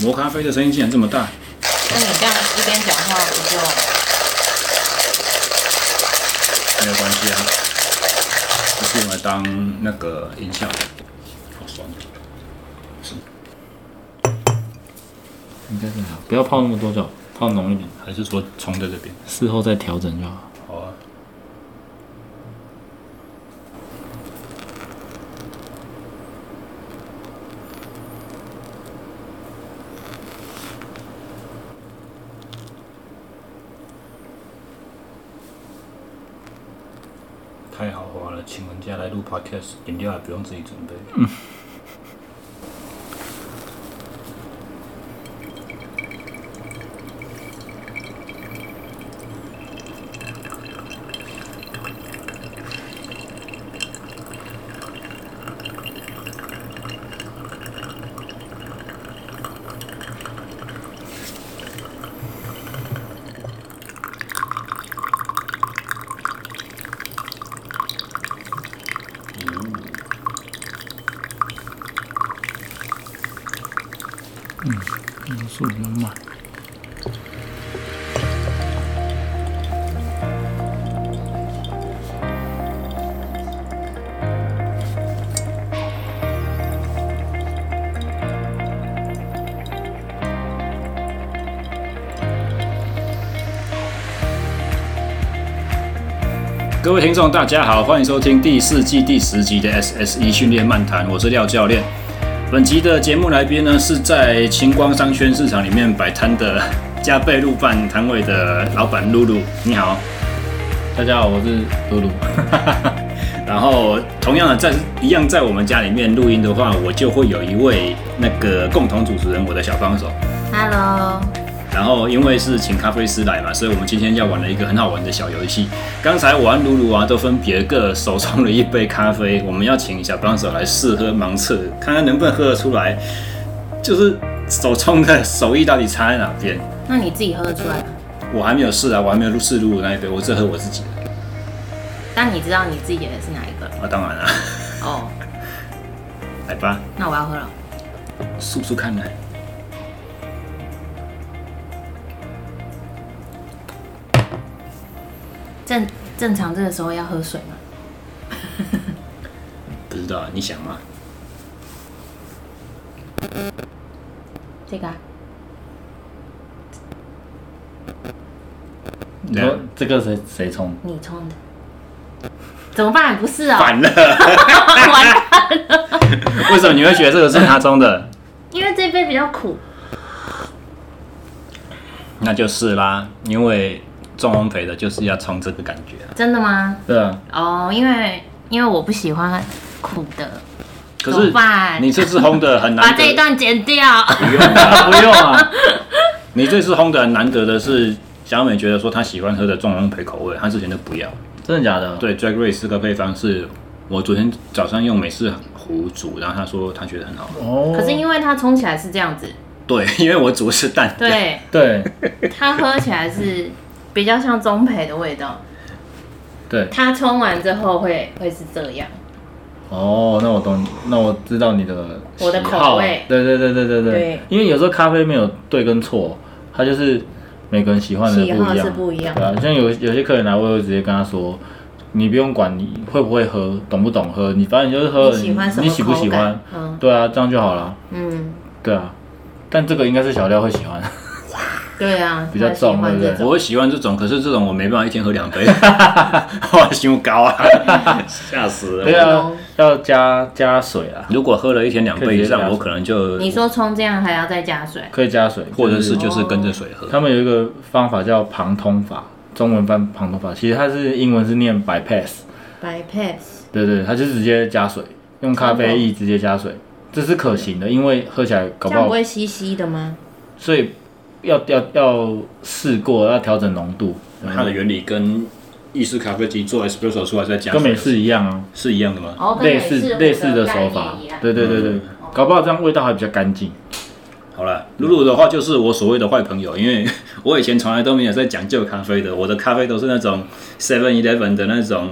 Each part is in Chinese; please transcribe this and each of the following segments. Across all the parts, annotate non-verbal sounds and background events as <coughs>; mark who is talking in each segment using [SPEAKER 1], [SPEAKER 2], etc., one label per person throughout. [SPEAKER 1] 磨咖啡的声音竟然这么大，
[SPEAKER 2] 那你这样一边讲话，我就
[SPEAKER 1] 没有关系啊，这是用来当那个音效的，好酸啊，是，
[SPEAKER 3] 应该是好，啊不要泡那么多酒，泡浓一点，
[SPEAKER 1] 还是说冲在这边？
[SPEAKER 3] 事后再调整就好。
[SPEAKER 1] 好啊，太豪华了，请人家来录 podcast，饮料也不用自己准备。
[SPEAKER 3] 速度比较慢。
[SPEAKER 1] 各位听众，大家好，欢迎收听第四季第十集的 SSE 训练漫谈，我是廖教练。本集的节目来宾呢，是在晴光商圈市场里面摆摊的加倍路办摊位的老板露露，你好。
[SPEAKER 3] 大家好，我是露露。
[SPEAKER 1] <laughs> 然后同样的在一样在我们家里面录音的话，我就会有一位那个共同主持人，我的小帮手。
[SPEAKER 2] Hello，
[SPEAKER 1] 然后因为是请咖啡师来嘛，所以我们今天要玩了一个很好玩的小游戏。刚才我和露露啊，都分别各手冲了一杯咖啡，我们要请小帮手来试喝盲测，看看能不能喝得出来，就是手冲的手艺到底差在哪边。
[SPEAKER 2] 那你自己喝得出来吗？
[SPEAKER 1] 啊我还没有试啊，我还没有试露露那一杯，我只喝我自己的
[SPEAKER 2] 但你知道你自己点的是哪一个了
[SPEAKER 1] 啊，当然啦、
[SPEAKER 2] 哦？
[SPEAKER 1] 来吧，
[SPEAKER 2] 那我要喝了。
[SPEAKER 1] 试试看呢。
[SPEAKER 2] 正正常这个时候要喝水吗？
[SPEAKER 1] 不知道你想吗？
[SPEAKER 2] 这个、啊、
[SPEAKER 3] 你说这个谁谁冲？
[SPEAKER 2] 你冲的，怎么办？不是哦，
[SPEAKER 1] 反了，
[SPEAKER 2] 完蛋，
[SPEAKER 1] <laughs> 为什么你会觉得这个是他冲的？
[SPEAKER 2] 因为这杯比较苦。
[SPEAKER 1] 那就是啦，因为重烘焙的就是要冲这个感觉啊。
[SPEAKER 2] 真的吗？
[SPEAKER 3] 对啊，
[SPEAKER 2] 哦，因为因为我不喜欢苦的，
[SPEAKER 1] 可
[SPEAKER 2] 怎
[SPEAKER 1] 是
[SPEAKER 2] 么办
[SPEAKER 1] 你这次烘的很
[SPEAKER 2] <laughs> 把
[SPEAKER 1] 难
[SPEAKER 2] 这一
[SPEAKER 1] 得，
[SPEAKER 2] 段剪掉。
[SPEAKER 1] 不用啊，不用啊。你这次烘的很难得的是，小美觉得说她喜欢喝的重烘焙口味，她之前都不要。
[SPEAKER 3] <laughs> 真的假的？，
[SPEAKER 1] 对，Drag Race 这个配方是我昨天早上用美式壶煮，然后她说她觉得很好喝。
[SPEAKER 3] 哦，
[SPEAKER 2] 可是因为它冲起来是这样子，
[SPEAKER 1] 对，因为我煮的是蛋。，
[SPEAKER 2] 对，
[SPEAKER 3] 对
[SPEAKER 2] 它喝起来是比较像中培的味道。
[SPEAKER 3] 对
[SPEAKER 2] 它冲完之后会会是这样，
[SPEAKER 3] 哦，那我懂，那我知道你的喜好
[SPEAKER 2] 我的口味
[SPEAKER 3] 对对对对对对，
[SPEAKER 2] 对
[SPEAKER 3] 因为有时候咖啡没有对跟错，它就是每个人喜欢的
[SPEAKER 2] 喜
[SPEAKER 3] 不
[SPEAKER 2] 好
[SPEAKER 3] 一
[SPEAKER 2] 是
[SPEAKER 3] 样。
[SPEAKER 2] 不一样
[SPEAKER 3] 对。啊，像有有些客人来，我会直接跟他说，你不用管你会不会喝，懂不懂喝，你反正你就是喝，
[SPEAKER 2] 你喜欢什么
[SPEAKER 3] 你喜不喜
[SPEAKER 2] 口
[SPEAKER 3] 欢
[SPEAKER 2] 感？？嗯
[SPEAKER 3] 对啊，这样就好了。
[SPEAKER 2] 嗯，
[SPEAKER 3] 对啊，但这个应该是小廖会喜欢。
[SPEAKER 2] 对啊，
[SPEAKER 3] 比较
[SPEAKER 2] 他喜欢
[SPEAKER 3] 重对不
[SPEAKER 2] 这
[SPEAKER 3] 对
[SPEAKER 1] <laughs>
[SPEAKER 2] 种
[SPEAKER 1] 我会喜欢这种，可是这种我没办法一天喝
[SPEAKER 3] <laughs>
[SPEAKER 1] 两杯，哇，胸高啊，吓死了。
[SPEAKER 3] 对啊
[SPEAKER 2] 浓，
[SPEAKER 3] 要加加水啊，
[SPEAKER 1] 如果喝了一天两杯以
[SPEAKER 3] 可以直接加
[SPEAKER 1] 上，
[SPEAKER 3] 水
[SPEAKER 1] 我可能就
[SPEAKER 2] 你说冲这样还要再加水，
[SPEAKER 3] 可以加水，
[SPEAKER 1] 或者是就是跟着水喝。
[SPEAKER 3] 他们有一个方法叫旁通法，中文翻旁通法，其实它是英文是念 bypass，
[SPEAKER 2] 白 pass
[SPEAKER 3] 对对，它就直接加水，用咖啡液直接加水，这是可行的，因为喝起来搞
[SPEAKER 2] 这
[SPEAKER 3] 不
[SPEAKER 2] 样不
[SPEAKER 3] 好，
[SPEAKER 2] 会稀稀的吗？
[SPEAKER 3] 所以要要要试过，要调整浓度，
[SPEAKER 1] 它的原理跟意式咖啡机做 espresso 出来再加水
[SPEAKER 3] 跟美式一样啊，
[SPEAKER 1] 是一样的吗？
[SPEAKER 2] 哦，跟
[SPEAKER 3] 类
[SPEAKER 2] 美式
[SPEAKER 3] 似
[SPEAKER 2] 壶
[SPEAKER 3] 类似的
[SPEAKER 2] 概
[SPEAKER 3] 手
[SPEAKER 2] 念啊嗯哦
[SPEAKER 3] 法
[SPEAKER 2] 一样，
[SPEAKER 3] 对对对对，搞不好这样味道还比较干净。
[SPEAKER 1] 好了，露露的话就是我所谓的坏朋友，因为 <laughs> 我以前从来都没有在讲究咖啡的，我的咖啡都是那种 Seven Eleven 的那种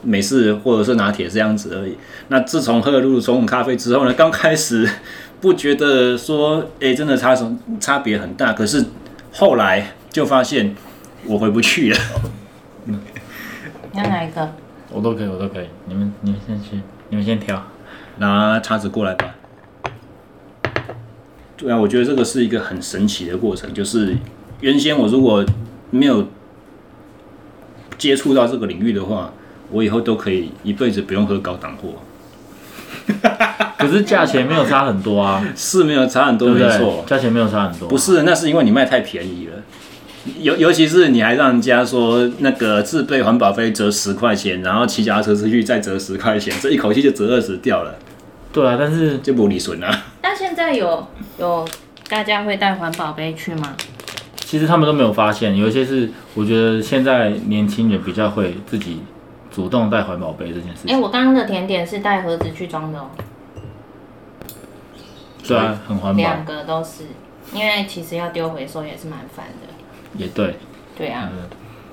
[SPEAKER 1] 美式或者是拿铁这样子而已。那自从喝了露露冲咖啡之后呢，刚开始不觉得说，哎、真的差什么差别很大。可是后来就发现我回不去了。
[SPEAKER 2] 你要哪一个？
[SPEAKER 3] 我都可以，我都可以。你们你们先去，你们先挑。
[SPEAKER 1] 拿叉子过来吧。对啊，我觉得这个是一个很神奇的过程，就是原先我如果没有接触到这个领域的话，我以后都可以一辈子不用喝高档货，
[SPEAKER 3] 可是价钱没有差很多
[SPEAKER 1] <laughs>
[SPEAKER 3] 啊，
[SPEAKER 1] 是没有差很多，
[SPEAKER 3] 对不
[SPEAKER 1] 没
[SPEAKER 3] 对？
[SPEAKER 1] 错，
[SPEAKER 3] 价钱没有差很多。啊
[SPEAKER 1] 不是，那是因为你卖太便宜了。尤尤其是你还让人家说那个自备环保费折十块钱，然后骑脚踏车出去再折十块钱，这一口气就折二十掉了，
[SPEAKER 3] 对啊，但是
[SPEAKER 1] 就不理损啊。
[SPEAKER 2] 那现在有有大家会带环保杯去吗？
[SPEAKER 3] 其实他们都没有发现，有一些是我觉得现在年轻人比较会自己主动带环保杯这件事
[SPEAKER 2] 哎、
[SPEAKER 3] 情。
[SPEAKER 2] 我刚刚的甜点是带盒子去装的哦，
[SPEAKER 3] 对啊，很环保
[SPEAKER 2] 两，个都是，因为其实要丢回收也是蛮烦的。
[SPEAKER 3] 也对，
[SPEAKER 2] 对啊，
[SPEAKER 3] 嗯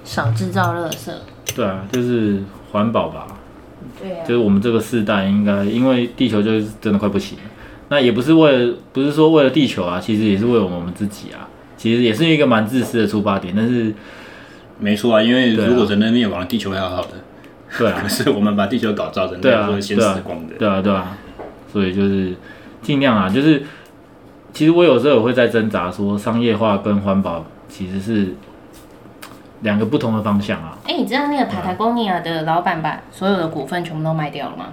[SPEAKER 2] 少制造垃圾。
[SPEAKER 3] 对啊，就是环保吧。
[SPEAKER 2] 对啊
[SPEAKER 3] 就是，我们这个世代应该，因为地球就是真的快不行了。那也不是为了，不是说为了地球啊，其实也是为了我们自己啊。其实也是一个蛮自私的出发点，但是
[SPEAKER 1] 没错啊，因为
[SPEAKER 3] 对啊
[SPEAKER 1] 如果人类灭亡，地球还好好的。
[SPEAKER 3] 对啊 <laughs>
[SPEAKER 1] 可， <laughs> 是我们把地球搞造成这
[SPEAKER 3] 对
[SPEAKER 1] 样，
[SPEAKER 3] 啊，
[SPEAKER 1] 会先
[SPEAKER 3] 对
[SPEAKER 1] 死
[SPEAKER 3] 啊
[SPEAKER 1] 光的，。
[SPEAKER 3] 对啊，对啊，所以就是尽量啊，就是其实我有时候也会在挣扎，说商业化跟环保其实是两个不同的方向啊。
[SPEAKER 2] 哎、你知道那个塔塔贡尼亚的老板把所有的股份全部都卖掉了吗？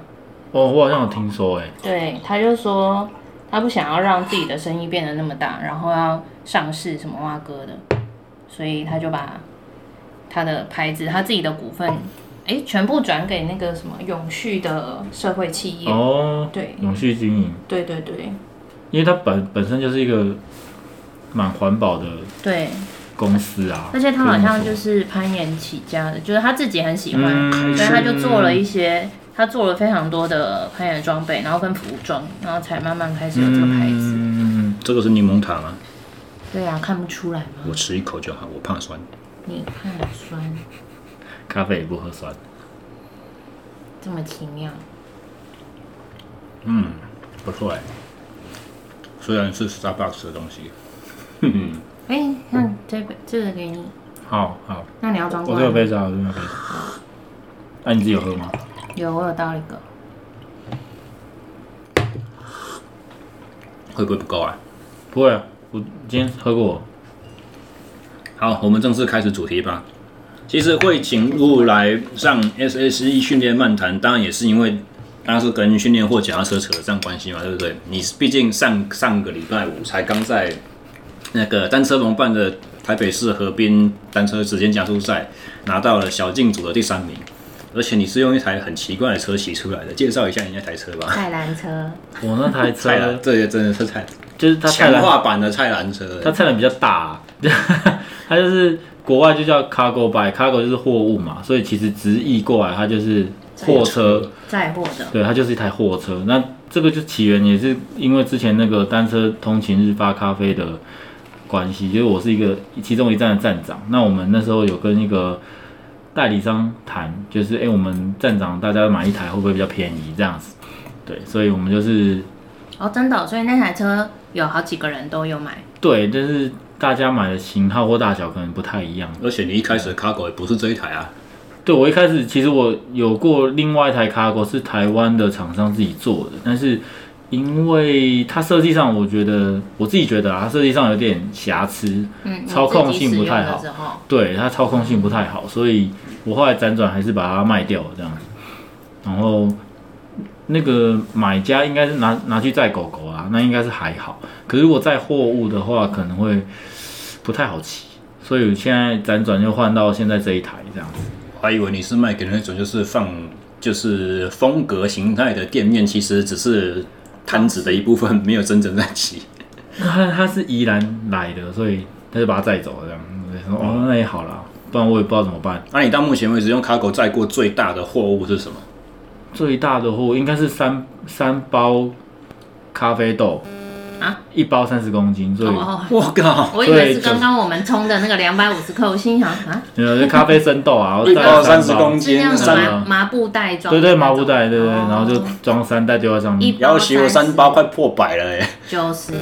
[SPEAKER 3] 哦，我好像有听说、欸，
[SPEAKER 2] 对，他就说他不想要让自己的生意变得那么大，然后要上市什么蛙哥的，所以他就把他的牌子、他自己的股份，哎，全部转给那个什么永续的社会企业。
[SPEAKER 3] 哦，
[SPEAKER 2] 对，
[SPEAKER 3] 永续经营，
[SPEAKER 2] 对对对
[SPEAKER 3] 因为它本本身就是一个蛮环保的
[SPEAKER 2] 对，
[SPEAKER 3] 公司啊，
[SPEAKER 2] 而且他好像就是是攀岩起家的，就是他自己很喜欢，
[SPEAKER 3] 嗯，
[SPEAKER 2] 所以他就做了一些，他做了非常多的攀岩装备，然后跟服装，然后才慢慢开始有这个牌子。
[SPEAKER 3] 嗯，
[SPEAKER 1] 这个是柠檬塔吗？
[SPEAKER 2] 对啊，看不出来吗？
[SPEAKER 1] 我吃一口就好，我怕酸。
[SPEAKER 2] 你看酸，
[SPEAKER 3] 咖啡也不喝酸，
[SPEAKER 2] 这么奇妙。
[SPEAKER 1] 嗯，不错哎。虽然是 Starbucks 的东西，
[SPEAKER 2] 哎、看这杯，这个给你，
[SPEAKER 3] 好好，
[SPEAKER 2] 那你要装
[SPEAKER 3] 嗯我
[SPEAKER 2] 过
[SPEAKER 3] 这个
[SPEAKER 2] 来。
[SPEAKER 3] 杯子啊，我这个杯子，那、你自己有喝吗？
[SPEAKER 2] 有，我有倒一个。
[SPEAKER 1] 会不会不够啊？
[SPEAKER 3] 不会啊，我今天喝过。
[SPEAKER 1] 好，我们正式开始主题吧。其实会请入来上 SSE 训练漫谈，当然也是因为它是跟训练或脚踏车扯上关系嘛，对不对？你毕竟上上个礼拜五才刚在那个单车盟办的台北市河滨单车时间加速赛拿到了小竞组的第三名，而且你是用一台很奇怪的车骑出来的，介绍一下你那台车
[SPEAKER 2] <laughs>
[SPEAKER 1] 吧。
[SPEAKER 2] 菜篮车，
[SPEAKER 3] 我那台
[SPEAKER 1] 菜篮， <laughs>
[SPEAKER 3] 车
[SPEAKER 1] 这也真的是菜，
[SPEAKER 3] 就是它菜
[SPEAKER 1] 强
[SPEAKER 3] 篮，
[SPEAKER 1] 化版的菜篮车。
[SPEAKER 3] 它菜篮比较大、 <laughs> 啊，它就是国外就叫 cargo bike，cargo 就是货物嘛，所以其实直译过来它就是货车，
[SPEAKER 2] 载货的。
[SPEAKER 3] 对，它就是一台货车。那这个就起源也是因为之前那个单车通勤日发咖啡的关系，就是我是一个其中一站的站长，那我们那时候有跟一个。代理商谈，就是哎、诶我们站长大家买一台会不会比较便宜这样子？对，所以我们就是
[SPEAKER 2] 哦，真的哦、所以那台车有好几个人都有买。
[SPEAKER 3] 对，但是大家买的型号或大小可能不太一样。
[SPEAKER 1] 而且你一开始的 cargo 也不是这一台啊，
[SPEAKER 3] 对我一开始其实我有过另外一台 Cargo 是台湾的厂商自己做的，但是因为它设计上，我觉得我自己觉得啊，它设计上有点瑕疵，
[SPEAKER 2] 嗯，你
[SPEAKER 3] 操控性
[SPEAKER 2] 自己
[SPEAKER 3] 不
[SPEAKER 2] 使用
[SPEAKER 3] 太
[SPEAKER 2] 的
[SPEAKER 3] 好
[SPEAKER 2] 时候
[SPEAKER 3] 对它操控性不太好，所以我后来辗转还是把它卖掉了这样子。然后那个买家应该是拿拿去载狗狗啊，那应该是还好。可是如果载货物的话，可能会不太好骑，所以现在辗转就换到现在这一台这样子。
[SPEAKER 1] 我还以为你是卖给那种就是放就是风格形态的店面，其实只是摊子的一部分，没有真正在骑。
[SPEAKER 3] 那他他是宜兰来的，所以他就把它载走了这样。我就说
[SPEAKER 1] 嗯
[SPEAKER 3] 哦，那也好啦，不然我也不知道怎么办。
[SPEAKER 1] <laughs> 那、你到目前为止用 cargo 载过最大的货物是什么？
[SPEAKER 3] 最大的货应该是三三包咖啡豆，
[SPEAKER 2] 啊，啊
[SPEAKER 3] 一包三十公斤，所以
[SPEAKER 2] 哦，
[SPEAKER 1] 我靠，
[SPEAKER 2] 我以为是刚刚我们冲的那个两百五十克，我心想啊，
[SPEAKER 3] 呃咖啡生豆
[SPEAKER 2] <laughs>
[SPEAKER 3] 啊，我
[SPEAKER 1] 一
[SPEAKER 3] 带
[SPEAKER 1] 包
[SPEAKER 3] 了
[SPEAKER 1] 三
[SPEAKER 3] 三
[SPEAKER 1] 十公
[SPEAKER 2] 是
[SPEAKER 1] 斤
[SPEAKER 2] 那，样子
[SPEAKER 1] 三
[SPEAKER 3] 三
[SPEAKER 2] 麻麻布袋装的
[SPEAKER 3] 对
[SPEAKER 2] 那种，
[SPEAKER 3] 对麻布袋，对对，
[SPEAKER 2] 哦
[SPEAKER 3] 然后就装三袋丢在上
[SPEAKER 2] 一
[SPEAKER 3] 面，
[SPEAKER 1] 要挟我三包快破百了哎、
[SPEAKER 2] 九十，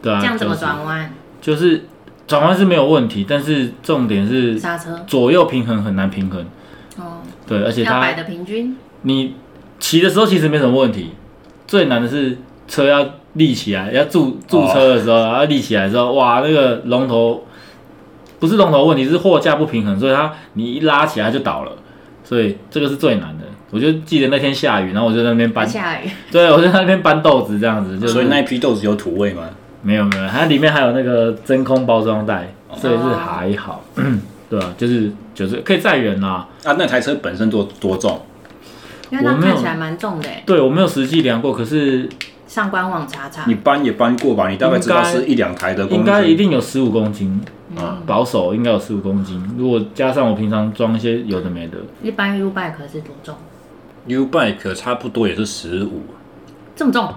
[SPEAKER 3] 对啊，
[SPEAKER 2] 这样怎么
[SPEAKER 3] 就是
[SPEAKER 2] 转弯？
[SPEAKER 3] 就是转弯是没有问题，但是重点是
[SPEAKER 2] 刹车
[SPEAKER 3] 左右平衡很难平衡。
[SPEAKER 2] 哦，
[SPEAKER 3] 对，而且
[SPEAKER 2] 要摆
[SPEAKER 3] 它
[SPEAKER 2] 的平均
[SPEAKER 3] 你骑的时候其实没什么问题，最难的是车要立起来，要驻驻车的时候，
[SPEAKER 1] 哦
[SPEAKER 3] 然后立起来的时候，哇，那个龙头不是龙头问题，是货架不平衡，所以它你一拉起来它就倒了，所以这个是最难的。我就记得那天下雨，然后我就在那边
[SPEAKER 1] <laughs>
[SPEAKER 2] 还
[SPEAKER 3] 搬， <laughs>
[SPEAKER 2] 下雨，
[SPEAKER 3] 对我就在那边搬豆子这样子，就是
[SPEAKER 1] 所以那一批豆子有土味吗？
[SPEAKER 3] 没有没有，它里面还有那个真空包装袋，
[SPEAKER 1] 哦
[SPEAKER 3] 所以是还好， <clears throat> 对啊，就是就是可以载人啦。
[SPEAKER 1] 啊，那台车本身多多重？
[SPEAKER 2] 因为它
[SPEAKER 3] 我没有
[SPEAKER 2] 看起来蛮重的耶，
[SPEAKER 3] 对我没有实际量过，可是
[SPEAKER 2] 上官网查查
[SPEAKER 1] 你，搬也搬过吧，你大概知道
[SPEAKER 3] 应该
[SPEAKER 1] 是一两台的公
[SPEAKER 3] 应
[SPEAKER 1] 斤。啊
[SPEAKER 3] 该一定有十五公斤，
[SPEAKER 2] 嗯，
[SPEAKER 3] 保守应该有十五公斤。如果加上我平常装一些有的没的，
[SPEAKER 2] 一般 U bike 是多重？
[SPEAKER 1] U bike 差不多也是十五，
[SPEAKER 2] 这么重，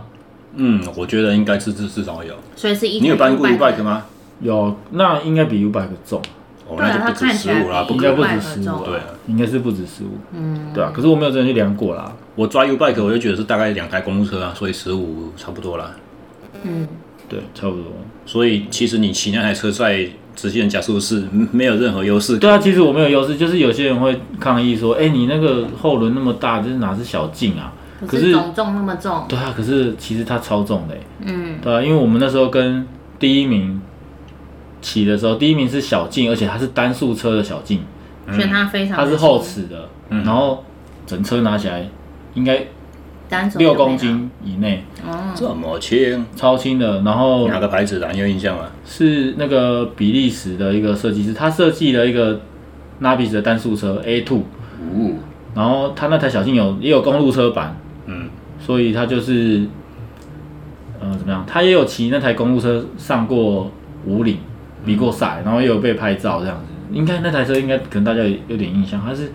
[SPEAKER 1] 嗯，我觉得应该是至至少有。
[SPEAKER 2] 所以是一台
[SPEAKER 1] 你有搬过 U
[SPEAKER 2] U-bike
[SPEAKER 1] bike 吗？
[SPEAKER 3] 有那应该比 U bike 重，
[SPEAKER 1] 哦，那
[SPEAKER 2] 对啊，
[SPEAKER 1] 就
[SPEAKER 2] 它
[SPEAKER 1] 不止
[SPEAKER 2] 看起
[SPEAKER 1] 十
[SPEAKER 2] 来
[SPEAKER 1] 五啦，
[SPEAKER 2] 比
[SPEAKER 1] 不
[SPEAKER 2] U
[SPEAKER 1] 可
[SPEAKER 3] 应该不
[SPEAKER 1] 能。
[SPEAKER 3] 止
[SPEAKER 2] bike
[SPEAKER 3] 15
[SPEAKER 2] 重，
[SPEAKER 1] 对啊，
[SPEAKER 3] 应该是不止十五，
[SPEAKER 2] 嗯，
[SPEAKER 3] 对啊。可是我没有真的去量过啦，
[SPEAKER 1] 我抓 U bike 我就觉得是大概两台公路车啊，所以十五差不多啦。
[SPEAKER 2] 嗯，
[SPEAKER 3] 对，差不多。
[SPEAKER 1] 所以其实你骑那台车在直线加速是嗯没有任何优势。
[SPEAKER 3] 对啊，其实我没有优势，就是有些人会抗议说，哎、你那个后轮那么大，这是哪是小径啊？
[SPEAKER 2] 可
[SPEAKER 3] 可
[SPEAKER 2] 是
[SPEAKER 3] 是
[SPEAKER 2] 总重那么重，
[SPEAKER 3] 对啊，可是其实它超重的、欸，
[SPEAKER 2] 嗯，
[SPEAKER 3] 对啊，因为我们那时候跟第一名骑的时候，第一名是小径，而且它是单速车的小径，
[SPEAKER 2] 所以它非常
[SPEAKER 3] 嗯它
[SPEAKER 2] 的
[SPEAKER 3] 是后齿的，
[SPEAKER 1] 嗯
[SPEAKER 3] 然后整车拿起来应该
[SPEAKER 2] 单手就
[SPEAKER 3] 六
[SPEAKER 2] 可以
[SPEAKER 3] 公
[SPEAKER 2] 拿，
[SPEAKER 3] 斤以内，
[SPEAKER 2] 哦，
[SPEAKER 1] 这么轻，
[SPEAKER 3] 超轻的。然后
[SPEAKER 1] 哪个牌子的？你有印象吗？
[SPEAKER 3] 是那个比利时的一个设计师，他设计了一个 Nabis 的单速车 A Two，
[SPEAKER 1] 哦，
[SPEAKER 3] 然后他那台小径有也有公路车版，
[SPEAKER 1] 嗯，
[SPEAKER 3] 所以他就是，呃，怎么样？他也有骑那台公路车上过五岭，
[SPEAKER 1] 嗯
[SPEAKER 3] 比过赛，然后也有被拍照这样子。应该那台车应该可能大家有有点印象，它是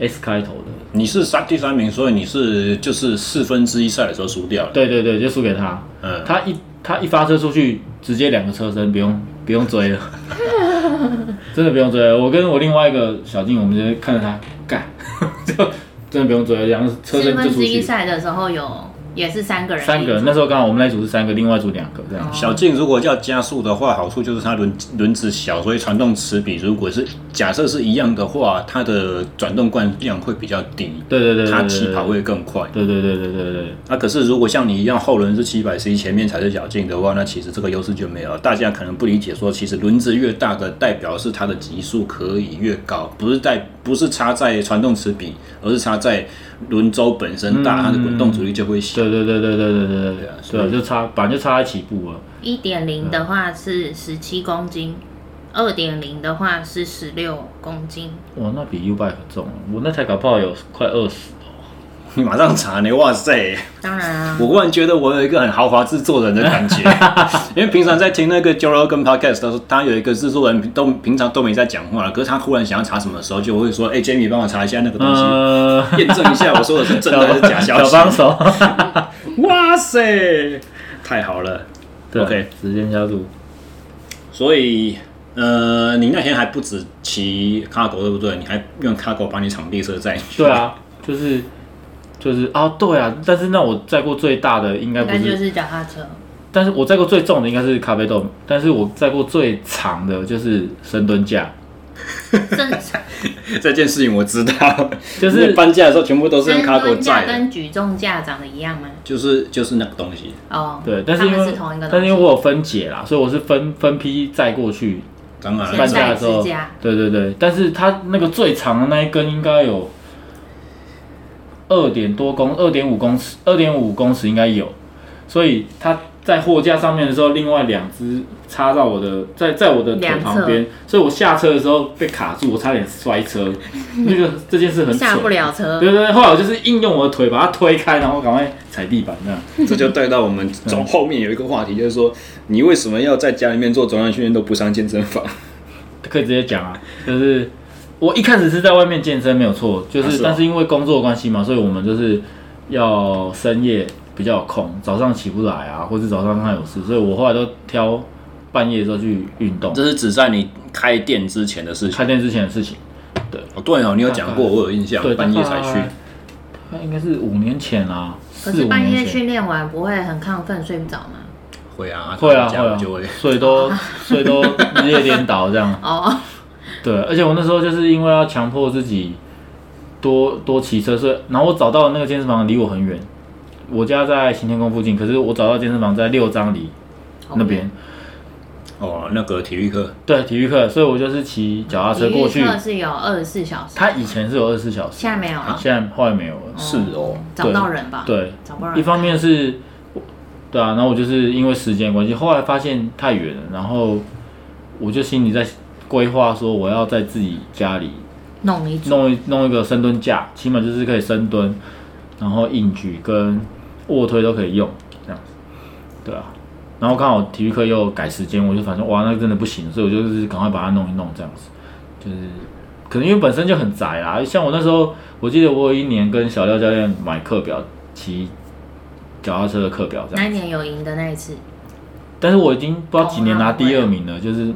[SPEAKER 3] S 开头的，
[SPEAKER 1] 你是三第三名，所以你是就是四分之一赛的时候输掉了。
[SPEAKER 3] 对对对，就输给他。
[SPEAKER 1] 嗯，
[SPEAKER 3] 他一他一发车出去，直接两个车身，不用不用追了，真的不用追了。我跟我另外一个小静，我们就看着他干，就真的不用追了，两个车
[SPEAKER 2] 四
[SPEAKER 3] 身就
[SPEAKER 2] 分
[SPEAKER 3] 出
[SPEAKER 2] 之一
[SPEAKER 3] 去。
[SPEAKER 2] 赛的时候有也是三个人，
[SPEAKER 3] 三个，那时候刚好我们那一组是三个，另外一组两个这样。
[SPEAKER 1] 小径如果要加速的话，好处就是它轮轮子小，所以传动齿比如果是假设是一样的话，它的转动惯量会比较低，
[SPEAKER 3] 对对对对对对，
[SPEAKER 1] 它起跑会更快。
[SPEAKER 3] 对对对对对对，
[SPEAKER 1] 啊，可是如果像你一样后轮是七百 c 前面才是小径的话，那其实这个优势就没有了。大家可能不理解说，其实轮子越大的代表是它的极速可以越高，不是在不是差在传动齿比，而是差在轮轴本身大，它的滚动阻力就会小。
[SPEAKER 3] 对对对对对对对
[SPEAKER 1] 对
[SPEAKER 3] 对
[SPEAKER 1] 啊，所以
[SPEAKER 3] 对就差，反正就差在起步了。
[SPEAKER 2] 一点零
[SPEAKER 3] 嗯
[SPEAKER 2] 的话是十七公斤，二点零的话是十六公斤，
[SPEAKER 3] 哇，那比 U bike 重，我那台搞不好有快二十。
[SPEAKER 1] 你马上查呢，哇塞！
[SPEAKER 2] 当然啊，
[SPEAKER 1] 我忽然觉得我有一个很豪华制作人的感觉， <laughs> 因为平常在听那个 Joe Rogan podcast 的时候，他有一个制作人都平常都没在讲话，可是他忽然想要查什么的时候，就会说：“哎、j a m i e 帮我查一下那个东西。
[SPEAKER 3] 呃，
[SPEAKER 1] 验证一下我说的是真的还是假消
[SPEAKER 3] 小
[SPEAKER 1] 息。
[SPEAKER 3] 帮手。
[SPEAKER 1] 哇塞，太好了。
[SPEAKER 3] 对
[SPEAKER 1] OK
[SPEAKER 3] 时间加速。
[SPEAKER 1] 所以，呃，你那天还不止骑 cargo 对不对？你还用 cargo 把你场地设在。
[SPEAKER 3] 对，啊，就是就是啊，对啊，但是那我载过最大的应该
[SPEAKER 2] 应
[SPEAKER 3] 不，
[SPEAKER 2] 该就是是脚踏车，
[SPEAKER 3] 但是我载过最重的应该是咖啡豆，但是我载过最长的就是深蹲架，
[SPEAKER 2] 正
[SPEAKER 3] <laughs>
[SPEAKER 1] 这件事情我知道，
[SPEAKER 3] 就是
[SPEAKER 1] 你搬家的时候全部都是用
[SPEAKER 2] 深
[SPEAKER 1] cargo
[SPEAKER 2] 蹲架
[SPEAKER 1] 载的，
[SPEAKER 2] 跟举重架长得一样吗？
[SPEAKER 1] 就是就是那个东西。
[SPEAKER 2] 哦，
[SPEAKER 3] 对，但是因
[SPEAKER 2] 他们
[SPEAKER 3] 为
[SPEAKER 2] 是同一个
[SPEAKER 3] 但
[SPEAKER 2] 东
[SPEAKER 3] 是
[SPEAKER 2] 西，
[SPEAKER 3] 因为我有分解啦，所以我是分分批载过去
[SPEAKER 1] 当然
[SPEAKER 3] 搬
[SPEAKER 1] 了，
[SPEAKER 2] 现在
[SPEAKER 3] 家的时候
[SPEAKER 2] 自家，
[SPEAKER 3] 对对对，但是它那个最长的那一根应该有二点多公，二点五公尺，二点五公尺应该有，所以它在货架上面的时候，另外两只插到我的在在我的腿
[SPEAKER 2] 两侧
[SPEAKER 3] 旁边，所以我下车的时候被卡住，我差点摔车，那个这件事很
[SPEAKER 2] 下不
[SPEAKER 3] 蠢。
[SPEAKER 2] 了车，
[SPEAKER 3] 对对对，后来我就是硬用我的腿把它推开，然后赶快踩地板这样。
[SPEAKER 1] 这就带到我们从后面有一个话题，就是说你为什么要在家里面做总量训练都不上健身房？
[SPEAKER 3] 可以直接讲啊，就是我一开始是在外面健身没有错，就
[SPEAKER 1] 啊
[SPEAKER 3] 是、
[SPEAKER 1] 是哦
[SPEAKER 3] 但是因为工作关系嘛，所以我们就是要深夜比较有空，早上起不来啊，或是早上他有事，所以我后来都挑半夜的时候去运动，
[SPEAKER 1] 这是只在你开店之前的事情。
[SPEAKER 3] 开店之前的事情。
[SPEAKER 1] 哦，对哦，你有讲过，我有印象
[SPEAKER 3] 对，，
[SPEAKER 1] 半夜才去。。
[SPEAKER 3] 那应该是五年前啊，
[SPEAKER 2] 可
[SPEAKER 3] 四
[SPEAKER 2] 是
[SPEAKER 3] 五
[SPEAKER 2] 半夜
[SPEAKER 3] 年前。
[SPEAKER 2] 训练完不会很亢奋，睡不着吗？
[SPEAKER 1] 会啊，
[SPEAKER 3] 会啊
[SPEAKER 1] 这
[SPEAKER 3] 会
[SPEAKER 1] 样
[SPEAKER 3] 啊
[SPEAKER 1] 就会，
[SPEAKER 3] 所
[SPEAKER 2] <laughs>
[SPEAKER 3] 以都所以都日夜颠倒这样。
[SPEAKER 2] 哦，
[SPEAKER 3] 对，而且我那时候就是因为要强迫自己多多骑车，所以然后我找到那个健身房离我很远，我家在行天宫附近，可是我找到健身房在六张里
[SPEAKER 2] 好
[SPEAKER 3] <laughs> 那边，
[SPEAKER 1] 哦，那个体育课
[SPEAKER 3] 对，体育课，所以我就是骑脚踏车过
[SPEAKER 2] 体
[SPEAKER 3] 去
[SPEAKER 2] 育。课是有二十四小时，
[SPEAKER 3] 他以前是有二十四小时，啊
[SPEAKER 2] 现在没有了，
[SPEAKER 3] 现在后来没有了。
[SPEAKER 1] 是哦，
[SPEAKER 2] 找不到人吧？，
[SPEAKER 3] 对，
[SPEAKER 2] 找不到人。
[SPEAKER 3] 一方面是，对啊，然后我就是因为时间关系，后来发现太远了，然后我就心里在规划说，我要在自己家里
[SPEAKER 2] 弄一组，
[SPEAKER 3] 弄一弄一个深蹲架，起码就是可以深蹲，然后硬举跟卧推都可以用，这样子，对啊。然后刚好体育课又改时间，我就反正哇，那真的不行，所以我就是赶快把它弄一弄，这样子，就是可能因为本身就很窄啦。像我那时候，我记得我有一年跟小廖教练买课表，骑脚踏车的课表这
[SPEAKER 2] 那
[SPEAKER 3] 样，
[SPEAKER 2] 一年有赢的那一次，
[SPEAKER 3] 但是我已经不知道几年拿第二名了，就是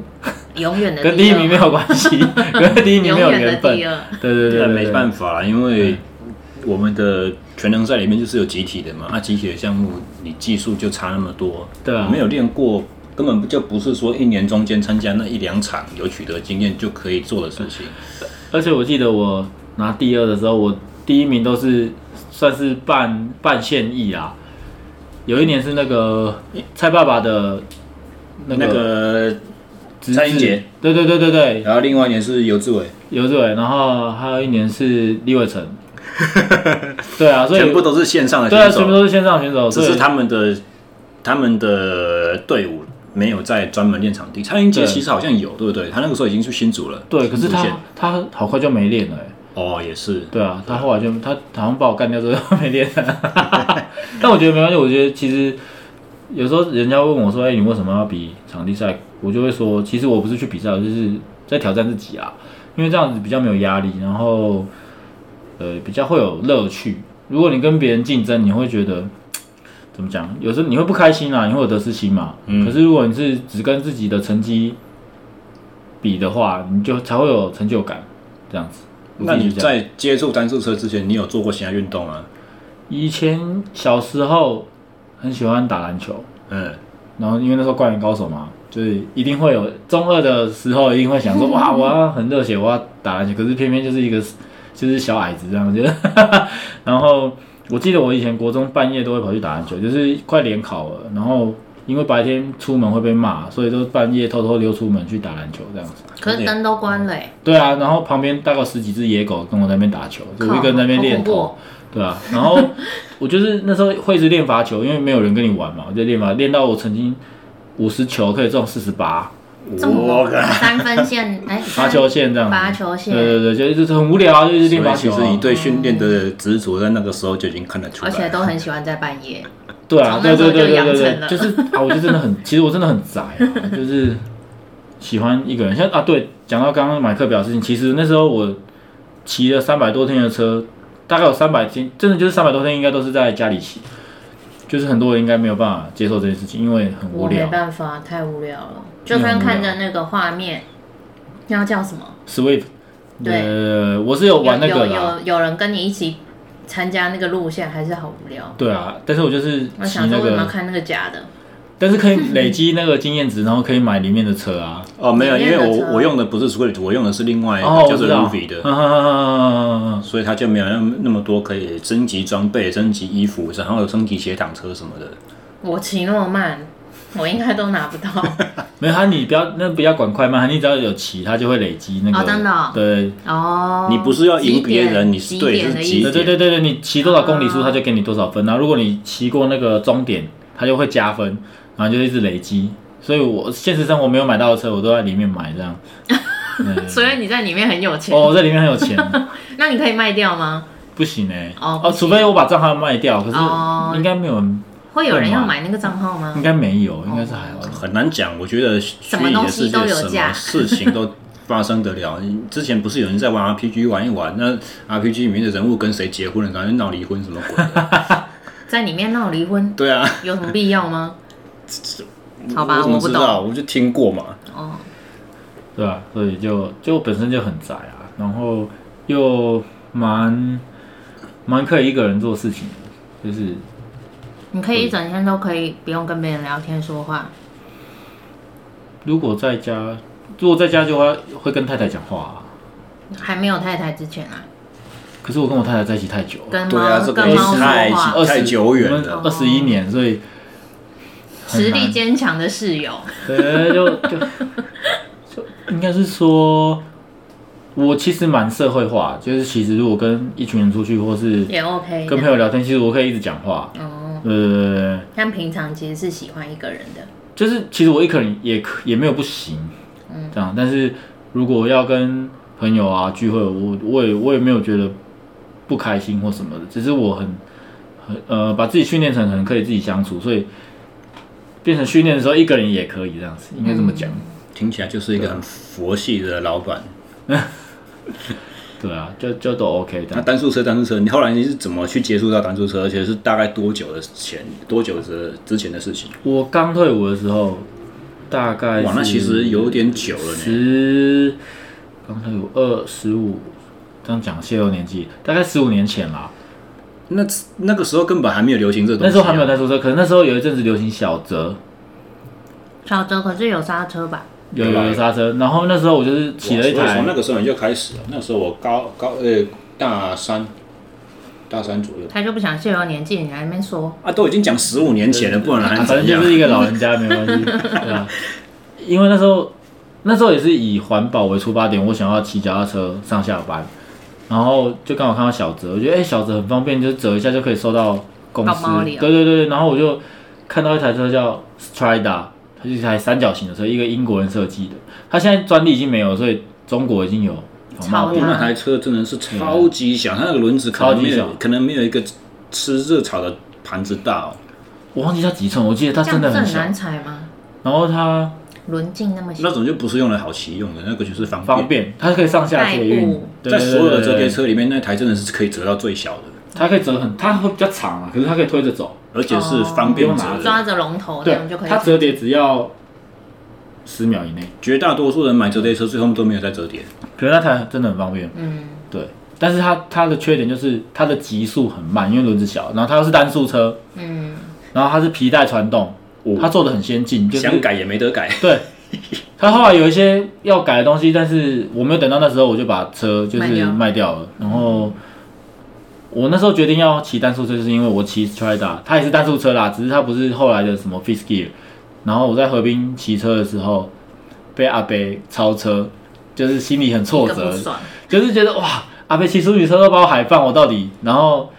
[SPEAKER 2] 永远的
[SPEAKER 3] 跟第一
[SPEAKER 2] 二
[SPEAKER 3] 名没有关系，跟第一
[SPEAKER 2] <laughs>
[SPEAKER 3] 名
[SPEAKER 2] 永
[SPEAKER 3] 没有
[SPEAKER 2] 远的
[SPEAKER 3] 缘分。
[SPEAKER 2] 第
[SPEAKER 3] 对
[SPEAKER 2] 二，
[SPEAKER 3] 对对对
[SPEAKER 1] 那
[SPEAKER 3] 对，嗯
[SPEAKER 1] 没办法啦，因为我们的全能赛里面就是有集体的嘛，啊那集体的项目你技术就差那么多，
[SPEAKER 3] 对啊
[SPEAKER 1] 没有练过。根本就不是说一年中间参加那一两场有取得经验就可以做的事情。
[SPEAKER 3] 而且我记得我拿第二的时候，我第一名都是算是半半现役啦。有一年是那个蔡爸爸的嗯那
[SPEAKER 1] 那
[SPEAKER 3] 个
[SPEAKER 1] 个，
[SPEAKER 3] 侄子
[SPEAKER 1] 蔡英杰，
[SPEAKER 3] 对对对对对，
[SPEAKER 1] 然后另外一年是游志伟，
[SPEAKER 3] 游志伟，然后还有一年是李
[SPEAKER 1] <laughs>
[SPEAKER 3] 伟成，对啊，所以
[SPEAKER 1] 全部都是线上的
[SPEAKER 3] 对啊，
[SPEAKER 1] 选
[SPEAKER 3] 全部
[SPEAKER 1] 手，
[SPEAKER 3] 都是线上选手，
[SPEAKER 1] 只
[SPEAKER 3] 所以
[SPEAKER 1] 是他们的他们的队伍没有在专门练场地。蔡英杰
[SPEAKER 3] 对
[SPEAKER 1] 其实好像有，对不对？他那个时候已经去新竹了。
[SPEAKER 3] 对，可是
[SPEAKER 1] 新竹
[SPEAKER 3] 他
[SPEAKER 1] 县
[SPEAKER 3] 他好快就没练了、欸，
[SPEAKER 1] 哦，也是，
[SPEAKER 3] 对啊，他后来就他好像把我干掉之后就没练了，但我觉得没关系，我觉得其实有时候人家问我说：“哎、你为什么要比场地赛？”我就会说：“其实我不是去比赛，我就是在挑战自己啊，因为这样子比较没有压力，然后呃比较会有乐趣。如果你跟别人竞争，你会觉得怎么讲？有时候你会不开心啊，你会有得失心嘛。
[SPEAKER 1] 嗯
[SPEAKER 3] 可是如果你是只跟自己的成绩比的话，你就才会有成就感，这样子。我
[SPEAKER 1] 那
[SPEAKER 3] 自己
[SPEAKER 1] 你
[SPEAKER 3] 是这样
[SPEAKER 1] 在接触单速车之前，你有做过其他运动吗？
[SPEAKER 3] 以前小时候很喜欢打篮球，
[SPEAKER 1] 嗯，
[SPEAKER 3] 然后因为那时候灌篮高手嘛，就是一定会有中二的时候，一定会想说哇，我要很热血，我要打篮球。可是偏偏就是一个就是小矮子这样，就是然后我记得我以前国中半夜都会跑去打篮球，就是快联考了，然后因为白天出门会被骂，所以都半夜偷偷溜出门去打篮球这样子。
[SPEAKER 2] 可是灯都关了欸，
[SPEAKER 3] 对啊，然后旁边大概有十几只野狗跟我在那边打球，就我一个人在那边练
[SPEAKER 2] 靠好
[SPEAKER 3] 头
[SPEAKER 2] 恐，哦
[SPEAKER 3] 对啊，然后我就是那时候会一直练罚球，因为没有人跟你玩嘛，我就练罚，练到我曾经五十球可以中四十八
[SPEAKER 2] 这么猛三分线哎，
[SPEAKER 3] 罚球线这样子，
[SPEAKER 2] 罚球线
[SPEAKER 3] 对对对，就一直很无聊啊，就一直练
[SPEAKER 1] 所
[SPEAKER 3] 罚
[SPEAKER 1] 以
[SPEAKER 3] 球
[SPEAKER 1] 其
[SPEAKER 3] 啊、
[SPEAKER 1] 实你对训练的执着，在那个时候就已经看得出
[SPEAKER 2] 而
[SPEAKER 1] 来。
[SPEAKER 2] 且都很喜欢在半夜，
[SPEAKER 3] 对啊，
[SPEAKER 2] 从那
[SPEAKER 3] 对
[SPEAKER 2] 时候
[SPEAKER 3] 对
[SPEAKER 2] 就
[SPEAKER 3] 对对
[SPEAKER 2] 养
[SPEAKER 3] 对
[SPEAKER 2] 成
[SPEAKER 3] 对，
[SPEAKER 2] 了
[SPEAKER 3] 就是啊，我就真的很，其实我真的很宅啊，就是喜欢一个人。像啊，对，讲到刚刚买课表的事情，其实那时候我骑了三百多天的车，大概有三百天，真的就是三百多天，应该都是在家里骑。就是很多人应该没有办法接受这件事情，因为很无
[SPEAKER 2] 我没
[SPEAKER 3] 聊。
[SPEAKER 2] 办法，太无聊了，就算看着那个画面，那叫什么？
[SPEAKER 3] Swift，
[SPEAKER 2] 对
[SPEAKER 3] 呃，我是有玩那
[SPEAKER 2] 有
[SPEAKER 3] 个啦，
[SPEAKER 2] 有有人跟你一起参加那个路线，还是好无聊。
[SPEAKER 3] 对啊，但是我就是
[SPEAKER 2] 我
[SPEAKER 3] 骑
[SPEAKER 2] 想
[SPEAKER 3] 那
[SPEAKER 2] 说，为什么要
[SPEAKER 3] 个，
[SPEAKER 2] 看那个假的？
[SPEAKER 3] 但是可以累积那个经验值，然后可以买里面的车啊。
[SPEAKER 1] 哦，没有，
[SPEAKER 2] 里
[SPEAKER 1] 因
[SPEAKER 2] 面
[SPEAKER 1] 为
[SPEAKER 2] 的
[SPEAKER 1] 我
[SPEAKER 2] 车
[SPEAKER 1] 我用的不是 Swift，我用的是另外一
[SPEAKER 3] 哦，
[SPEAKER 1] 个
[SPEAKER 3] 我
[SPEAKER 1] 叫做
[SPEAKER 3] 知道
[SPEAKER 1] Ruby 的，
[SPEAKER 3] 嗯嗯嗯嗯嗯嗯嗯嗯。
[SPEAKER 1] 所以它就没有那么那么多可以升级装备、升级衣服，然后升级斜挡车什么的。
[SPEAKER 2] 我骑那么
[SPEAKER 3] <laughs>
[SPEAKER 2] 慢，我应该都拿不到。
[SPEAKER 3] <laughs> 没有他，你不要那不要管快慢，你只要有骑，它就会累积那个。
[SPEAKER 2] 哦真的哦
[SPEAKER 3] 对
[SPEAKER 2] 哦，
[SPEAKER 1] 你不是要赢别人
[SPEAKER 2] 几点
[SPEAKER 1] 你是
[SPEAKER 2] 几
[SPEAKER 1] 对
[SPEAKER 2] 点
[SPEAKER 1] 是
[SPEAKER 2] 的
[SPEAKER 1] 几
[SPEAKER 2] 意
[SPEAKER 3] 对
[SPEAKER 2] 思？
[SPEAKER 3] 对对对对，你骑多少公里数，
[SPEAKER 2] 啊
[SPEAKER 3] 它就给你多少分。然后如果你骑过那个终点，它就会加分，然后就一直累积。所以我现实生活没有买到的车，我都在里面买这样。
[SPEAKER 2] 所以你在里面很有钱，
[SPEAKER 3] 哦，我在里面很有
[SPEAKER 2] <laughs>
[SPEAKER 3] 钱，
[SPEAKER 2] 那你可以卖掉吗？
[SPEAKER 3] 不行哎、
[SPEAKER 2] 哦不行
[SPEAKER 3] 除非我把账号卖掉，可
[SPEAKER 2] 哦
[SPEAKER 3] 是应该没有人，
[SPEAKER 2] 会有人
[SPEAKER 3] 会吗
[SPEAKER 2] 要买那个账号吗
[SPEAKER 1] 嗯
[SPEAKER 3] 应？该没有，应该是还好。
[SPEAKER 1] 很难讲，我觉得虚拟的世
[SPEAKER 2] 什么东西都
[SPEAKER 1] 界
[SPEAKER 2] 有
[SPEAKER 1] 什么
[SPEAKER 2] 价
[SPEAKER 1] 事情都发生得了。你之前不是有人在
[SPEAKER 2] <laughs>
[SPEAKER 1] 玩 RPG 玩一玩，那 RPG 里面的人物跟谁结婚了，然后就闹离婚什么鬼的？
[SPEAKER 2] 在里面闹离婚
[SPEAKER 1] 对啊，
[SPEAKER 2] 有什么必要吗？好吧，
[SPEAKER 1] 我怎
[SPEAKER 2] 我
[SPEAKER 1] 么
[SPEAKER 2] 不
[SPEAKER 1] 知
[SPEAKER 2] 懂
[SPEAKER 1] 道？我就听过嘛。
[SPEAKER 2] 哦，
[SPEAKER 3] 对吧、所以就就本身就很宅啊，然后又蛮蛮可以一个人做事情的，就是
[SPEAKER 2] 你可以一整天都可以不用跟别人聊天说话，
[SPEAKER 3] 如果在家，如果在家就会会跟太太讲话、啊，
[SPEAKER 1] 嗯
[SPEAKER 2] 还没有太太之前啊，
[SPEAKER 3] 可是我跟我太太在一起太久了，
[SPEAKER 2] 跟
[SPEAKER 1] 对啊，
[SPEAKER 2] 猫
[SPEAKER 1] 这
[SPEAKER 2] 跟
[SPEAKER 1] 个
[SPEAKER 2] 猫
[SPEAKER 1] 太
[SPEAKER 2] 说话，
[SPEAKER 3] 二十
[SPEAKER 1] 太久远
[SPEAKER 3] 我们
[SPEAKER 1] 了。
[SPEAKER 3] 二十一年，所以很
[SPEAKER 2] 实力
[SPEAKER 3] 难
[SPEAKER 2] 坚强的室友，
[SPEAKER 3] 对，就就就应该是说，我其实蛮社会化，就是其实如果跟一群人出去，或是
[SPEAKER 2] 也
[SPEAKER 1] <laughs>
[SPEAKER 2] OK
[SPEAKER 3] 跟朋
[SPEAKER 2] 的。
[SPEAKER 3] 友聊天，其实我可以一直讲话。
[SPEAKER 2] 哦，
[SPEAKER 3] 呃，
[SPEAKER 2] 但平常其实是喜欢一个人的。
[SPEAKER 3] 就是其实我一个人也可也没有不行，这样。但是如果要跟朋友啊聚会，我我也我也没有觉得不开心或什么的，只是我很很呃把自己训练成可能可以自己相处，所以变成训练的时候一个人也可以这样子，应该这么讲。
[SPEAKER 1] 听起来就是一个很佛系的老板。
[SPEAKER 3] 对啊，就就都 OK 这
[SPEAKER 1] 那
[SPEAKER 3] 样。
[SPEAKER 1] 单速车，单速车，你后来你是怎么去接触到单速车？而且是大概多久的前，多久的之前的事情？
[SPEAKER 3] 我刚退伍的时候，大概
[SPEAKER 1] 哇，那其实有点久了呢。
[SPEAKER 3] 十，刚退伍二十五，这样讲泄露年纪，大概十五年前啦。
[SPEAKER 1] 那那个时候根本还没有流行这东西啊、
[SPEAKER 3] 那时候还没有在宿舍，可能那时候有一阵子流行小泽，
[SPEAKER 2] 小泽可是有刹车吧？
[SPEAKER 3] 有
[SPEAKER 1] 对
[SPEAKER 3] 有有刹车，然后那时候我就是骑了一
[SPEAKER 1] 哇所以
[SPEAKER 3] 台
[SPEAKER 1] 从那个时候你就开始了。那时候我高高呃大三，大三左右
[SPEAKER 2] 他就不想泄露年纪，你还在那边说
[SPEAKER 1] 啊，都已经讲十五年前了，不然还能
[SPEAKER 3] 啊反正
[SPEAKER 1] 怎样
[SPEAKER 3] 就？是一个老人家，没关系，
[SPEAKER 1] <laughs>
[SPEAKER 3] 对啊。因为那时候，那时候也是以环保为出发点，我想要骑脚踏车上下班，然后就刚好看到小折，我觉得哎、诶小折很方便，就是折一下就可以收到公司
[SPEAKER 2] 包包里。哦
[SPEAKER 3] 对对对，然后我就看到一台车叫 Strida，它是一台三角形的车，一个英国人设计的。它现在专利已经没有了，所以中国已经有仿冒
[SPEAKER 2] 超
[SPEAKER 1] 哦，那台车真的是超级小，它那个轮子可能没
[SPEAKER 3] 啊超级
[SPEAKER 1] 有
[SPEAKER 3] 小，
[SPEAKER 1] 可能没有一个吃热炒的盘子大哦。
[SPEAKER 3] 我忘记它几寸，我记得它
[SPEAKER 2] 这样
[SPEAKER 3] 真
[SPEAKER 2] 不
[SPEAKER 3] 的
[SPEAKER 2] 是
[SPEAKER 3] 很
[SPEAKER 2] 很
[SPEAKER 3] 小。
[SPEAKER 2] 难踩吗？
[SPEAKER 3] 然后它
[SPEAKER 2] 轮径那么小
[SPEAKER 1] 那，种就不是用来好骑用的，那个就是方便。
[SPEAKER 3] 方便，它可以上下捷
[SPEAKER 2] 代
[SPEAKER 3] 运
[SPEAKER 2] 步，
[SPEAKER 3] 对
[SPEAKER 1] 在
[SPEAKER 3] 对对
[SPEAKER 1] 所有的
[SPEAKER 3] 对
[SPEAKER 1] 折
[SPEAKER 3] 对
[SPEAKER 1] 叠车里面，那台真的是可以折到最小的，
[SPEAKER 3] 它可以折很，它会比较长啊，可是它可以推着走。
[SPEAKER 1] 而且是方便折
[SPEAKER 3] 哦
[SPEAKER 1] 的。
[SPEAKER 2] 抓着龙头这
[SPEAKER 3] 对
[SPEAKER 2] 样就可，以
[SPEAKER 3] 它。折叠只要十秒以内。
[SPEAKER 1] 绝大多数人买折叠车，最后都没有在折叠。
[SPEAKER 3] 可是那台真的很方便，
[SPEAKER 2] 嗯，
[SPEAKER 3] 对。但是它它的缺点就是它的极速很慢，因为轮子小，然后它又是单速车，
[SPEAKER 2] 嗯，
[SPEAKER 3] 然后它是皮带传动，它做的很先进，就是
[SPEAKER 1] 想改也没得改，
[SPEAKER 3] 对。它后来有一些要改的东西，但是我没有等到那时候，我就把车就
[SPEAKER 2] 卖
[SPEAKER 3] 是
[SPEAKER 2] 掉嗯
[SPEAKER 3] 卖掉了。然后我那时候决定要骑单速车，就是因为我骑 Strada，它也是单速车啦，只是它不是后来的什么 f i s k e r 然后我在河滨骑车的时候被阿贝超车，就是心里很挫
[SPEAKER 2] 一个
[SPEAKER 3] 折
[SPEAKER 2] 不，爽，
[SPEAKER 3] 就是觉得哇，阿贝骑淑女车都把我海放，我到底，然后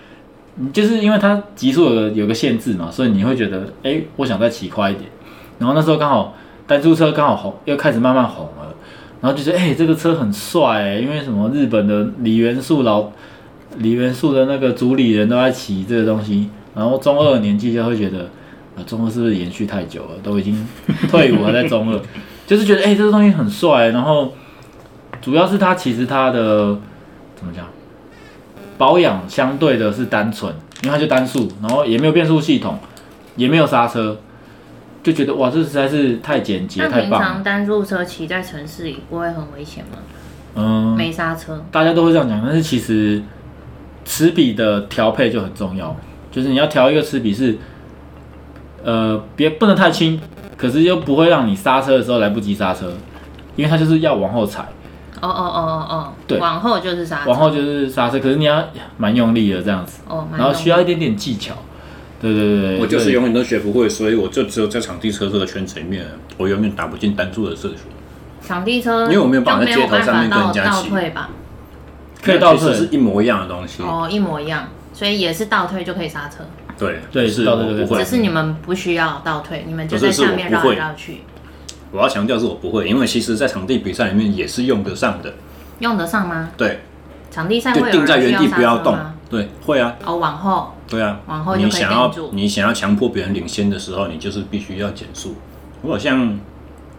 [SPEAKER 3] 嗯就是因为它极速有个有个限制嘛，所以你会觉得，哎、我想再骑快一点。然后那时候刚好单速车刚好红，又开始慢慢红了，然后就觉得，哎、这个车很帅、欸，因为什么日本的李元素老李元素的那个主理人都在骑这个东西，然后中二的年纪就会觉得。啊，中二是不是延续太久了？都已经退伍还在中二，就是觉得哎、欸这个东西很帅、然后主要是它其实它的怎么讲，保养相对的是单纯，因为它就单速，然后也没有变速系统，也没有刹车，就觉得哇，这实在是太简洁
[SPEAKER 2] 那
[SPEAKER 3] 太
[SPEAKER 2] 平
[SPEAKER 3] 棒了
[SPEAKER 2] 常。单路车骑在城市里不会很危险吗？
[SPEAKER 3] 嗯，
[SPEAKER 2] 没刹车，
[SPEAKER 3] 大家都会这样讲，但是其实齿比的调配就很重要，就是你要调一个齿比是，呃，别不能太轻，可是又不会让你刹车的时候来不及刹车，因为它就是要往后踩。
[SPEAKER 2] 哦哦哦哦哦，
[SPEAKER 3] 对
[SPEAKER 2] 往后就是刹车
[SPEAKER 3] 往，后就是刹车，可是你要蛮用力的这样子，
[SPEAKER 2] 哦，蛮
[SPEAKER 3] 然后需要
[SPEAKER 2] 懂
[SPEAKER 3] 一点点技巧。对对对对，
[SPEAKER 1] 我就是
[SPEAKER 3] 对
[SPEAKER 1] 永远都学不会，所以我就只有在场地车这个圈子里面，我永远打不进单柱的社群。
[SPEAKER 2] 场地车，
[SPEAKER 1] 因为我没有办法在街头上面跟人家
[SPEAKER 2] 倒倒
[SPEAKER 1] 骑
[SPEAKER 2] 退吧，
[SPEAKER 3] 可以倒
[SPEAKER 1] 其实是
[SPEAKER 3] 退，
[SPEAKER 1] 一模一样的东西。
[SPEAKER 2] 哦，一模一样，所以也是倒退就可以刹车，
[SPEAKER 1] 对
[SPEAKER 3] 对
[SPEAKER 1] 是
[SPEAKER 3] 倒
[SPEAKER 1] 我
[SPEAKER 3] 退对
[SPEAKER 1] 不
[SPEAKER 3] 对
[SPEAKER 1] 会
[SPEAKER 2] 只。是你们不需要倒退，你们就
[SPEAKER 1] 不是
[SPEAKER 2] 在
[SPEAKER 1] 是
[SPEAKER 2] 下
[SPEAKER 1] 我
[SPEAKER 2] 面
[SPEAKER 1] 不
[SPEAKER 2] 绕来
[SPEAKER 1] 会
[SPEAKER 2] 绕去，
[SPEAKER 1] 我要强调是我不会，因为其实，在场地比赛里面也是用得上的。
[SPEAKER 2] 用得上吗？
[SPEAKER 1] 对，
[SPEAKER 2] 场地赛会
[SPEAKER 1] 就
[SPEAKER 2] 有人
[SPEAKER 1] 定在原地
[SPEAKER 2] 需
[SPEAKER 1] 不要
[SPEAKER 2] 刹车
[SPEAKER 1] 动
[SPEAKER 2] 吗？。
[SPEAKER 1] 对，会啊，
[SPEAKER 2] 哦，往后，
[SPEAKER 1] 对啊。
[SPEAKER 2] 往后就可以
[SPEAKER 1] 你想
[SPEAKER 2] 定住
[SPEAKER 1] 要你想要强迫别人领先的时候，你就是必须要减速。我好像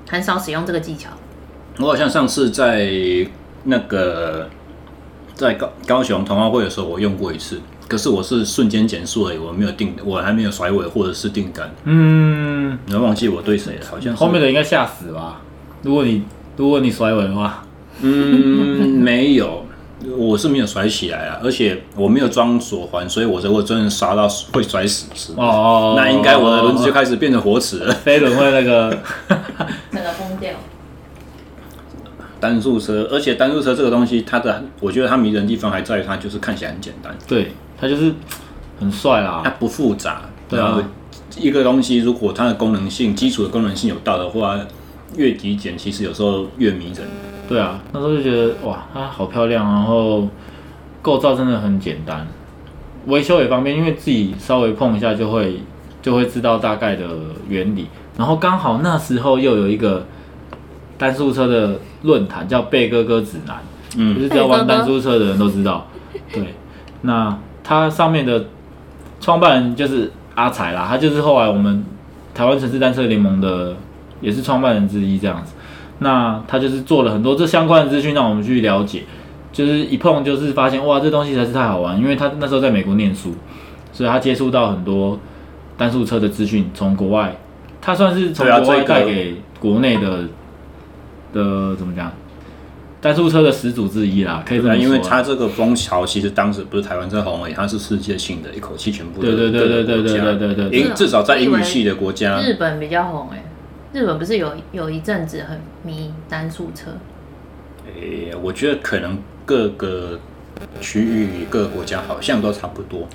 [SPEAKER 2] 很少使用这个技巧。
[SPEAKER 1] 我好像上次在那个在高高雄同花会的时候，我用过一次。可是我是瞬间减速而已，我没有定，我还没有甩尾或者是定杆。
[SPEAKER 3] 嗯，
[SPEAKER 1] 你要忘记我对谁了？好像是
[SPEAKER 3] 后面的应该吓死吧？如果你如果你甩尾的话，
[SPEAKER 1] 嗯没有，我是没有甩起来啊，而且我没有装锁环，所以我如果真的刹到会甩死是
[SPEAKER 3] 哦哦，
[SPEAKER 1] 那应该我的轮子就开始变成活齿了。
[SPEAKER 3] 飞轮会那个，
[SPEAKER 2] 整个崩掉。
[SPEAKER 1] 单速车，而且单速车这个东西，它的我觉得它迷人的地方还在于它就是看起来很简单，
[SPEAKER 3] 对，它就是很帅啦
[SPEAKER 1] 它。不复杂。
[SPEAKER 3] 对啊
[SPEAKER 1] 然后一个东西如果它的功能性、基础的功能性有到的话，越极简其实有时候越迷人。嗯
[SPEAKER 3] 对啊，那时候就觉得哇，它好漂亮，然后构造真的很简单，维修也方便，因为自己稍微碰一下就会就会知道大概的原理。然后刚好那时候又有一个单速车的论坛叫贝哥哥指南，
[SPEAKER 1] 嗯
[SPEAKER 3] 就是只要玩
[SPEAKER 2] 贝哥哥
[SPEAKER 3] 单速车的人都知道。对，那它上面的创办人就是阿才啦，他就是后来我们台湾城市单车联盟的也是创办人之一这样子。那他就是做了很多这相关的资讯，让我们去了解。就是一碰就是发现哇，这东西才是太好玩，因为他那时候在美国念书，所以他接触到很多单速车的资讯，从国外，他算是从
[SPEAKER 1] 对啊
[SPEAKER 3] 国外
[SPEAKER 1] 这个
[SPEAKER 3] 带给国内的、的怎么讲，单速车的始祖之一啦，可以这么
[SPEAKER 1] 对，
[SPEAKER 3] 说啊。
[SPEAKER 1] 因为它这个风潮其实当时不是台湾在红而已，它是世界性的，一口气全部
[SPEAKER 3] 对
[SPEAKER 1] 的
[SPEAKER 3] 对对对对
[SPEAKER 1] 各个国家
[SPEAKER 3] 对对对呃对啊
[SPEAKER 1] 英至少在英语系的国家，
[SPEAKER 2] 日本比较红哎、日本不是有有一阵子很迷单速车，
[SPEAKER 1] 诶，哎我觉得可能各个区域、各个国家好像都差不多。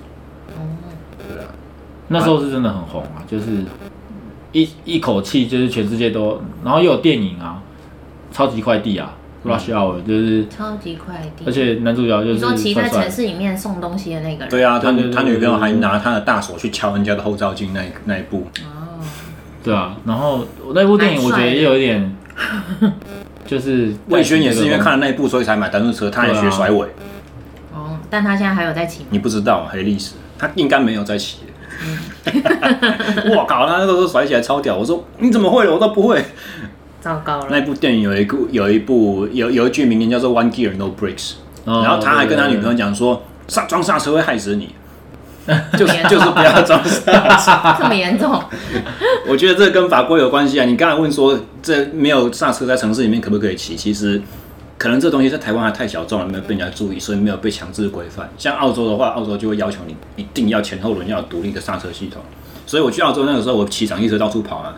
[SPEAKER 2] 嗯
[SPEAKER 1] 对啊，
[SPEAKER 3] 那时候是真的很红啊，就是一一口气就是全世界都，然后又有电影啊，超级快递啊，Rush
[SPEAKER 1] 嗯
[SPEAKER 3] Hour 就是，
[SPEAKER 2] 超级快递。
[SPEAKER 3] 而且男主角就
[SPEAKER 2] 你
[SPEAKER 3] 是
[SPEAKER 2] 说骑在
[SPEAKER 3] 帅帅
[SPEAKER 2] 城市里面送东西的那个人，
[SPEAKER 1] 对啊，他
[SPEAKER 3] 对对对
[SPEAKER 1] 他
[SPEAKER 3] 对
[SPEAKER 1] 女朋友还
[SPEAKER 3] 对对
[SPEAKER 1] 拿他的大手去敲人家的后照镜那一那一步，
[SPEAKER 2] 哦，
[SPEAKER 3] 对啊，然后那部电影我觉得也有
[SPEAKER 2] <laughs>
[SPEAKER 3] 一点，就是
[SPEAKER 1] 魏轩也是因为看了那一部，所以才买单轮车，他也学甩尾。
[SPEAKER 2] 哦，但他现在还有在骑，
[SPEAKER 1] 你不知道黑历史，他应该没有在
[SPEAKER 3] <laughs>
[SPEAKER 1] 骑。我靠，他那个时候甩起来超屌！我说你怎么会的？我都不会。
[SPEAKER 2] 糟糕
[SPEAKER 1] 那
[SPEAKER 2] 了，
[SPEAKER 1] 部电影有一部有一部有有一句名言叫做 “One Gear No Brakes”，、
[SPEAKER 3] 哦
[SPEAKER 1] 然后他还跟他女朋友讲说：“刹装刹车会害死你。”就是就是不要装刹车，
[SPEAKER 2] 这么严重，
[SPEAKER 1] <laughs> 我觉得这跟法规有关系啊。你刚才问说这没有刹车在城市里面可不可以骑，其实可能这东西在台湾还太小众了，没有被人家注意，所以没有被强制规范。像澳洲的话，澳洲就会要求你一定要前后轮要有独立的刹车系统。所以我去澳洲那个时候，我骑长一车到处跑啊，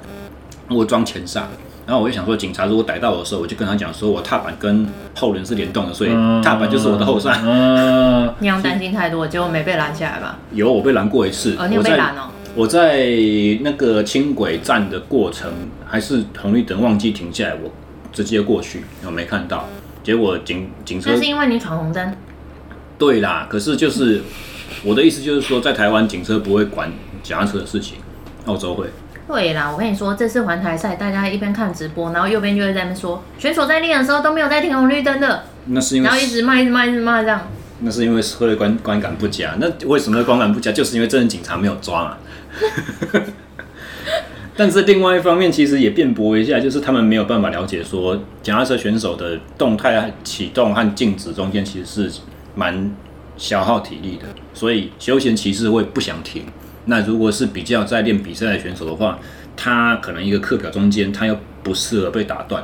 [SPEAKER 1] 我装前刹，然后我就想说，警察如果逮到我的时候，我就跟他讲说我踏板跟后轮是联动的，所以踏板就是我的后刹。
[SPEAKER 3] 嗯，
[SPEAKER 2] 你要担心太多，结果没被拦下来吧？
[SPEAKER 1] 有我被拦过一次，
[SPEAKER 2] 哦，你有
[SPEAKER 1] 我
[SPEAKER 2] 被
[SPEAKER 1] 在
[SPEAKER 2] 拦哦，
[SPEAKER 1] 我在那个轻轨站的过程，还是红绿灯忘记停下来，我直接过去，我没看到。结果警警车
[SPEAKER 2] 那是因为你闯红灯，
[SPEAKER 1] 对啦，可是就是我的意思就是说，在台湾警车不会管脚踏车的事情，澳洲会。
[SPEAKER 2] 对啦，我跟你说，这次环台赛，大家一边看直播，然后右边就会在那边说，选手在练的时候都没有在停红绿灯的，
[SPEAKER 1] 那是因为
[SPEAKER 2] 然后一直骂，一直骂，一直骂这样。
[SPEAKER 1] 那是因为社会观观感不佳。那为什么观感不佳？就是因为真的警察没有抓嘛。 <laughs> 但是另外一方面，其实也辩驳一下，就是他们没有办法了解说，脚踏车选手的动态启动和静止中间其实是蛮消耗体力的，所以休闲骑士会不想停。那如果是比较在练比赛的选手的话，他可能一个课表中间他又不适合被打断，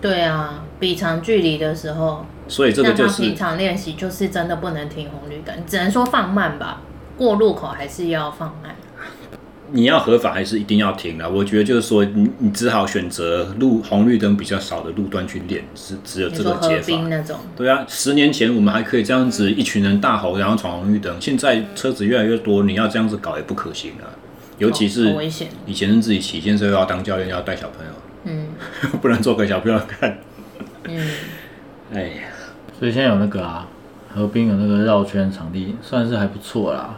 [SPEAKER 2] 对啊，比长距离的时候，
[SPEAKER 1] 所以这
[SPEAKER 2] 那
[SPEAKER 1] 个就
[SPEAKER 2] 他
[SPEAKER 1] 是
[SPEAKER 2] 平常练习就是真的不能停红绿灯，只能说放慢吧。过路口还是要放慢，
[SPEAKER 1] 你要合法还是一定要停啊？我觉得就是说你，你只好选择路红绿灯比较少的路段去练，只只有
[SPEAKER 2] 你
[SPEAKER 1] 这
[SPEAKER 2] 说
[SPEAKER 1] 个
[SPEAKER 2] 河
[SPEAKER 1] 解
[SPEAKER 2] 滨
[SPEAKER 1] 法。
[SPEAKER 2] 那种，
[SPEAKER 1] 对啊，十年前我们还可以这样子一群人大吼，然后闯红绿灯。现在车子越来越多，你要这样子搞也不可行啊。尤其
[SPEAKER 2] 哦
[SPEAKER 1] 是
[SPEAKER 2] 好危险。
[SPEAKER 1] 以前是自己骑，现在又要当教练，又要带小朋友， <laughs>
[SPEAKER 2] 嗯
[SPEAKER 1] 不能做给小朋友看。 <laughs>
[SPEAKER 2] 嗯，
[SPEAKER 1] 哎呀，
[SPEAKER 3] 所以现在有那个啊，河滨有那个绕圈场地，算是还不错啦，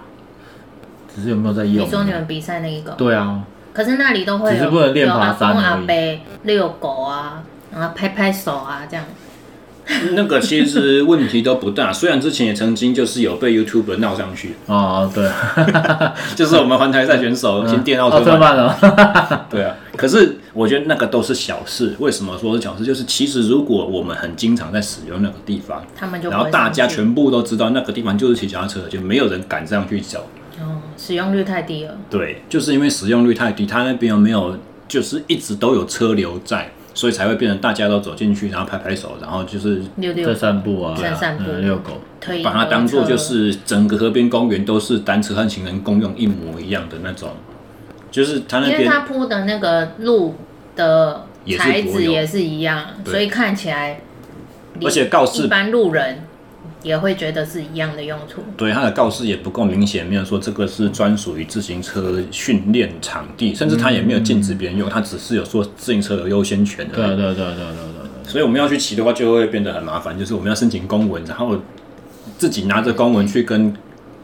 [SPEAKER 3] 只是有没有在用？
[SPEAKER 2] 你说你们比赛那一个，
[SPEAKER 3] 对啊，
[SPEAKER 2] 可是那里都会
[SPEAKER 3] 只是
[SPEAKER 2] 有
[SPEAKER 3] 不能练
[SPEAKER 2] 有阿
[SPEAKER 3] 爬
[SPEAKER 2] 公
[SPEAKER 3] 山而
[SPEAKER 2] 阿
[SPEAKER 3] 已
[SPEAKER 2] 伯遛狗啊，然后拍拍手啊这样。
[SPEAKER 1] 那个其实问题都不大，虽然之前也曾经就是有被 YouTube 闹上去， <laughs>
[SPEAKER 3] 哦，对，
[SPEAKER 1] 就是我们环台赛选手先电奥
[SPEAKER 3] 奥
[SPEAKER 1] 特
[SPEAKER 3] 特
[SPEAKER 1] 曼，
[SPEAKER 3] 曼哦，
[SPEAKER 1] 对啊。可是我觉得那个都是小事，为什么说是小事？就是其实如果我们很经常在使用那个地方，
[SPEAKER 2] 他们就不
[SPEAKER 1] 然后
[SPEAKER 2] 会
[SPEAKER 1] 大家
[SPEAKER 2] 上去
[SPEAKER 1] 全部都知道那个地方就是骑脚踏车的，就没有人敢上去走。
[SPEAKER 2] 哦，使用率太低了，
[SPEAKER 1] 对，就是因为使用率太低，它那边又没有，就是一直都有车流在，所以才会变成大家都走进去，然后拍拍手，然后就是
[SPEAKER 2] 六
[SPEAKER 3] 在
[SPEAKER 2] 六
[SPEAKER 3] 散步啊，
[SPEAKER 2] 在散步
[SPEAKER 3] 嗯遛狗，
[SPEAKER 2] 推
[SPEAKER 1] 把它当做就是整个河边公园都是单车和行人共用一模一样的那种，就是它
[SPEAKER 2] 因
[SPEAKER 1] 那
[SPEAKER 2] 为
[SPEAKER 1] 边
[SPEAKER 2] 它铺的那个路的
[SPEAKER 1] 也是
[SPEAKER 2] 材
[SPEAKER 1] 柏
[SPEAKER 2] 质
[SPEAKER 1] 油
[SPEAKER 2] 也是一样，
[SPEAKER 1] 对
[SPEAKER 2] 所以看起来，
[SPEAKER 1] 而且告示
[SPEAKER 2] 一般路人也会觉得是一样的用处。
[SPEAKER 1] 对它的告示也不够明显，没有说这个是专属于自行车训练场地，甚至它也没有禁止别人用，它只是有说自行车有优先权
[SPEAKER 3] 嗯对
[SPEAKER 1] 而
[SPEAKER 3] 啊
[SPEAKER 1] 已。
[SPEAKER 3] 对啊对啊对啊对啊对啊
[SPEAKER 1] 所以我们要去骑的话，就会变得很麻烦，就是我们要申请公文，然后自己拿着公文去跟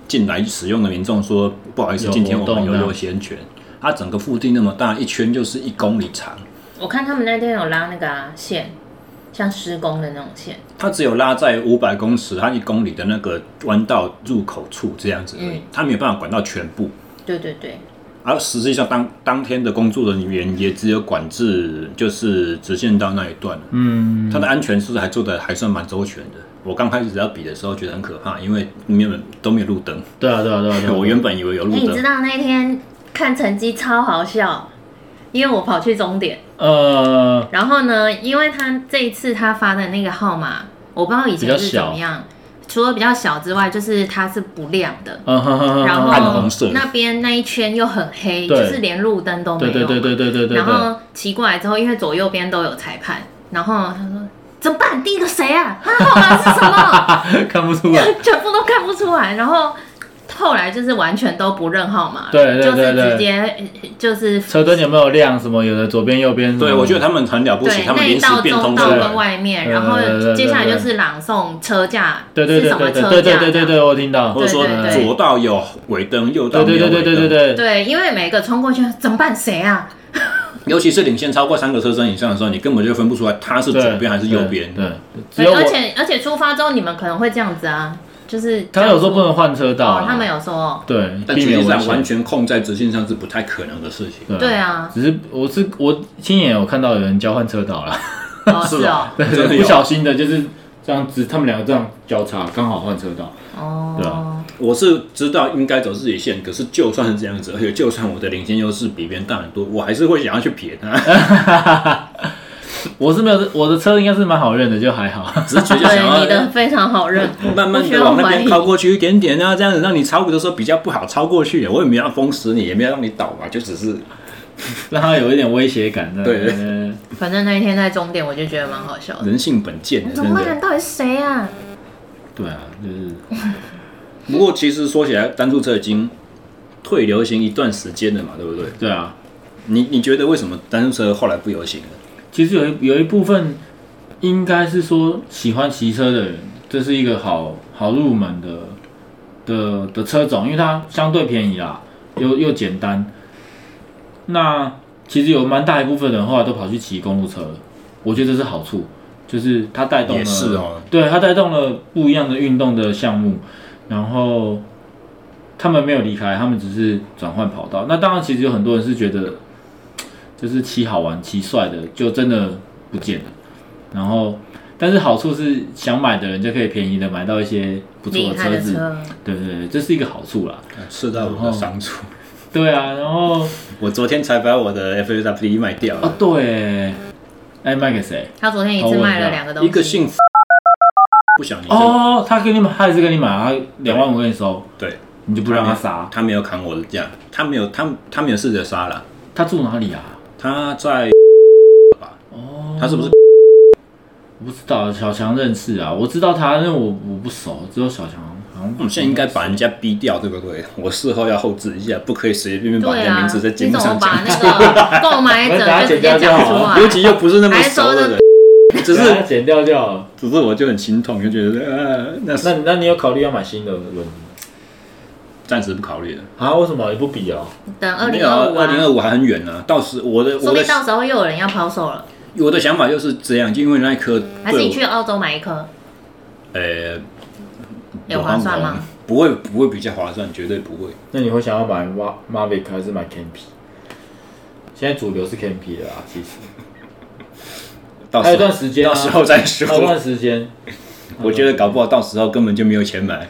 [SPEAKER 1] 进来使用的民众说，不好意思，
[SPEAKER 3] 有
[SPEAKER 1] 今天
[SPEAKER 3] 活
[SPEAKER 1] 我
[SPEAKER 3] 动
[SPEAKER 1] 们有
[SPEAKER 3] 这样
[SPEAKER 1] 优先权。它整个腹地那么大，一圈就是一公里长，
[SPEAKER 2] 我看他们那天有拉那个、啊、线，像施工的那种线，
[SPEAKER 1] 它只有拉在五百公尺，它一公里的那个弯道入口处这样子而已，
[SPEAKER 2] 嗯
[SPEAKER 1] 它没有办法管到全部。
[SPEAKER 2] 对对对，
[SPEAKER 1] 而啊实际上当当天的工作人员也只有管制，就是直线道那一段了。
[SPEAKER 3] 嗯，
[SPEAKER 1] 它的安全是还做的还算蛮周全的。我刚开始要比的时候觉得很可怕，因为没有都没有路灯。
[SPEAKER 3] 对啊对啊对啊对啊，
[SPEAKER 1] 我原本以为有
[SPEAKER 2] 哎、
[SPEAKER 1] 路
[SPEAKER 2] 你知
[SPEAKER 1] 灯，
[SPEAKER 2] 道那天看成绩超好笑，因为我跑去终点，
[SPEAKER 3] 呃
[SPEAKER 2] 然后呢，因为他这一次他发的那个号码，我不知道以前是怎么样，除了比较小之外，就是它是不亮的，
[SPEAKER 3] 嗯哼哼哼，
[SPEAKER 2] 然后
[SPEAKER 1] 暗红色
[SPEAKER 2] 那边那一圈又很黑，就
[SPEAKER 3] 对
[SPEAKER 2] 是连路灯都没
[SPEAKER 3] 对
[SPEAKER 2] 有。
[SPEAKER 3] 对对对对对对
[SPEAKER 2] 然
[SPEAKER 3] 对，
[SPEAKER 2] 后骑过来之后，因为左右边都有裁判，然后他说怎么办？第一个谁啊？他的号码是什么？
[SPEAKER 3] 看不出来，
[SPEAKER 2] <laughs> 全部都看不出来，然后。后来就是完全都不认号码，
[SPEAKER 3] 对对对
[SPEAKER 2] 就是
[SPEAKER 3] 对
[SPEAKER 2] 直接就是
[SPEAKER 3] 车灯有没有亮？什么有的左边右边？
[SPEAKER 1] 对我觉得
[SPEAKER 3] 他
[SPEAKER 1] 他们很了不起，
[SPEAKER 2] 对，
[SPEAKER 1] 他们
[SPEAKER 2] 那
[SPEAKER 1] 临
[SPEAKER 2] 一
[SPEAKER 1] 时
[SPEAKER 2] 道
[SPEAKER 1] 变
[SPEAKER 2] 中
[SPEAKER 1] 通
[SPEAKER 2] 道
[SPEAKER 1] 车
[SPEAKER 2] 跟
[SPEAKER 1] 了。
[SPEAKER 2] 外面，
[SPEAKER 3] 对
[SPEAKER 2] 然后
[SPEAKER 3] 对对对
[SPEAKER 2] 接下来
[SPEAKER 3] 对
[SPEAKER 2] 就是朗诵车架
[SPEAKER 3] 对对
[SPEAKER 2] 是
[SPEAKER 3] 对
[SPEAKER 2] 什么
[SPEAKER 3] 对对
[SPEAKER 2] 车
[SPEAKER 3] 对
[SPEAKER 2] 架
[SPEAKER 3] 对对对
[SPEAKER 2] 这
[SPEAKER 3] 对，
[SPEAKER 2] 样。
[SPEAKER 3] 我听到，
[SPEAKER 1] 或者说
[SPEAKER 2] 对对对
[SPEAKER 1] 左道有尾灯，右道
[SPEAKER 3] 对
[SPEAKER 1] 没
[SPEAKER 3] 对
[SPEAKER 1] 有
[SPEAKER 3] 对对
[SPEAKER 1] 尾
[SPEAKER 3] 对对
[SPEAKER 1] 灯。
[SPEAKER 3] 对
[SPEAKER 2] 对，
[SPEAKER 3] 对，
[SPEAKER 2] 因为每个冲过去怎么办？谁啊？
[SPEAKER 1] 尤其是领先超过三个车身以上的时候，你根本就分不出来他是左边还是右边。
[SPEAKER 3] 对，对只
[SPEAKER 2] 对
[SPEAKER 3] 有
[SPEAKER 2] 而
[SPEAKER 3] 我。
[SPEAKER 2] 且而且出发之后你们可能会这样子啊，就是
[SPEAKER 3] 他有说不能换车道
[SPEAKER 2] 哦
[SPEAKER 3] 啊，，
[SPEAKER 2] 他们有说哦，
[SPEAKER 3] 对，
[SPEAKER 1] 但
[SPEAKER 3] 避
[SPEAKER 1] 实
[SPEAKER 3] 免
[SPEAKER 1] 际
[SPEAKER 3] 危
[SPEAKER 1] 上
[SPEAKER 3] 险
[SPEAKER 1] 完全控在直线上是不太可能的事情。
[SPEAKER 3] 嗯
[SPEAKER 2] 对啊，
[SPEAKER 3] 只是我是我亲眼有看到有人交换车道啦，
[SPEAKER 2] 哦
[SPEAKER 1] 是啊
[SPEAKER 2] 是哦
[SPEAKER 1] 吧，真的
[SPEAKER 3] 对，
[SPEAKER 1] 有
[SPEAKER 3] 不小心的就是这样子，他们两个这样交叉，刚好换车道。对
[SPEAKER 2] 哦
[SPEAKER 3] 啊，
[SPEAKER 1] 我是知道应该走自己线，可是就算是这样子，而且就算我的领先优势比别人大很多，我还是会想要去撇
[SPEAKER 2] <laughs>
[SPEAKER 1] 他，
[SPEAKER 3] 我是没有，我的车应该是蛮好认的，就还好。 <laughs>
[SPEAKER 1] 只是觉得想
[SPEAKER 2] 对，你
[SPEAKER 1] 要哎
[SPEAKER 2] 的非常好认，
[SPEAKER 1] 慢慢
[SPEAKER 2] 不需
[SPEAKER 1] 的
[SPEAKER 2] 要
[SPEAKER 1] 往那
[SPEAKER 2] 怀
[SPEAKER 1] 边
[SPEAKER 2] 疑
[SPEAKER 1] 靠过去一点点啊，这样子让你超过的时候比较不好超过去。我也没有要封死你，也没有让你倒嘛，就只是
[SPEAKER 3] 让他有一点威胁感。
[SPEAKER 1] 对对
[SPEAKER 3] 对
[SPEAKER 2] 反正那一天在终点，我就觉得蛮好笑的。
[SPEAKER 1] 人性本贱的，
[SPEAKER 2] 怎
[SPEAKER 1] 真
[SPEAKER 2] 么办？
[SPEAKER 1] 的。
[SPEAKER 2] 到底是谁啊？
[SPEAKER 3] 对啊，就是
[SPEAKER 1] 不过其实说起来，单速车已经退流行一段时间了嘛，对不对？
[SPEAKER 3] 对啊。
[SPEAKER 1] 你你觉得为什么单速车后来不流行了？
[SPEAKER 3] 其实有一有一部分应该是说喜欢骑车的人，这是一个好好入门的的的车种，因为它相对便宜啦，又又简单。那其实有蛮大一部分人后来都跑去骑公路车了，我觉得这是好处，就是它带动了，
[SPEAKER 1] 也是哦
[SPEAKER 3] 对，它带动了不一样的运动的项目，然后他们没有离开，他们只是转换跑道。那当然，其实有很多人是觉得，就是骑好玩、骑帅的，就真的不见了。然后，但是好处是，想买的人就可以便宜的买到一些不错
[SPEAKER 2] 厉
[SPEAKER 3] 的
[SPEAKER 2] 害
[SPEAKER 3] 车
[SPEAKER 2] 的
[SPEAKER 3] 子，
[SPEAKER 2] 车，
[SPEAKER 3] 对对对，这是一个好处啦。
[SPEAKER 1] 刺嗯到我的伤处。
[SPEAKER 3] 对啊，然后
[SPEAKER 1] 我昨天才把我的 FSW 卖 E 掉
[SPEAKER 3] 啊
[SPEAKER 1] 了，，
[SPEAKER 3] 对，哎，卖给谁？
[SPEAKER 2] 他昨天一次卖了两个东西，
[SPEAKER 1] 一个
[SPEAKER 2] <laughs>
[SPEAKER 1] 幸福不想你这个
[SPEAKER 3] 哦，他给你买，他也是给你买，他两万五给你收，
[SPEAKER 1] 对，
[SPEAKER 3] 你就不让他杀。
[SPEAKER 1] 他没有砍我的价，他没有他他没有试着杀了，
[SPEAKER 3] 他住哪里啊？
[SPEAKER 1] 他在
[SPEAKER 3] 哦，
[SPEAKER 1] 他是不是？
[SPEAKER 3] 我不知道，小强认识啊，我知道他，但是我我不熟，只有小强好像。
[SPEAKER 1] 我们现在应该把人家逼掉，对不对？ <laughs> 我事后要后置一下，不可以随随便便把人
[SPEAKER 2] 对
[SPEAKER 1] 家
[SPEAKER 2] 啊
[SPEAKER 1] 名字在，节
[SPEAKER 2] 你
[SPEAKER 1] 目
[SPEAKER 2] 怎
[SPEAKER 1] 上
[SPEAKER 2] 么把
[SPEAKER 1] 讲，<laughs>？
[SPEAKER 2] 那个购买者就直接讲出来
[SPEAKER 1] 尤其又不是那么熟的人，只
[SPEAKER 3] 只
[SPEAKER 1] 是
[SPEAKER 3] 是剪掉就好了。
[SPEAKER 1] 只是我就很心痛，就觉得呃，那是
[SPEAKER 3] 那那你有考虑要买新的轮子
[SPEAKER 1] 暂时不考虑了。
[SPEAKER 3] 啊？为什么你不
[SPEAKER 4] 哦
[SPEAKER 3] 比啊？
[SPEAKER 2] 等二
[SPEAKER 1] 没
[SPEAKER 2] 零
[SPEAKER 1] 有
[SPEAKER 2] 二五
[SPEAKER 1] 二零
[SPEAKER 2] 啊
[SPEAKER 1] 二，五还很远呢，到时我的
[SPEAKER 2] 说
[SPEAKER 1] 我
[SPEAKER 2] 不
[SPEAKER 1] 的
[SPEAKER 2] 定到时候又有人要抛售了。
[SPEAKER 1] 我的想法就是这样，就因为那一颗
[SPEAKER 2] 还是
[SPEAKER 1] 对
[SPEAKER 2] 你
[SPEAKER 1] 我
[SPEAKER 2] 去澳洲买一颗？
[SPEAKER 1] 呃，
[SPEAKER 2] 有
[SPEAKER 1] 我
[SPEAKER 2] 划
[SPEAKER 1] 好像
[SPEAKER 2] 算吗？
[SPEAKER 1] 不会，不会比较划算，绝对不会。
[SPEAKER 4] 那你会想要买 Ma- Mavic 还是买 Campy？现在主流是 Campy 了啊，其实
[SPEAKER 1] 到
[SPEAKER 4] 还有一
[SPEAKER 1] 时
[SPEAKER 4] 段
[SPEAKER 1] 候，
[SPEAKER 4] 时间、啊，
[SPEAKER 1] 到时候再说
[SPEAKER 4] 还有一段时间，
[SPEAKER 1] <laughs> 我觉得搞不好到时候根本就没有钱买。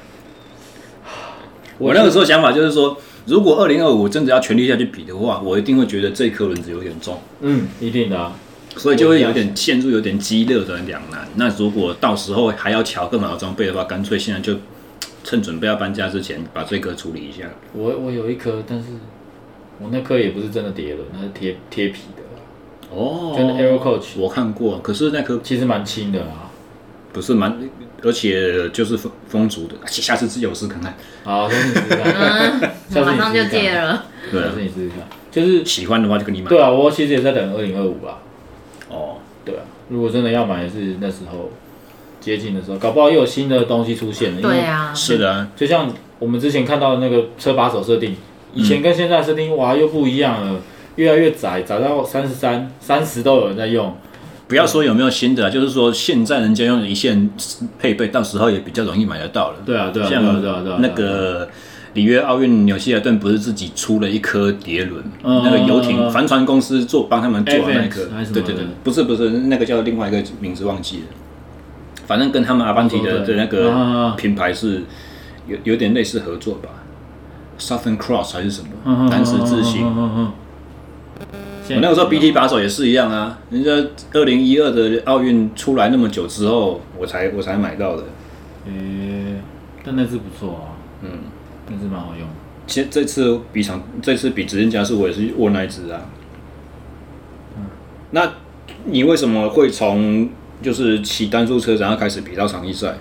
[SPEAKER 1] 我那个时候想法就是说，如果二零二五真的要全力下去比的话，我一定会觉得这一颗轮子有点重，
[SPEAKER 4] 嗯，一定的啊。
[SPEAKER 1] 所以就会有点陷入有点激烈的两难。那如果到时候还要调更好的装备的话，干脆现在就趁准备要搬家之前把这颗处理一下。
[SPEAKER 4] 我我有一颗，但是我那颗也不是真的碟轮，那是贴贴皮的，
[SPEAKER 1] 哦
[SPEAKER 4] 真的 Aero Coach，
[SPEAKER 1] 我看过，可是那颗
[SPEAKER 4] 其实蛮轻的啊。
[SPEAKER 1] 不是蛮，而且就是风风足的，哎下次自由试看看。
[SPEAKER 4] 好，下次
[SPEAKER 1] <laughs>
[SPEAKER 4] 你试试看，
[SPEAKER 2] 嗯，
[SPEAKER 4] 下次你试试看
[SPEAKER 2] 马上就戒了。
[SPEAKER 1] 对
[SPEAKER 4] 下
[SPEAKER 1] 啊
[SPEAKER 4] 次，你试试看。就是
[SPEAKER 1] 喜欢的话就跟你买。
[SPEAKER 4] 对啊，我其实也在等二零二五啦。
[SPEAKER 1] 哦，
[SPEAKER 4] 对啊，如果真的要买，也是那时候接近的时候，搞不好又有新的东西出现了。因为
[SPEAKER 2] 对啊，
[SPEAKER 1] 哎是的啊，
[SPEAKER 4] 就像我们之前看到的那个车把手设定，以前跟现在的设定哇又不一样了，越来越窄，窄到三十三、三十都有人在用。
[SPEAKER 1] 不要说有没有新的啊，就是说现在人家用一线配备，到时候也比较容易买得到了。
[SPEAKER 4] 对啊，对啊，对啊，对啊，对啊。
[SPEAKER 1] 像那个里约奥运，纽西兰顿不是自己出了一颗碟轮，
[SPEAKER 3] 嗯
[SPEAKER 1] 那个游艇帆船公司做帮他们做的那颗
[SPEAKER 3] Evans 还是，什么
[SPEAKER 1] 对对对
[SPEAKER 3] 的，
[SPEAKER 1] 不是不是，那个叫另外一个名字忘记了，反正跟他们阿班提的
[SPEAKER 3] 对
[SPEAKER 1] 的那
[SPEAKER 3] 啊啊
[SPEAKER 1] 个
[SPEAKER 3] 啊
[SPEAKER 1] 品牌是有有点类似合作吧，Southern Cross 还是什
[SPEAKER 3] 嗯
[SPEAKER 1] 么单词字形。
[SPEAKER 3] 嗯嗯嗯
[SPEAKER 1] 我那个时候 BT 把手也是一样啊，人家二零一二的奥运出来那么久之后，我才我才买到的。
[SPEAKER 3] 嗯，诶，但那只不错啊，
[SPEAKER 1] 嗯，
[SPEAKER 3] 那只蛮好用的。
[SPEAKER 1] 其实这次比场，这次比指定加速，我也是握那一只啊。
[SPEAKER 3] 嗯
[SPEAKER 1] 那你为什么会从就是骑单速车，然后开始比到长力赛？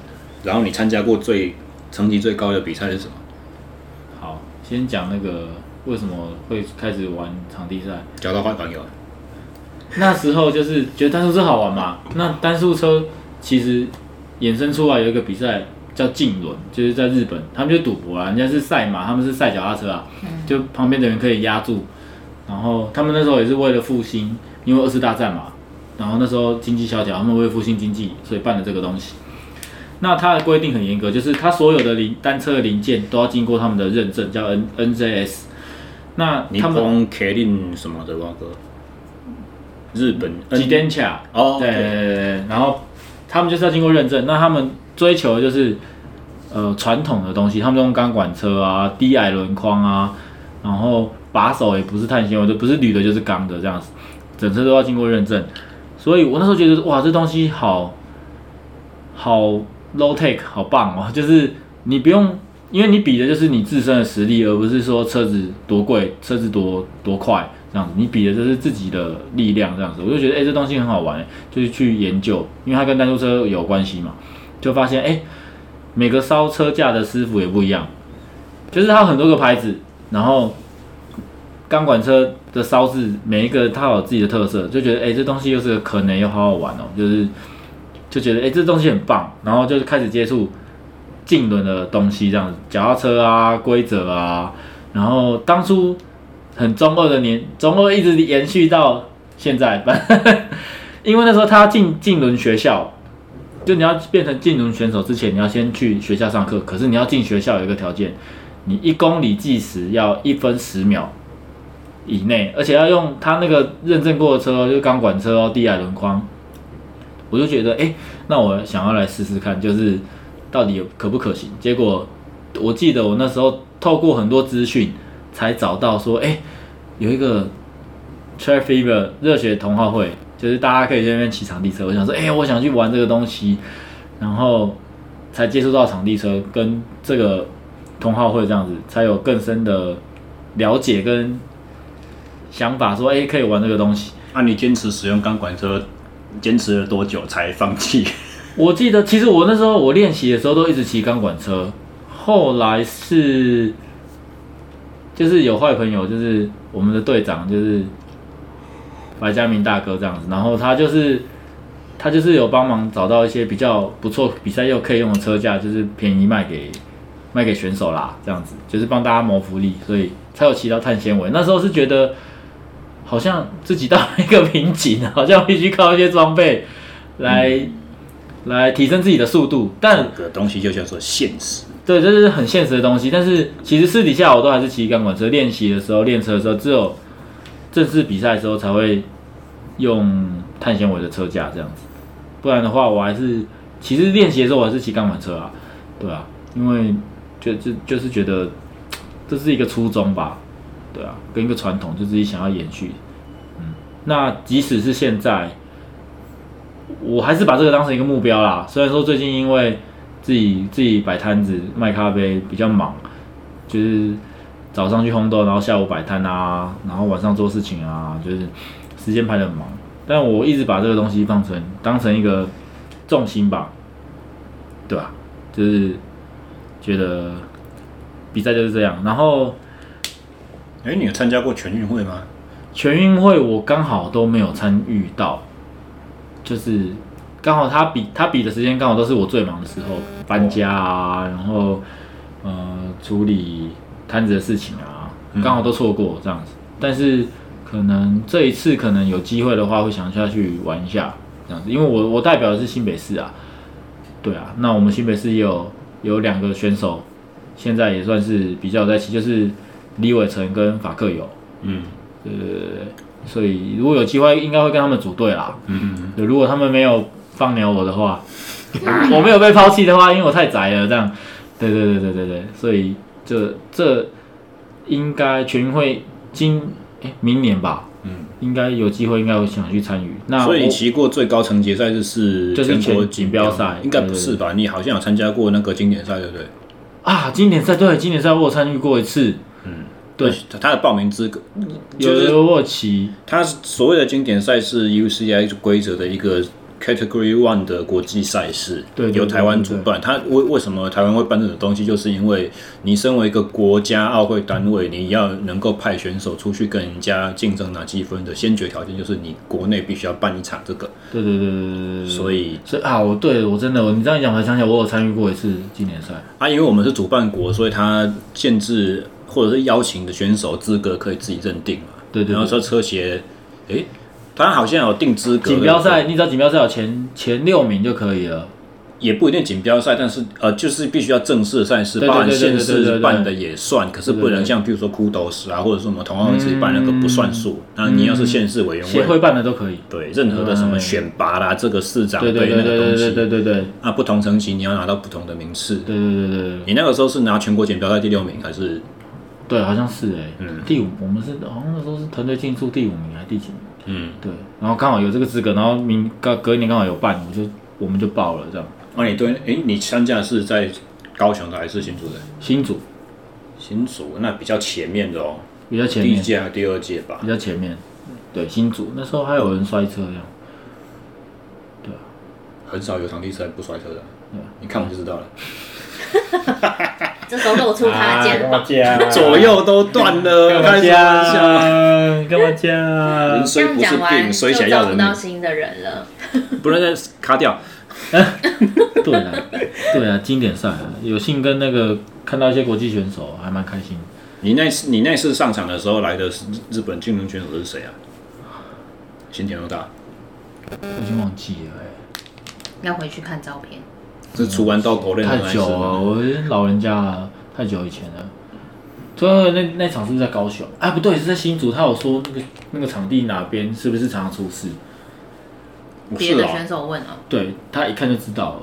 [SPEAKER 1] 然后你参加过最成绩最高的比赛是什么？
[SPEAKER 3] 好，先讲那个为什么会开始玩场地赛。
[SPEAKER 1] 交到坏朋友啊，
[SPEAKER 3] 那时候就是觉得单速车好玩嘛。那单速车其实衍生出来有一个比赛叫竞轮，就是在日本，他们就赌博啊，人家是赛马，他们是赛脚踏车啊，就旁边的人可以压住。然后他们那时候也是为了复兴，因为二次大战嘛，然后那时候经济萧条，他们为了复兴经济，所以办了这个东西。那它的规定很严格，就是它所有的零单车的零件都要经过他们的认证，叫 N NJS。那
[SPEAKER 1] 尼
[SPEAKER 3] 他们
[SPEAKER 1] 康、K 令什么的哇哥，日本
[SPEAKER 3] 几
[SPEAKER 1] 嗯
[SPEAKER 3] 点卡？
[SPEAKER 1] 哦
[SPEAKER 3] 对对对对，然后他们就是要经过认证，那他们追求的就是呃传统的东西，他们用钢管车啊、低矮轮框啊，然后把手也不是碳纤维的，不是铝的，就是钢的这样子，整车都要经过认证。所以我那时候觉得哇，这东西好好 low take，好棒哦，就是你不用。因为你比的就是你自身的实力，而不是说车子多贵、车子多多快这样子。你比的就是自己的力量这样子。我就觉得，哎、这东西很好玩、就是去研究，因为它跟单速车有关系嘛，就发现，哎、每个烧车架的师傅也不一样，就是它有很多个牌子，然后钢管车的烧制每一个它有自己的特色，就觉得，哎、这东西又是个可能又好好玩哦、就是就觉得，哎、这东西很棒，然后就开始接触。竞轮的东西，这样子，脚踏车啊，规则啊，然后当初很中二的年，中二一直延续到现在，反正因为那时候他进竞轮学校，就你要变成竞轮选手之前，你要先去学校上课，可是你要进学校有一个条件，你一公里计时要一分十秒。以内，而且要用他那个认证过的车哦，就是钢管车哦，低矮轮框。我就觉得，哎、那我想要来试试看，就是到底有可不可行？结果我记得我那时候透过很多资讯才找到说，哎、有一个 t r a f i v e r 热血同好会，就是大家可以在那边骑场地车。我想说，哎、我想去玩这个东西，然后才接触到场地车跟这个同好会这样子，才有更深的了解跟想法说，哎、可以玩这个东西。
[SPEAKER 1] 那你坚持使用钢管车，坚持了多久才放弃？
[SPEAKER 3] 我记得，其实我那时候我练习的时候都一直骑钢管车，后来是就是有坏朋友，就是我们的队长，就是白嘉明大哥这样子，然后他就是他就是有帮忙找到一些比较不错比赛又可以用的车架，就是便宜卖给卖给选手啦，这样子就是帮大家谋福利，所以才有骑到碳纤维。那时候是觉得好像自己到了一个瓶颈，好像必须靠一些装备来、来提升自己的速度。但
[SPEAKER 1] 这个东西就叫做现实。
[SPEAKER 3] 对，这是很现实的东西。但是其实私底下我都还是骑钢管车，练习的时候、练车的时候，只有正式比赛的时候才会用碳纤维的车架这样子。不然的话，我还是其实练习的时候我还是骑钢管车啊，对啊，因为就就就是觉得这是一个初衷吧，对啊，跟一个传统，就自己想要延续。嗯，那即使是现在，我还是把这个当成一个目标啦。虽然说最近因为自己自己摆摊子卖咖啡比较忙，就是早上去烘豆，然后下午摆摊啊，然后晚上做事情啊，就是时间排得很忙。但我一直把这个东西放成当成一个重心吧，对吧、就是觉得比赛就是这样。然后
[SPEAKER 1] 哎，你有参加过全运会吗？
[SPEAKER 3] 全运会我刚好都没有参与到，就是刚好他比他比的时间刚好都是我最忙的时候，搬家啊，然后呃处理摊子的事情啊，
[SPEAKER 1] 嗯
[SPEAKER 3] 刚好都错过这样子。但是可能这一次可能有机会的话，会想下去玩一下这样子，因为我我代表的是新北市啊，对啊，那我们新北市也有有两个选手，现在也算是比较有在骑，就是李伟成跟法克友。
[SPEAKER 1] 嗯
[SPEAKER 3] 对对对对，所以如果有机会，应该会跟他们组队啦。
[SPEAKER 1] 嗯
[SPEAKER 3] 对，如果他们没有放鸟我的话， <laughs> 我没有被抛弃的话，因为我太宅了，这样。对对对对对对，所以这这应该全运会今诶明年吧，
[SPEAKER 1] 嗯
[SPEAKER 3] 应该有机会，应该会想去参与。那
[SPEAKER 1] 嗯。所以你
[SPEAKER 3] 我
[SPEAKER 1] 骑过最高层级赛事是
[SPEAKER 3] 就是
[SPEAKER 1] 全国
[SPEAKER 3] 全锦标赛
[SPEAKER 1] 应该不是吧？你好像有参加过那个经典赛，对不对？
[SPEAKER 3] 啊，经典赛对经典赛我有参与过一次，对，
[SPEAKER 1] 他的报名资格
[SPEAKER 3] 有
[SPEAKER 1] 就是
[SPEAKER 3] 有我有骑，
[SPEAKER 1] 它所谓的经典赛是 UCI 规则的一个 Category One 的国际赛事，
[SPEAKER 3] 对对对
[SPEAKER 1] 由台湾主办。它为为什么台湾会办这种东西，就是因为你身为一个国家奥会单位，你要能够派选手出去跟人家竞争拿积分的先决条件，就是你国内必须要办一场这个。
[SPEAKER 3] 对对对对对对对。
[SPEAKER 1] 所以
[SPEAKER 3] 所以啊，我对我真的我你这样一讲，我才想起来我有参与过一次经典赛。
[SPEAKER 1] 啊，因为我们是主办国，所以它限制或者是邀请的选手资格可以自己认定嘛。
[SPEAKER 3] 对对对
[SPEAKER 1] 然后说车协，诶，它好像有定资格。
[SPEAKER 3] 锦标
[SPEAKER 1] 对不对
[SPEAKER 3] 赛，你只要锦标赛有前前六名就可以了。
[SPEAKER 1] 也不一定锦标赛，但是呃，就是必须要正式的赛事，
[SPEAKER 3] 对对
[SPEAKER 1] 包含
[SPEAKER 3] 对对
[SPEAKER 1] 县
[SPEAKER 3] 对对对
[SPEAKER 1] 市
[SPEAKER 3] 对
[SPEAKER 1] 办的也算，可是不
[SPEAKER 3] 对对
[SPEAKER 1] 能
[SPEAKER 3] 对
[SPEAKER 1] 像比如说枯斗士啊，或者什么同样自己办那个不算数。那你要是县市委员
[SPEAKER 3] 协
[SPEAKER 1] 会，
[SPEAKER 3] 会办的都可以。
[SPEAKER 1] 对任何的什么选拔啦，这个市长
[SPEAKER 3] 对对
[SPEAKER 1] 对
[SPEAKER 3] 对
[SPEAKER 1] 那
[SPEAKER 3] 对
[SPEAKER 1] 个
[SPEAKER 3] 对
[SPEAKER 1] 东
[SPEAKER 3] 对对
[SPEAKER 1] 西，
[SPEAKER 3] 对对对
[SPEAKER 1] 那不同层级你要拿到不同的名次。
[SPEAKER 3] 对对对对，
[SPEAKER 1] 你那个时候是拿全国锦标赛第六名还是？
[SPEAKER 3] 对好像是哎
[SPEAKER 1] 嗯，
[SPEAKER 3] 第五，我们是好像那时候是团队竞速第五名还是第几名？
[SPEAKER 1] 嗯，
[SPEAKER 3] 对，然后刚好有这个资格，然后明隔隔一年刚好有办，我就我们就报了这样。
[SPEAKER 1] 那哦你对，诶，你参加的是在高雄的还是新竹的？
[SPEAKER 3] 新组
[SPEAKER 1] 新竹那比较前面的哦，
[SPEAKER 3] 比较前
[SPEAKER 1] 第一
[SPEAKER 3] 面，
[SPEAKER 1] 届还是第二届吧
[SPEAKER 3] 比？较前面，对新组那时候还有人摔车这样。
[SPEAKER 1] 很少有场地赛不摔车的，
[SPEAKER 3] 嗯
[SPEAKER 1] 你看我就知道了。
[SPEAKER 2] 这时候露出
[SPEAKER 1] 啊
[SPEAKER 2] 他的肩膀，
[SPEAKER 4] 膀
[SPEAKER 1] <laughs> 左右都断 <laughs> 了，开始玩笑。
[SPEAKER 3] <laughs> 干嘛啊加？
[SPEAKER 1] 人
[SPEAKER 2] 这
[SPEAKER 1] 虽
[SPEAKER 2] 样
[SPEAKER 1] 不是
[SPEAKER 2] 讲完
[SPEAKER 1] 病，
[SPEAKER 2] 就
[SPEAKER 1] 虽想
[SPEAKER 2] 招
[SPEAKER 1] 要
[SPEAKER 2] 不
[SPEAKER 1] 人
[SPEAKER 2] 到
[SPEAKER 1] 命，
[SPEAKER 2] 新的人了。
[SPEAKER 1] 不能再卡掉。
[SPEAKER 3] 对啊，对啊，经典赛啊有幸跟那个看到一些国际选手，还蛮开心。
[SPEAKER 1] 你那次你那次上场的时候来的是日本竞争选手是谁啊？新田优大
[SPEAKER 3] 我已经忘记了、欸，
[SPEAKER 2] 要回去看照片，
[SPEAKER 1] 是出完到国内的那
[SPEAKER 3] 太
[SPEAKER 1] 一次
[SPEAKER 3] 久了，
[SPEAKER 1] 吗？
[SPEAKER 3] 我老人家了，太久以前了。最后那那场是不是在高雄？啊，不对，是在新竹。他有说那个那个场地哪边是不是常常出事？
[SPEAKER 1] 不
[SPEAKER 2] 别
[SPEAKER 1] 是
[SPEAKER 2] 的
[SPEAKER 1] 哦
[SPEAKER 2] 选，手问哦，
[SPEAKER 3] 对他一看就知道了。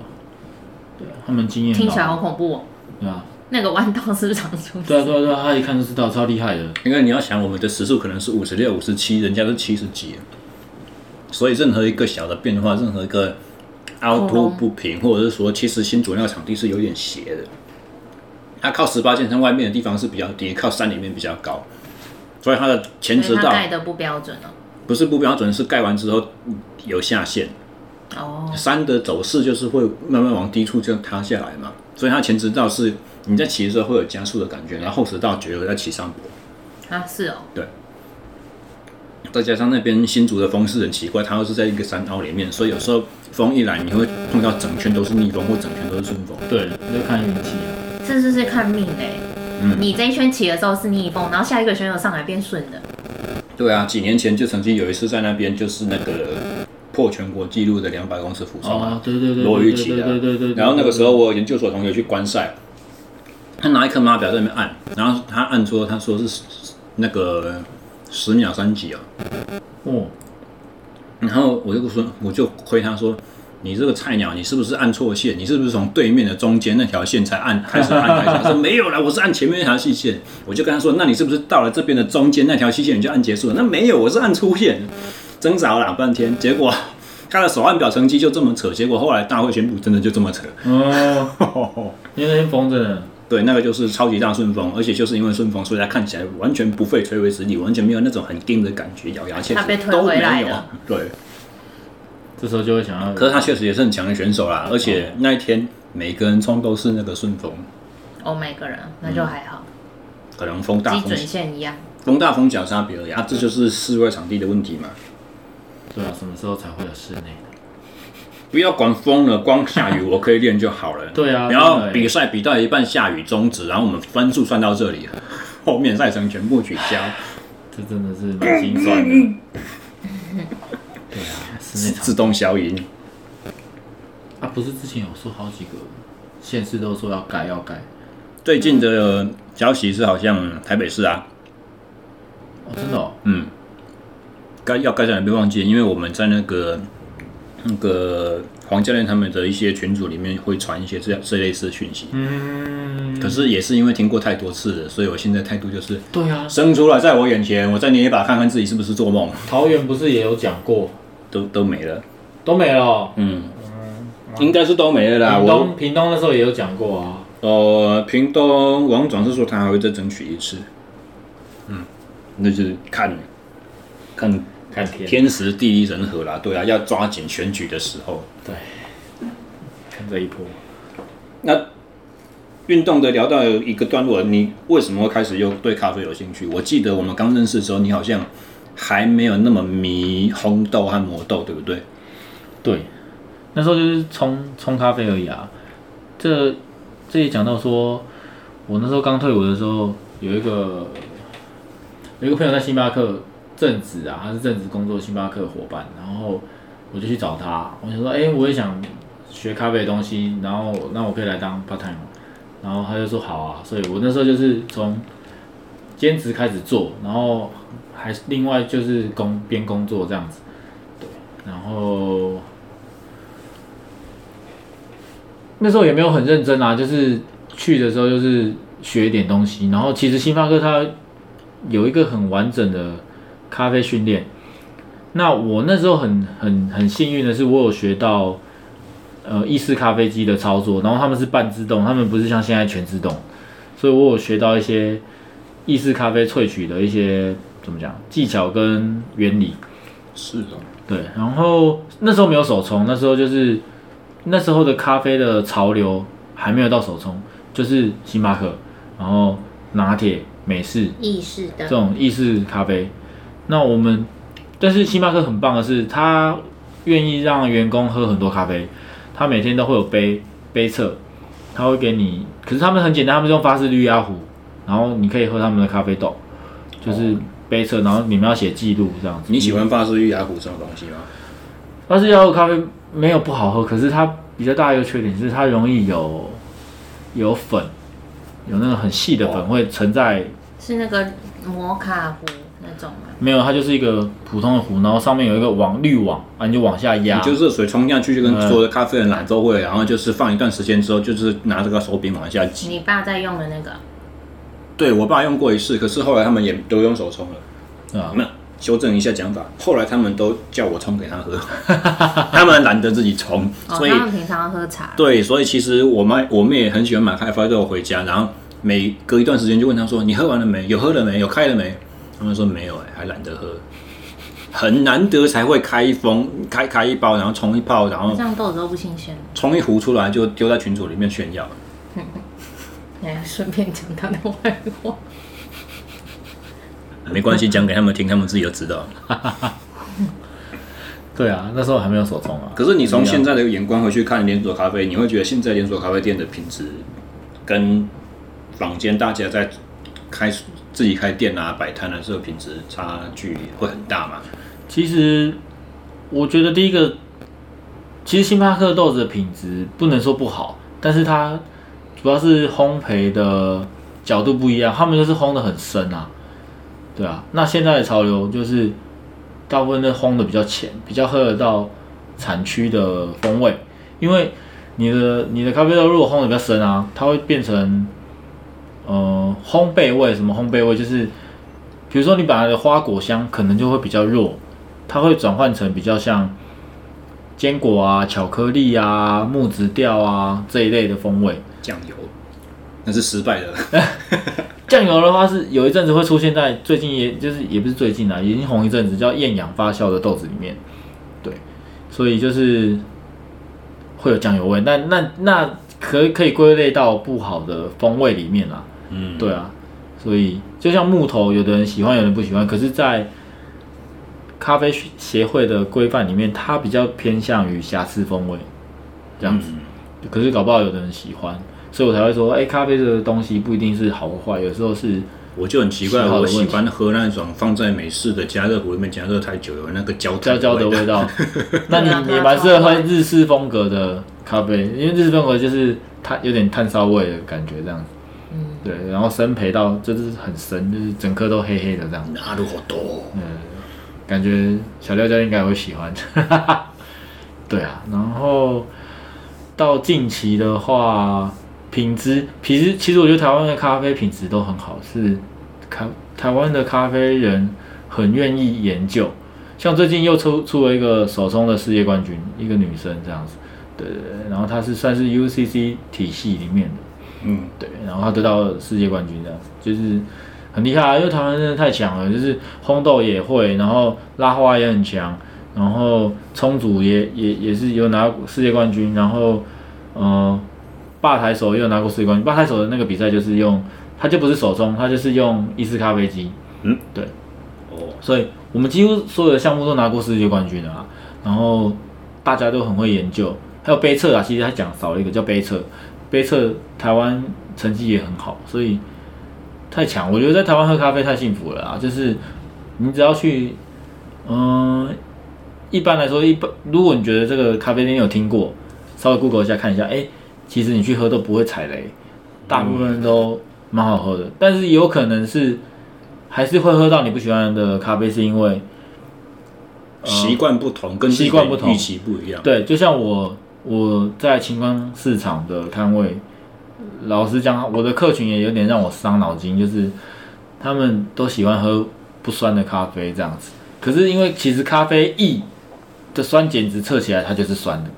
[SPEAKER 3] 对啊，他们
[SPEAKER 1] 嗯
[SPEAKER 3] 经验老
[SPEAKER 2] 听起来好恐怖哦。
[SPEAKER 3] 对啊，
[SPEAKER 2] 那个弯道是不是常出
[SPEAKER 3] 对啊，对啊，对啊，他一看就知道，超厉害的。
[SPEAKER 1] 因为你要想我们的时速可能是五十六、五十七，人家是七十几，啊所以任何一个小的变化，任何一个凹凸不平，或者是说，其实新竹那个场地是有点斜的，它靠十八线山外面的地方是比较低，靠山里面比较高，所以它的前直
[SPEAKER 2] 所以他
[SPEAKER 1] 道
[SPEAKER 2] 盖的不标准哦。
[SPEAKER 1] 不是不标准，是盖完之后有下限，
[SPEAKER 2] 哦，
[SPEAKER 1] 山的走势就是会慢慢往低处这样塌下来嘛，所以它前直道是你在骑的时候会有加速的感觉，然后后直道觉得在骑上坡。
[SPEAKER 2] 啊是哦，
[SPEAKER 1] 再加上那边新竹的风势很奇怪，它又是在一个山凹里面，所以有时候风一来，你会碰到整圈都是逆风或整圈都是顺风。
[SPEAKER 3] 对，就看运气啊。
[SPEAKER 2] 这就是
[SPEAKER 3] 嗯
[SPEAKER 2] 看命哎、你这一圈骑的时候是逆风，然后下一个选手上来变顺的，
[SPEAKER 1] 对啊，几年前就曾经有一次在那边，就是那个破全国纪录的两百公尺浮冲啊，
[SPEAKER 3] 哦，对对对，
[SPEAKER 1] 罗
[SPEAKER 3] 对
[SPEAKER 1] 玉
[SPEAKER 3] 对
[SPEAKER 1] 琪的啊
[SPEAKER 3] 对对对。
[SPEAKER 1] 然后那个时候我研究所同学去观赛，他拿一颗码表在那边按，然后他按说他说是那个十秒三级啊，
[SPEAKER 3] 哦，
[SPEAKER 1] 然后我就说，我就回他说，你这个菜鸟，你是不是按错线？你是不是从对面的中间那条线才按开始按开始？他说没有啦， <laughs> 我是按前面那条细线。我就跟他说，那你是不是到了这边的中间那条细线你就按结束了？那没有，我是按粗线。挣扎了半天，结果他的手按表成绩就这么扯，结果后来大会宣布真的就这么扯。
[SPEAKER 4] 哦，
[SPEAKER 3] 因为那天风真的，
[SPEAKER 1] 对，那个就是超级大顺风，而且就是因为顺风，所以他看起来完全不费吹灰之力，完全没有那种很硬的感觉，咬牙切齿
[SPEAKER 2] 他被推
[SPEAKER 1] 都
[SPEAKER 2] 回来
[SPEAKER 1] 没有
[SPEAKER 2] 了。
[SPEAKER 1] 对，
[SPEAKER 3] 这时候就会想要，
[SPEAKER 1] 可是他确实也是很强的选手啦，而且那一天每个人冲都是那个顺风，
[SPEAKER 2] 哦，每个人那就还好，
[SPEAKER 1] 可能风
[SPEAKER 3] 嗯
[SPEAKER 1] 大
[SPEAKER 2] 基
[SPEAKER 1] 风
[SPEAKER 2] 准线一样。
[SPEAKER 1] 风大风小差别而已啊，这就是室外场地的问题嘛。
[SPEAKER 3] 对啊，什么时候才会有室内的？
[SPEAKER 1] 不要管风了，光下雨我可以练就好了。
[SPEAKER 3] 对啊
[SPEAKER 1] 不要
[SPEAKER 3] 对
[SPEAKER 1] 比赛比到一半下雨终止，然后我们分数算到这里， <laughs> 后面赛程全部取消。
[SPEAKER 3] 这真的是蛮心酸的。 <laughs> 对啊，室内场
[SPEAKER 1] 自动消音，
[SPEAKER 3] 啊，不是之前有说好几个县市都说要改要改，
[SPEAKER 1] 最近的消息是好像台北市啊，
[SPEAKER 3] 哦，真的哦，
[SPEAKER 1] 嗯，该要该讲的别忘记，因为我们在那个那个黄教练他们的一些群组里面会传一些这样这类似的讯息。
[SPEAKER 3] 嗯，
[SPEAKER 1] 可是也是因为听过太多次了，所以我现在态度就是
[SPEAKER 3] 对啊，
[SPEAKER 1] 生出来在我眼前，我再捏一把看看自己是不是做梦，
[SPEAKER 4] 桃园不是也有讲过，
[SPEAKER 1] 都都没了。
[SPEAKER 4] 都没了哦。
[SPEAKER 1] 嗯，应该是都没了啦。
[SPEAKER 4] 屏
[SPEAKER 1] 我
[SPEAKER 4] 东屏东那时候也有讲过啊，
[SPEAKER 1] 呃，屏东王总是说他还会再争取一次。嗯，那就是看看
[SPEAKER 4] 看天
[SPEAKER 1] 天时地利人和啦，对啊，要抓紧选举的时候。
[SPEAKER 4] 看这一波，
[SPEAKER 1] 那运动的聊到一个段落，你为什么会开始又对咖啡有兴趣？我记得我们刚认识的时候，你好像还没有那么迷烘豆和磨豆，对不对？
[SPEAKER 3] 对，那时候就是冲冲咖啡而已啊。这这也讲到说，我那时候刚退伍的时候，有一个有一个朋友在星巴克正职啊，他是正职工作星巴克伙伴，然后我就去找他，我想说，哎、我也想学咖啡的东西，然后那我可以来当 part time 吗然后他就说好啊，所以我那时候就是从兼职开始做，然后还是另外就是工边工作这样子。然后那时候也没有很认真啊，就是去的时候就是学一点东西。然后其实星巴克它有一个很完整的咖啡训练。那我那时候很很很幸运的是，我有学到呃意式咖啡机的操作，然后他们是半自动，他们不是像现在全自动，所以我有学到一些意式咖啡萃取的一些怎么讲技巧跟原理。
[SPEAKER 1] 是的。
[SPEAKER 3] 对，然后那时候没有手冲，那时候就是那时候的咖啡的潮流还没有到手冲，就是星巴克，然后拿铁、美式
[SPEAKER 2] 意识
[SPEAKER 3] 这
[SPEAKER 2] 的
[SPEAKER 3] 种意式咖啡。那我们，但是星巴克很棒的是，他愿意让员工喝很多咖啡，他每天都会有杯杯测，他会给你，可是他们很简单，他们是用法式滤压壶，然后你可以喝他们的咖啡豆，就是杯测，然后你们要写记录这样子。
[SPEAKER 1] 你喜欢法式玉牙壶这种东西吗？
[SPEAKER 3] 但是要喝咖啡没有不好喝，可是它比较大的一个缺点是它容易有有粉，有那个很细
[SPEAKER 1] 哦
[SPEAKER 3] 的粉会沉在。
[SPEAKER 2] 是那个摩卡壶那种吗？
[SPEAKER 3] 没有，它就是一个普通的壶，然后上面有一个网滤网啊，你就往下压。
[SPEAKER 1] 你就热水冲下去，就跟
[SPEAKER 3] 嗯
[SPEAKER 1] 所有的咖啡人奶都会，然后就是放一段时间之后，就是拿这个手柄往下挤。
[SPEAKER 2] 你爸在用的那个，
[SPEAKER 1] 对我爸用过一次，可是后来他们也都用手冲了。
[SPEAKER 3] 对啊，
[SPEAKER 1] 那修正一下讲法，后来他们都叫我冲给他喝， <laughs> 他们懒得自己冲，
[SPEAKER 2] 哦，
[SPEAKER 1] 所以
[SPEAKER 2] 他们平常喝茶，
[SPEAKER 1] 对，所以其实我们我们也很喜欢买开发豆回家，然后每隔一段时间就问他说：“你喝完了没？有喝了没？有开了没？”他们说没有、哎，还懒得喝，很难得才会开一封开开一包，然后冲一泡，然后
[SPEAKER 2] 这样豆子都不新鲜。
[SPEAKER 1] 冲一壶出来就丢在群组里面炫耀。
[SPEAKER 2] 哎，顺便讲他的坏话。
[SPEAKER 1] 没关系，讲给他们听，他们自己就知道。
[SPEAKER 3] 对啊，那时候还没有手冲啊。
[SPEAKER 1] 可是你从现在的眼光回去看连锁咖啡，你会觉得现在连锁咖啡店的品质跟坊间大家在开自己开店啊、摆摊啊，这个品质差距会很大嘛。
[SPEAKER 3] 其实我觉得第一个，其实星巴克豆子的品质不能说不好，但是它主要是烘焙的角度不一样，他们就是烘的很深啊，对啊。那现在的潮流就是大部分都烘的比较浅，比较喝得到产区的风味，因为你的你的咖啡豆如果烘的比较深啊，它会变成呃烘焙味，什么烘焙味就是。比如说你本来的花果香可能就会比较弱，它会转换成比较像坚果啊、巧克力啊、木质调啊这一类的风味。
[SPEAKER 1] 酱油那是失败的，
[SPEAKER 3] 酱油的话是有一阵子会出现在最近也就是也不是最近啊，已经红一阵子，叫厌氧发酵的豆子里面。对，所以就是会有酱油味，那那那可可以归类到不好的风味里面啦。
[SPEAKER 1] 嗯，
[SPEAKER 3] 对啊，所以就像木头，有的人喜欢，有人不喜欢。可是，在咖啡协会的规范里面，它比较偏向于瑕疵风味这样子。
[SPEAKER 1] 嗯
[SPEAKER 3] 可是搞不好有的人喜欢，所以我才会说，哎、咖啡这个东西不一定是好或坏，有时候是
[SPEAKER 1] 我就很奇怪，
[SPEAKER 3] 喜
[SPEAKER 1] 我
[SPEAKER 3] 好的问题
[SPEAKER 1] 喜欢喝那种放在美式的加热壶里面加热太久，有那个焦
[SPEAKER 3] 焦焦的
[SPEAKER 1] 味
[SPEAKER 3] 味
[SPEAKER 1] 道。
[SPEAKER 3] 道。那
[SPEAKER 2] 对啊
[SPEAKER 3] 你
[SPEAKER 2] 对啊
[SPEAKER 3] 也蛮适
[SPEAKER 2] 超
[SPEAKER 3] 合喝
[SPEAKER 2] 坏
[SPEAKER 3] 日式风格的咖啡，因为日式风格就是它有点炭烧味的感觉这样子。
[SPEAKER 2] 嗯，
[SPEAKER 3] 对，然后深焙到就是很深，就是整颗都黑黑的这样子。
[SPEAKER 1] 那如好多，
[SPEAKER 3] 感觉小廖教练应该也会喜欢。 <laughs> 对啊，然后到近期的话，品质其实其实我觉得台湾的咖啡品质都很好，是咖台湾的咖啡人很愿意研究。像最近又出出了一个手冲的世界冠军，一个女生这样子，对对对，然后她是算是 UCC 体系里面的，
[SPEAKER 1] 嗯，
[SPEAKER 3] 对，然后他得到世界冠军，这样子就是很厉害啊，因为台湾真的太强了，就是烘豆也会，然后拉花也很强，然后冲煮也也也是有拿过世界冠军，然后呃，吧台手也有拿过世界冠军，吧台手的那个比赛就是用，他就不是手冲，他就是用意式咖啡机，
[SPEAKER 1] 嗯，
[SPEAKER 3] 对，
[SPEAKER 1] 哦，
[SPEAKER 3] 所以我们几乎所有的项目都拿过世界冠军的啊。然后大家都很会研究，还有杯测啊，其实他讲少了一个叫杯测，杯测台湾成绩也很好，所以太强。我觉得在台湾喝咖啡太幸福了啊，就是你只要去，嗯、一般来说，一般如果你觉得这个咖啡店有听过，稍微 Google 一下看一下，哎，其实你去喝都不会踩雷，大部分都蛮好喝的，但是有可能是。还是会喝到你不喜欢的咖啡，是因为
[SPEAKER 1] 习惯不同，跟自己
[SPEAKER 3] 习惯不同
[SPEAKER 1] 预期不一样。
[SPEAKER 3] 对，就像我我在晴光市场的摊位，老实讲，我的客群也有点让我伤脑筋，就是他们都喜欢喝不酸的咖啡这样子。可是因为其实咖啡液的酸碱值测起来它就是酸的，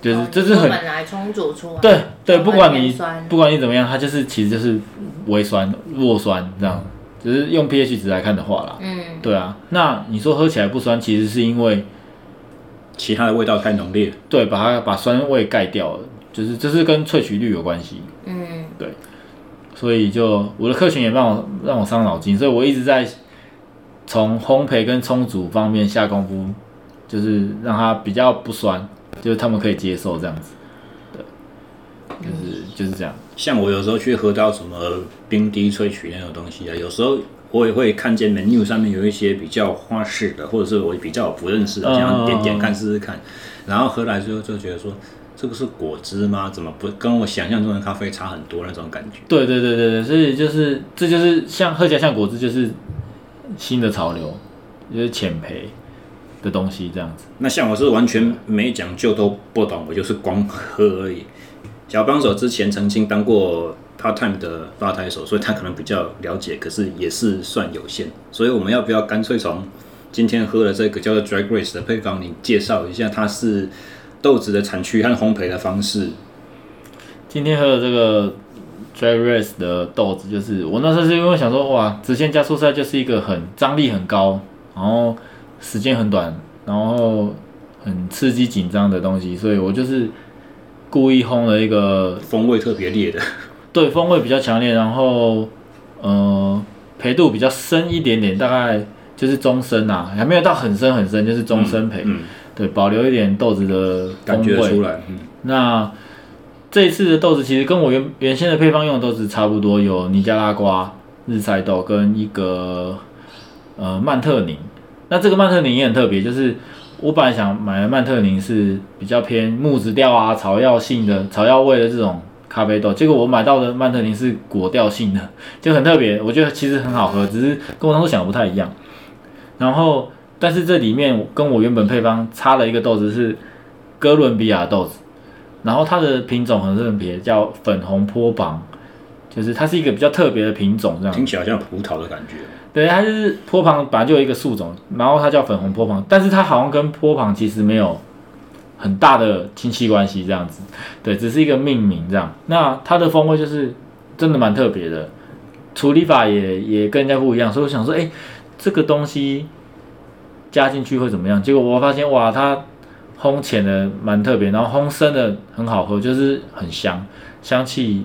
[SPEAKER 3] 就是
[SPEAKER 2] 哦
[SPEAKER 3] 这是很
[SPEAKER 2] 本来冲煮出来，
[SPEAKER 3] 对对，
[SPEAKER 2] 慢慢
[SPEAKER 3] 不管
[SPEAKER 2] 变
[SPEAKER 3] 你
[SPEAKER 2] 酸
[SPEAKER 3] 不管你怎么样，它就是其实就是微酸、弱酸这样，只、是用 pH 值来看的话啦。
[SPEAKER 2] 嗯，
[SPEAKER 3] 对啊，那你说喝起来不酸，其实是因为
[SPEAKER 1] 其他的味道太浓烈了。
[SPEAKER 3] 对，把它把酸味盖掉了，就是这是跟萃取率有关系，
[SPEAKER 2] 嗯，
[SPEAKER 3] 所以就我的客群也让我让我伤脑筋，所以我一直在从烘焙跟冲煮方面下功夫，就是让它比较不酸，就是他们可以接受这样子，对，就是就是这样，
[SPEAKER 1] 像我有时候去喝到什么冰滴萃取那种东西啊，有时候我也会看见 menu 上面有一些比较花式的，或者是我比较不认识的，
[SPEAKER 3] 嗯
[SPEAKER 1] 想要点点看试试看，然后喝来之后就觉得说。这个是果汁吗？怎么不跟我想象中的咖啡差很多那种感觉？
[SPEAKER 3] 对对对对对，所以就是这就是像喝起来像果汁，就是新的潮流，就是浅焙的东西这样子。
[SPEAKER 1] 那像我是完全没讲究都不懂，我就是光喝而已。小帮手之前曾经当过 part time 的吧台手，所以他可能比较了解，可是也是算有限。所以我们要不要干脆从今天喝的这个叫做 Drag Race 的配方，你介绍一下它是豆子的产区和烘焙的方式？
[SPEAKER 3] 今天喝的这个 Dry Race 的豆子，就是我那时候是因为想说，哇，直线加速赛就是一个很张力很高，然后时间很短，然后很刺激紧张的东西，所以我就是故意烘了一个
[SPEAKER 1] 风味特别烈的，
[SPEAKER 3] 对风味比较强烈，然后呃焙度比较深一点点，大概就是中深啊，还没有到很深很深，就是中深焙，
[SPEAKER 1] 嗯，
[SPEAKER 3] 对，保留一点豆子的
[SPEAKER 1] 感
[SPEAKER 3] 风
[SPEAKER 1] 觉得
[SPEAKER 3] 味
[SPEAKER 1] 出。来，嗯，
[SPEAKER 3] 那这一次的豆子其实跟我原原先的配方用的豆子差不多，有尼加拉瓜，日赛豆跟一个呃曼特宁。那这个曼特宁也很特别，就是我本来想买的曼特宁是比较偏木质调啊、草药性的、草药味的这种咖啡豆，结果我买到的曼特宁是果调性的，就很特别。我觉得其实很好喝，只是跟我当初想的不太一样。然后，但是这里面跟我原本配方差了一个豆子是哥伦比亚豆子，然后它的品种很特别，叫粉红坡榜，就是它是一个比较特别的品种，这样
[SPEAKER 1] 听起来好像葡萄的感觉。哦
[SPEAKER 3] 对，它就是坡旁本来就有一个树种，然后它叫粉红坡旁，但是它好像跟坡旁其实没有很大的亲戚关系，这样子，对，只是一个命名这样。那它的风味就是真的蛮特别的，处理法也也跟人家不一样，所以我想说，哎，这个东西加进去会怎么样？结果我发现，哇，它烘浅的蛮特别，然后烘深的很好喝，就是很香，香气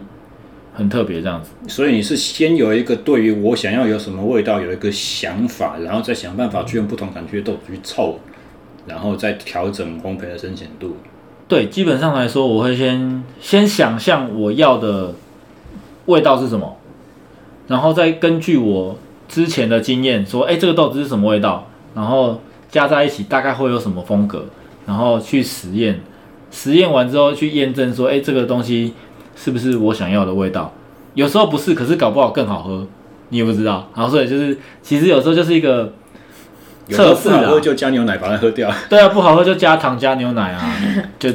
[SPEAKER 3] 很特别这样子。
[SPEAKER 1] 所以你是先有一个对于我想要有什么味道有一个想法，然后再想办法去用不同产区的豆子去凑，然后再调整烘焙的深浅度。
[SPEAKER 3] 对，基本上来说，我会先先想象我要的味道是什么，然后再根据我之前的经验说，哎，这个豆子是什么味道，然后加在一起大概会有什么风格，然后去实验，实验完之后去验证说，哎，这个东西是不是我想要的味道？有时候不是，可是搞不好更好喝，你也不知道。然后所以就是，其实有时候就是一个
[SPEAKER 1] 有时候
[SPEAKER 3] 测试
[SPEAKER 1] 不好
[SPEAKER 3] 啊
[SPEAKER 1] 喝就加牛奶把它喝掉。
[SPEAKER 3] <laughs> 对啊，不好喝就加糖加牛奶啊， <laughs> 就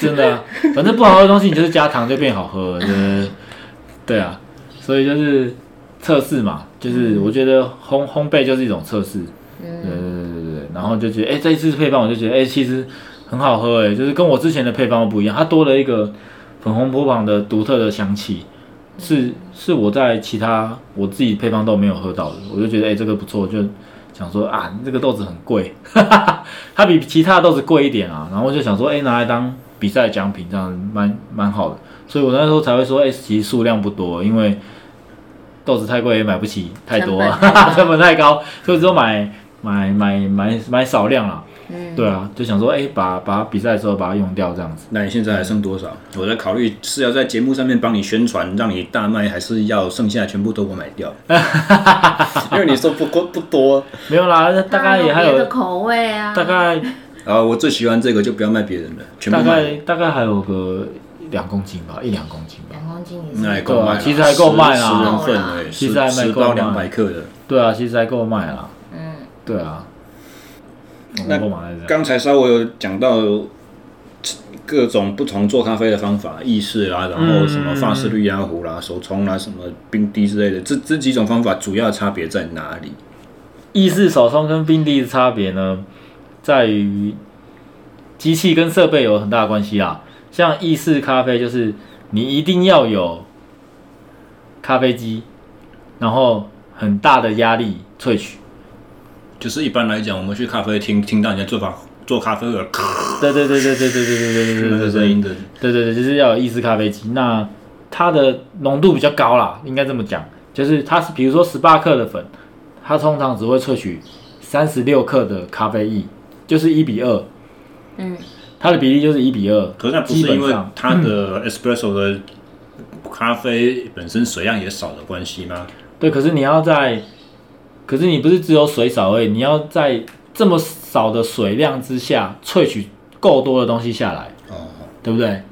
[SPEAKER 3] 真的、啊，反正不好喝的东西你就是加糖就变好喝了，就是对啊，所以就是测试嘛，就是我觉得烘烘焙就是一种测试，对对对对对，然后就觉得哎、这一次配方我就觉得哎、其实很好喝哎、就是跟我之前的配方不一样，它多了一个粉红波旁的独特的香气，是是我在其他我自己配方都没有喝到的，我就觉得哎、这个不错，就想说啊这个豆子很贵。 <laughs> 它比其他的豆子贵一点啊，然后我就想说，哎、拿来当比赛奖品，这样蛮蛮好的。所以我那时候才会说，哎、其实数量不多，因为豆子太贵也买不起太多啊，
[SPEAKER 2] 成本太高
[SPEAKER 3] <laughs> 成本太高，所以只有买买买买买少量啦。
[SPEAKER 2] 嗯，
[SPEAKER 3] 对啊，就想说，哎、把把比赛的时候把它用掉这样子。
[SPEAKER 1] 那你现在还剩多少？我在考虑是要在节目上面帮你宣传，让你大卖，还是要剩下全部都我买
[SPEAKER 3] <laughs>
[SPEAKER 1] 掉？因为你说不多不多，
[SPEAKER 3] 没有啦，大概也还
[SPEAKER 2] 别的
[SPEAKER 3] 有
[SPEAKER 2] 口味啊，
[SPEAKER 3] 大概
[SPEAKER 1] 啊，我最喜欢这个就不要卖别人了，全部
[SPEAKER 3] 大
[SPEAKER 1] 卖
[SPEAKER 3] 概。大概还有个两公斤吧，一两公斤
[SPEAKER 1] 嗯
[SPEAKER 3] 吧。
[SPEAKER 2] 两公斤也
[SPEAKER 1] 那也
[SPEAKER 2] 是，
[SPEAKER 1] 哎够卖
[SPEAKER 3] 对
[SPEAKER 1] 了，
[SPEAKER 3] 啊其实还够卖
[SPEAKER 1] 十
[SPEAKER 3] 啊
[SPEAKER 1] 十人份而已，
[SPEAKER 3] 其实还
[SPEAKER 1] 十
[SPEAKER 3] 蛮
[SPEAKER 1] 十
[SPEAKER 3] 够卖
[SPEAKER 1] 到两百克的。
[SPEAKER 3] 对啊，其实还够卖啦。
[SPEAKER 2] 嗯，
[SPEAKER 3] 对啊，
[SPEAKER 1] 那
[SPEAKER 3] 我们购买了这样。
[SPEAKER 1] 刚才稍微有讲到各种不同做咖啡的方法，意式啦，然
[SPEAKER 3] 嗯
[SPEAKER 1] 后什么法式绿压壶啦、手冲啦、什么冰滴之类的，这这几种方法主要差别在哪里？
[SPEAKER 3] 意式手冲跟冰滴的差别呢，在于机器跟设备有很大的关系啦。像意式咖啡就是你一定要有咖啡机，然后很大的压力萃取。
[SPEAKER 1] 就是一般来讲，我们去咖啡厅听到人家做法做咖啡有咔
[SPEAKER 3] 对对对对对对对对对对对
[SPEAKER 1] 那
[SPEAKER 3] 对
[SPEAKER 1] 个
[SPEAKER 3] 对
[SPEAKER 1] 声
[SPEAKER 3] 对
[SPEAKER 1] 音的，
[SPEAKER 3] 对对对，就是要有意式咖啡机。那它的浓度比较高啦，应该这么讲，就是它是比如说十八克的粉，它通常只会萃取三十六克的咖啡液，就是一比二。
[SPEAKER 2] 嗯，
[SPEAKER 3] 它的比例就是一比二。
[SPEAKER 1] 可是那不
[SPEAKER 3] 基
[SPEAKER 1] 是
[SPEAKER 3] 本
[SPEAKER 1] 因为
[SPEAKER 3] 上嗯
[SPEAKER 1] 它的 espresso 的咖啡本身水量也少的关系吗？
[SPEAKER 3] 对，可是你要在，可是你不是只有水少而已，你要在这么少的水量之下萃取够多的东西下来，
[SPEAKER 1] 哦，
[SPEAKER 3] 对不对？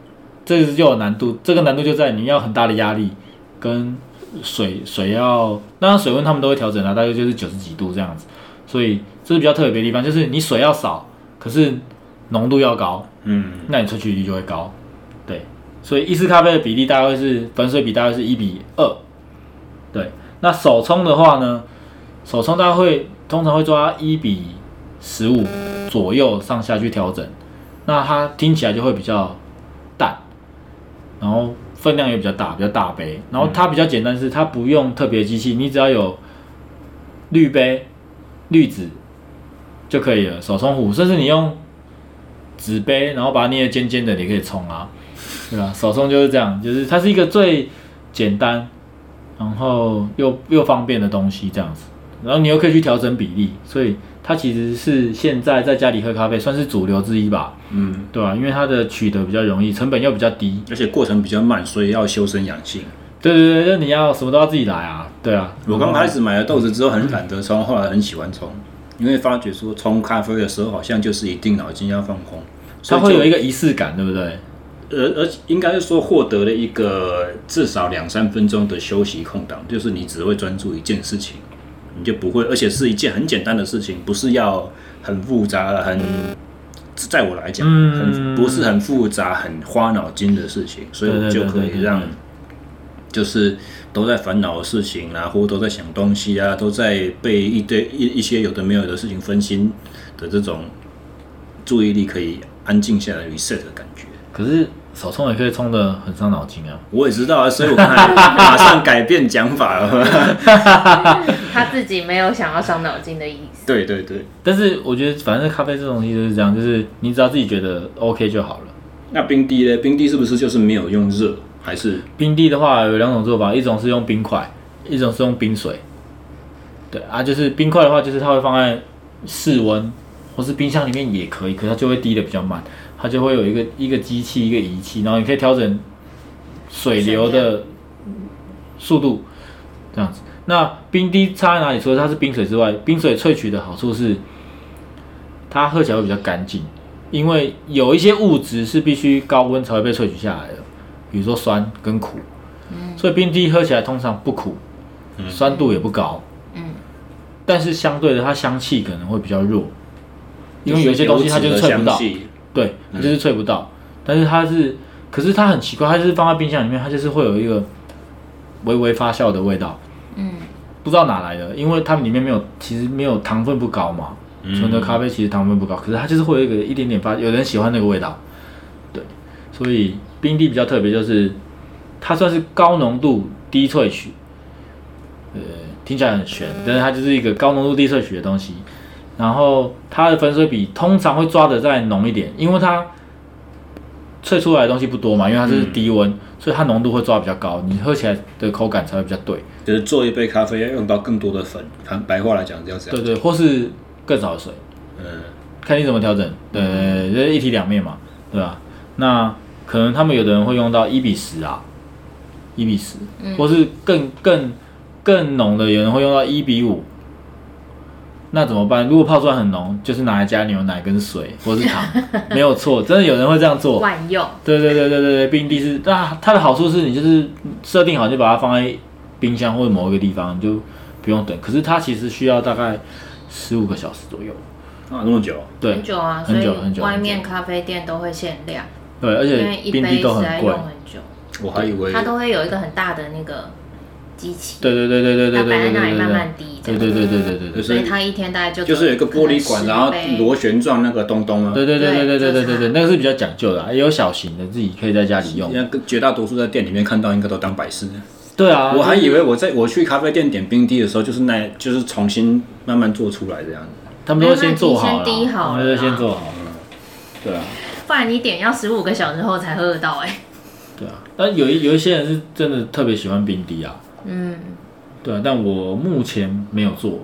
[SPEAKER 3] 这个就有难度，这个难度就在你要很大的压力跟水水要，当然水温他们都会调整啊，大概就是九十几度这样子，所以这是比较特别的地方，就是你水要少，可是浓度要高，
[SPEAKER 1] 嗯，
[SPEAKER 3] 那你萃取率就会高。对，所以意式咖啡的比例大概会是粉水比大概是一比二。对，那手冲的话呢，手冲大概会通常会抓一比十五左右上下去调整，那它听起来就会比较淡，然后分量也比较大，比较大杯。然后它比较简单是它不用特别机器，你只要有滤杯、滤纸就可以了，手冲壶，甚至你用纸杯，然后把它捏得尖尖的，你可以冲啊，对吧、手冲就是这样，就是它是一个最简单，然后又又方便的东西这样子，然后你又可以去调整比例，所以它其实是现在在家里喝咖啡算是主流之一吧，啊
[SPEAKER 1] 嗯，
[SPEAKER 3] 对吧、因为它的取得比较容易，成本又比较低，
[SPEAKER 1] 而且过程比较慢，所以要修身养性。
[SPEAKER 3] 对对对，那你要什么都要自己来啊，对啊。
[SPEAKER 1] 我刚开始买了豆子之后很懒得冲，后来很喜欢冲，因为发觉说冲咖啡的时候好像就是一定脑筋要放空，
[SPEAKER 3] 它
[SPEAKER 1] 所以
[SPEAKER 3] 会
[SPEAKER 1] 就
[SPEAKER 3] 有一个仪式感，对不对？
[SPEAKER 1] 而而应该是说获得了一个至少两三分钟的休息空档，就是你只会专注一件事情，你就不会，而且是一件很简单的事情，不是要很复杂、很，在我来讲，
[SPEAKER 3] 嗯
[SPEAKER 1] 很不是很复杂、很花脑筋的事情，所以我
[SPEAKER 3] 对对
[SPEAKER 1] 就
[SPEAKER 3] 对
[SPEAKER 1] 可
[SPEAKER 3] 对
[SPEAKER 1] 以
[SPEAKER 3] 对
[SPEAKER 1] 让
[SPEAKER 3] 对
[SPEAKER 1] 就是都在烦恼的事情啊，或都在想东西啊，都在被一堆一一些有的没有的事情分心的这种注意力可以安静下来 reset 的感觉。
[SPEAKER 3] 可是手冲也可以冲的很伤脑筋啊。
[SPEAKER 1] 我也知道啊，所以我
[SPEAKER 3] <laughs>
[SPEAKER 1] 看马上改变讲法了。 <laughs>
[SPEAKER 2] 他自己没有想要伤脑筋的意思。
[SPEAKER 1] 对对对，
[SPEAKER 3] 但是我觉得，反正咖啡这种东西就是这样，就是你只要自己觉得 OK 就好了。
[SPEAKER 1] 那冰滴呢？冰滴是不是就是没有用热，还是
[SPEAKER 3] 冰滴的话有两种做法，一种是用冰块，一种是用冰水。对啊，就是冰块的话，就是它会放在室温或是冰箱里面也可以，可是它就会滴的比较慢，它就会有一个一个机器一个仪器，然后你可以调整水流的速度，这样子。那冰滴差在哪里？除了它是冰水之外，冰水萃取的好处是，它喝起来会比较干净，因为有一些物质是必须高温才会被萃取下来的，比如说酸跟苦，所以冰滴喝起来通常不苦，酸度也不高，
[SPEAKER 2] 嗯，
[SPEAKER 3] 但是相对的它香气可能会比较弱，因
[SPEAKER 1] 就
[SPEAKER 3] 为
[SPEAKER 1] 是
[SPEAKER 3] 有一些东西它就是萃
[SPEAKER 1] 油
[SPEAKER 3] 不到
[SPEAKER 1] 脂，的香气嗯
[SPEAKER 3] 对，它就是萃不到，但是它是，可是它很奇怪，它就是放在冰箱里面，它就是会有一个微微发酵的味道，
[SPEAKER 2] 嗯，
[SPEAKER 3] 不知道哪来的，因为它们里面没有，其实没有糖分不高嘛，纯的咖啡其实糖分不高，可是它就是会有一个一点点发，有人喜欢那个味道，对，所以冰滴比较特别，就是它算是高浓度低萃取，呃，听起来很悬，但是它就是一个高浓度低萃取的东西。然后它的粉水比通常会抓的再浓一点，因为它萃出来的东西不多嘛，因为它是低温，所以它浓度会抓比较高，你喝起来的口感才会比较对。
[SPEAKER 1] 就是做一杯咖啡要用到更多的粉，反白话来讲要这样。啊
[SPEAKER 3] 对对，或是更少的水，
[SPEAKER 1] 嗯，
[SPEAKER 3] 看你怎么调整。对对，对就是一体两面嘛，对吧、那可能他们有的人会用到一比十啊，一比十、
[SPEAKER 1] 嗯
[SPEAKER 3] 或是更更更浓的，有人会用到一比五。那怎么办？如果泡出来很浓，就是拿来加牛奶跟水或是
[SPEAKER 1] <laughs>
[SPEAKER 3] 糖，没有错，真的有人会这样做。
[SPEAKER 2] 万用。
[SPEAKER 3] 对对对对对对，冰滴是那它的好处是你就是设定好就把它放在冰箱或者某一个地方，你就不用等。可是它其实需要大概十五个小时左右，
[SPEAKER 1] 啊，那么久，
[SPEAKER 3] 对
[SPEAKER 2] 很久啊，所
[SPEAKER 3] 很久很
[SPEAKER 2] 以
[SPEAKER 3] 久
[SPEAKER 2] 外面咖啡店都会限量，
[SPEAKER 3] 对，而
[SPEAKER 2] 因为
[SPEAKER 3] 且
[SPEAKER 2] 一
[SPEAKER 3] 冰滴
[SPEAKER 2] 杯
[SPEAKER 3] 都
[SPEAKER 2] 实
[SPEAKER 3] 很
[SPEAKER 2] 在
[SPEAKER 3] 贵
[SPEAKER 2] 用。很久，
[SPEAKER 1] 我还以为
[SPEAKER 2] 它都会有一个很大的那个机器，
[SPEAKER 3] 对对对对对对对对对对对对对对对对
[SPEAKER 1] 就
[SPEAKER 3] 对。
[SPEAKER 2] 所以
[SPEAKER 1] 是
[SPEAKER 2] 它一天大概就
[SPEAKER 1] 就是有一个玻璃管，然后
[SPEAKER 2] 螺
[SPEAKER 1] 螺旋状那个东东啊，
[SPEAKER 3] 对对对对对对对对对，那个是比较讲究的、也有小型的，自己可以在家里用。
[SPEAKER 1] 那个绝大多数在店里面看到应该都当摆饰。
[SPEAKER 3] 对啊，
[SPEAKER 1] 我还以为我在我去咖啡店点冰滴的时候，就是那就是重新慢慢做出来这样子。
[SPEAKER 3] 他们都先做好了，都先做好了。
[SPEAKER 4] 对啊，
[SPEAKER 2] 不然你点要十五个小时后才喝得到哎、
[SPEAKER 3] 对啊，但有一有一些人是真的特别喜欢冰滴啊，
[SPEAKER 2] 嗯，
[SPEAKER 3] 对啊，但我目前没有做，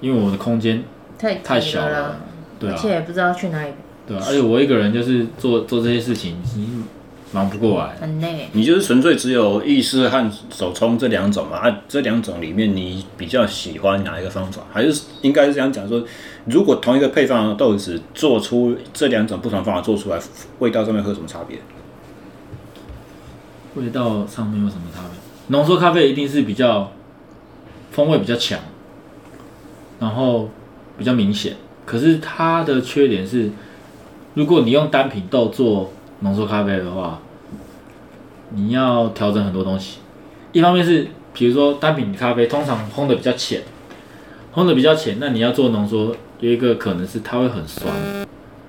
[SPEAKER 3] 因为我的空间
[SPEAKER 2] 太
[SPEAKER 3] 太
[SPEAKER 2] 急
[SPEAKER 3] 小
[SPEAKER 2] 了啦
[SPEAKER 3] 了，对
[SPEAKER 2] 而
[SPEAKER 3] 啊
[SPEAKER 2] 且，也不知道去哪里，
[SPEAKER 3] 对啊，而且我一个人就是做做这些事情，已经忙不过来。
[SPEAKER 2] 很累。
[SPEAKER 1] 你就是纯粹只有意式和手冲这两种嘛？啊，这两种里面你比较喜欢哪一个方法？还是应该是这样讲说，如果同一个配方的豆子做出这两种不同方法做出来，味道上面会有什么差别？
[SPEAKER 3] 味道上面有什么差别？浓缩咖啡一定是比较风味比较强，然后比较明显。可是它的缺点是，如果你用单品豆做浓缩咖啡的话，你要调整很多东西。一方面是，比如说单品咖啡通常烘的比较浅，烘的比较浅，那你要做浓缩，有一个可能是它会很酸，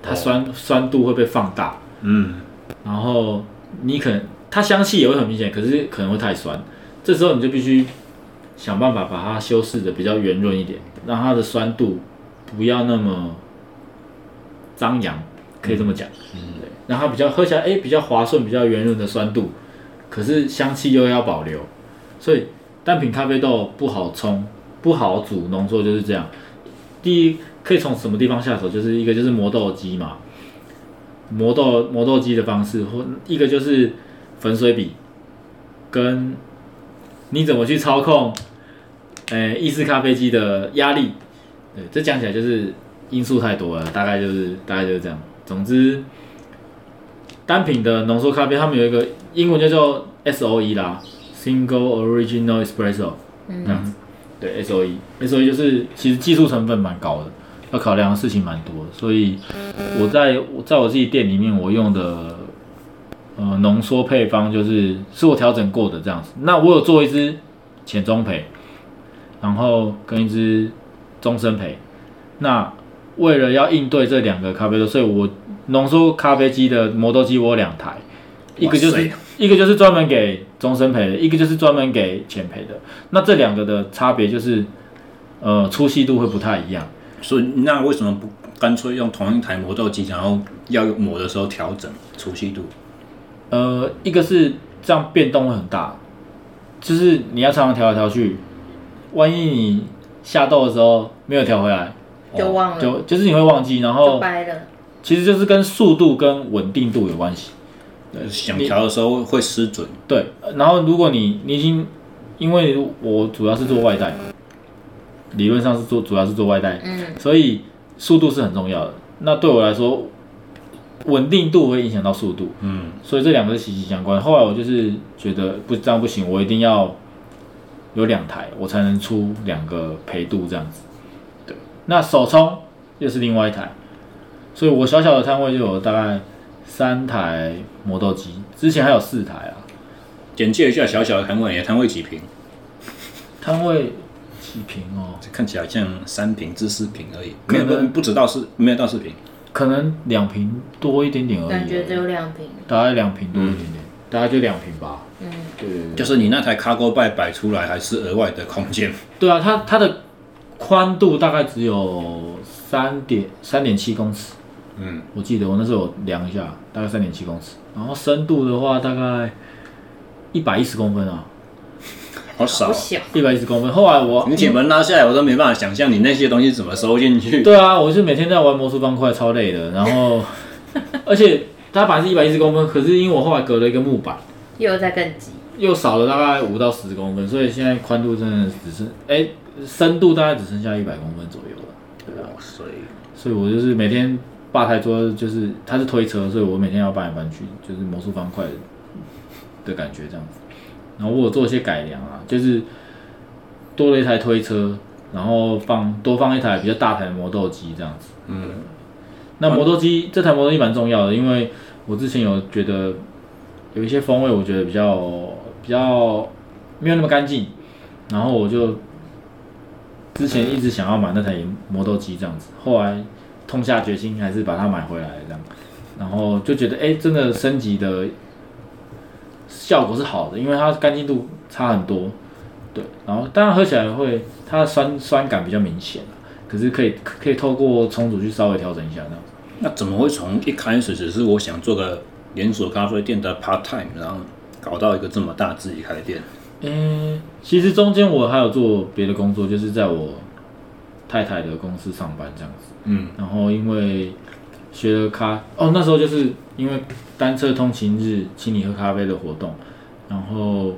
[SPEAKER 3] 它酸酸度会被放大。
[SPEAKER 1] 嗯，
[SPEAKER 3] 然后你可能它香气也会很明显，可是可能会太酸，这时候你就必须想办法把它修饰的比较圆润一点，让它的酸度不要那么张扬，可以这么讲，对，让它比较喝起来哎比较滑顺、比较圆润的酸度，可是香气又要保留，所以单品咖啡豆不好冲，不好煮浓缩就是这样。第一可以从什么地方下手，就是一个就是磨豆机嘛，磨豆磨豆机的方式，或一个就是粉水比跟
[SPEAKER 4] 你怎么去操控，呃，意式咖啡机的压力？对，这讲起来就是因素太多了，大概就是大概就是这样。总之，单品的浓缩咖啡，他们有一个英文叫做 SOE 啦，Single Original Espresso，
[SPEAKER 2] 嗯
[SPEAKER 4] 这样子。对，SOE，SOE
[SPEAKER 3] E
[SPEAKER 4] 就是
[SPEAKER 3] 其实技术成分蛮高的，要考量的事情蛮多的，所以我在我在我自己店里面我用的呃浓缩配方就是是我调整过的这样子。那我有做一支浅中培，然后跟一支中深培。那为了要应对这两个咖啡豆，所以我浓缩咖啡机的磨豆机我有两台，一个就
[SPEAKER 1] 哇
[SPEAKER 3] 是
[SPEAKER 1] 塞
[SPEAKER 3] 一个就是专门给中深培的，一个就是专门给浅培的。那这两个的差别就是，呃，粗细度会不太一样。
[SPEAKER 1] 所以那为什么不干脆用同一台磨豆机，然后要磨的时候调整粗细度？
[SPEAKER 3] 呃，一个是这样变动会很大，就是你要常常调来调去，万一你下豆的时候没有调回来，
[SPEAKER 2] 就忘了，
[SPEAKER 3] 就就是你会忘记，然
[SPEAKER 2] 就
[SPEAKER 3] 后
[SPEAKER 2] 掰了。
[SPEAKER 3] 其实就是跟速度跟稳定度有关系。
[SPEAKER 1] 想调的时候会失准，
[SPEAKER 3] 对，呃然后如果你你已经，因为我主要是做外带嘛，理论上是做主要是做外带，
[SPEAKER 2] 嗯，
[SPEAKER 3] 所以速度是很重要的。那对我来说，稳定度会影响到速度，
[SPEAKER 1] 嗯，
[SPEAKER 3] 所以这两个是息息相关。后来我就是觉得不这样不行，我一定要有两台，我才能出两个陪度这样子。对，那手冲又是另外一台，所以我小小的摊位就有大概三台磨豆机，之前还有四台啊。
[SPEAKER 1] 简介一下小小的摊位，摊位几平？
[SPEAKER 3] 摊位几平哦，
[SPEAKER 1] 看起来像三平至四平而已，
[SPEAKER 3] 可
[SPEAKER 1] 没有
[SPEAKER 3] 能
[SPEAKER 1] 不不止到四，没有到四平。
[SPEAKER 3] 可能两平多一点点而已，
[SPEAKER 2] 感觉只有两瓶。
[SPEAKER 3] 大概两平多一点点。
[SPEAKER 4] 大概就两瓶吧。
[SPEAKER 2] 嗯，
[SPEAKER 4] 对对对，
[SPEAKER 1] 就是你那台 cargo bike 摆出来还是额外的空间，
[SPEAKER 3] 对啊，它它的宽度大概只有三点三点七公尺，
[SPEAKER 1] 嗯，
[SPEAKER 3] 我记得我那时候有量一下，大概三点七公尺。然后深度的话，大概一百一十公分啊，
[SPEAKER 1] 好少
[SPEAKER 2] 好
[SPEAKER 1] 啊。
[SPEAKER 2] 小，
[SPEAKER 3] 一百一十公分。后来我
[SPEAKER 1] 你铁门拉下来，我都没办法想象你那些东西怎么收进去。
[SPEAKER 3] 对啊，我是每天在玩魔术方块，超累的。然后，而且它本来是一百一十公分，可是因为我后来隔了一个木板，
[SPEAKER 2] 又在更急。
[SPEAKER 3] 又少了大概五到十公分，所以现在宽度真的只剩哎、深度大概只剩下一百公分左右了。
[SPEAKER 1] 哇塞！
[SPEAKER 3] 所以我就是每天吧台桌就是它是推车，所以我每天要搬来搬去，就是魔术方块的的感觉这样子。然后我有做一些改良啊，就是多了一台推车，然后放多放一台比较大台的磨豆机这样子。
[SPEAKER 1] 嗯，
[SPEAKER 3] 那磨豆机、这台磨豆机蛮重要的，因为我之前有觉得有一些风味，我觉得比较比较没有那么干净，然后我就之前一直想要买那台磨豆机这样子，后来痛下决心还是把它买回来这样，然后就觉得哎、诶真的升级的效果是好的，因为它干净度差很多，对，然后当然喝起来会它的酸酸感比较明显啊可是可以可以透过冲煮去稍微调整一下这样。
[SPEAKER 1] 那怎么会从一开始只是我想做个连锁咖啡店的 part time，然后搞到一个这么大自己开店？
[SPEAKER 3] 嗯，其实中间我还有做别的工作，就是在我太太的公司上班这样子。
[SPEAKER 1] 嗯，
[SPEAKER 3] 然后因为学了咖，哦，那时候就是因为单车通勤日请你喝咖啡的活动，然后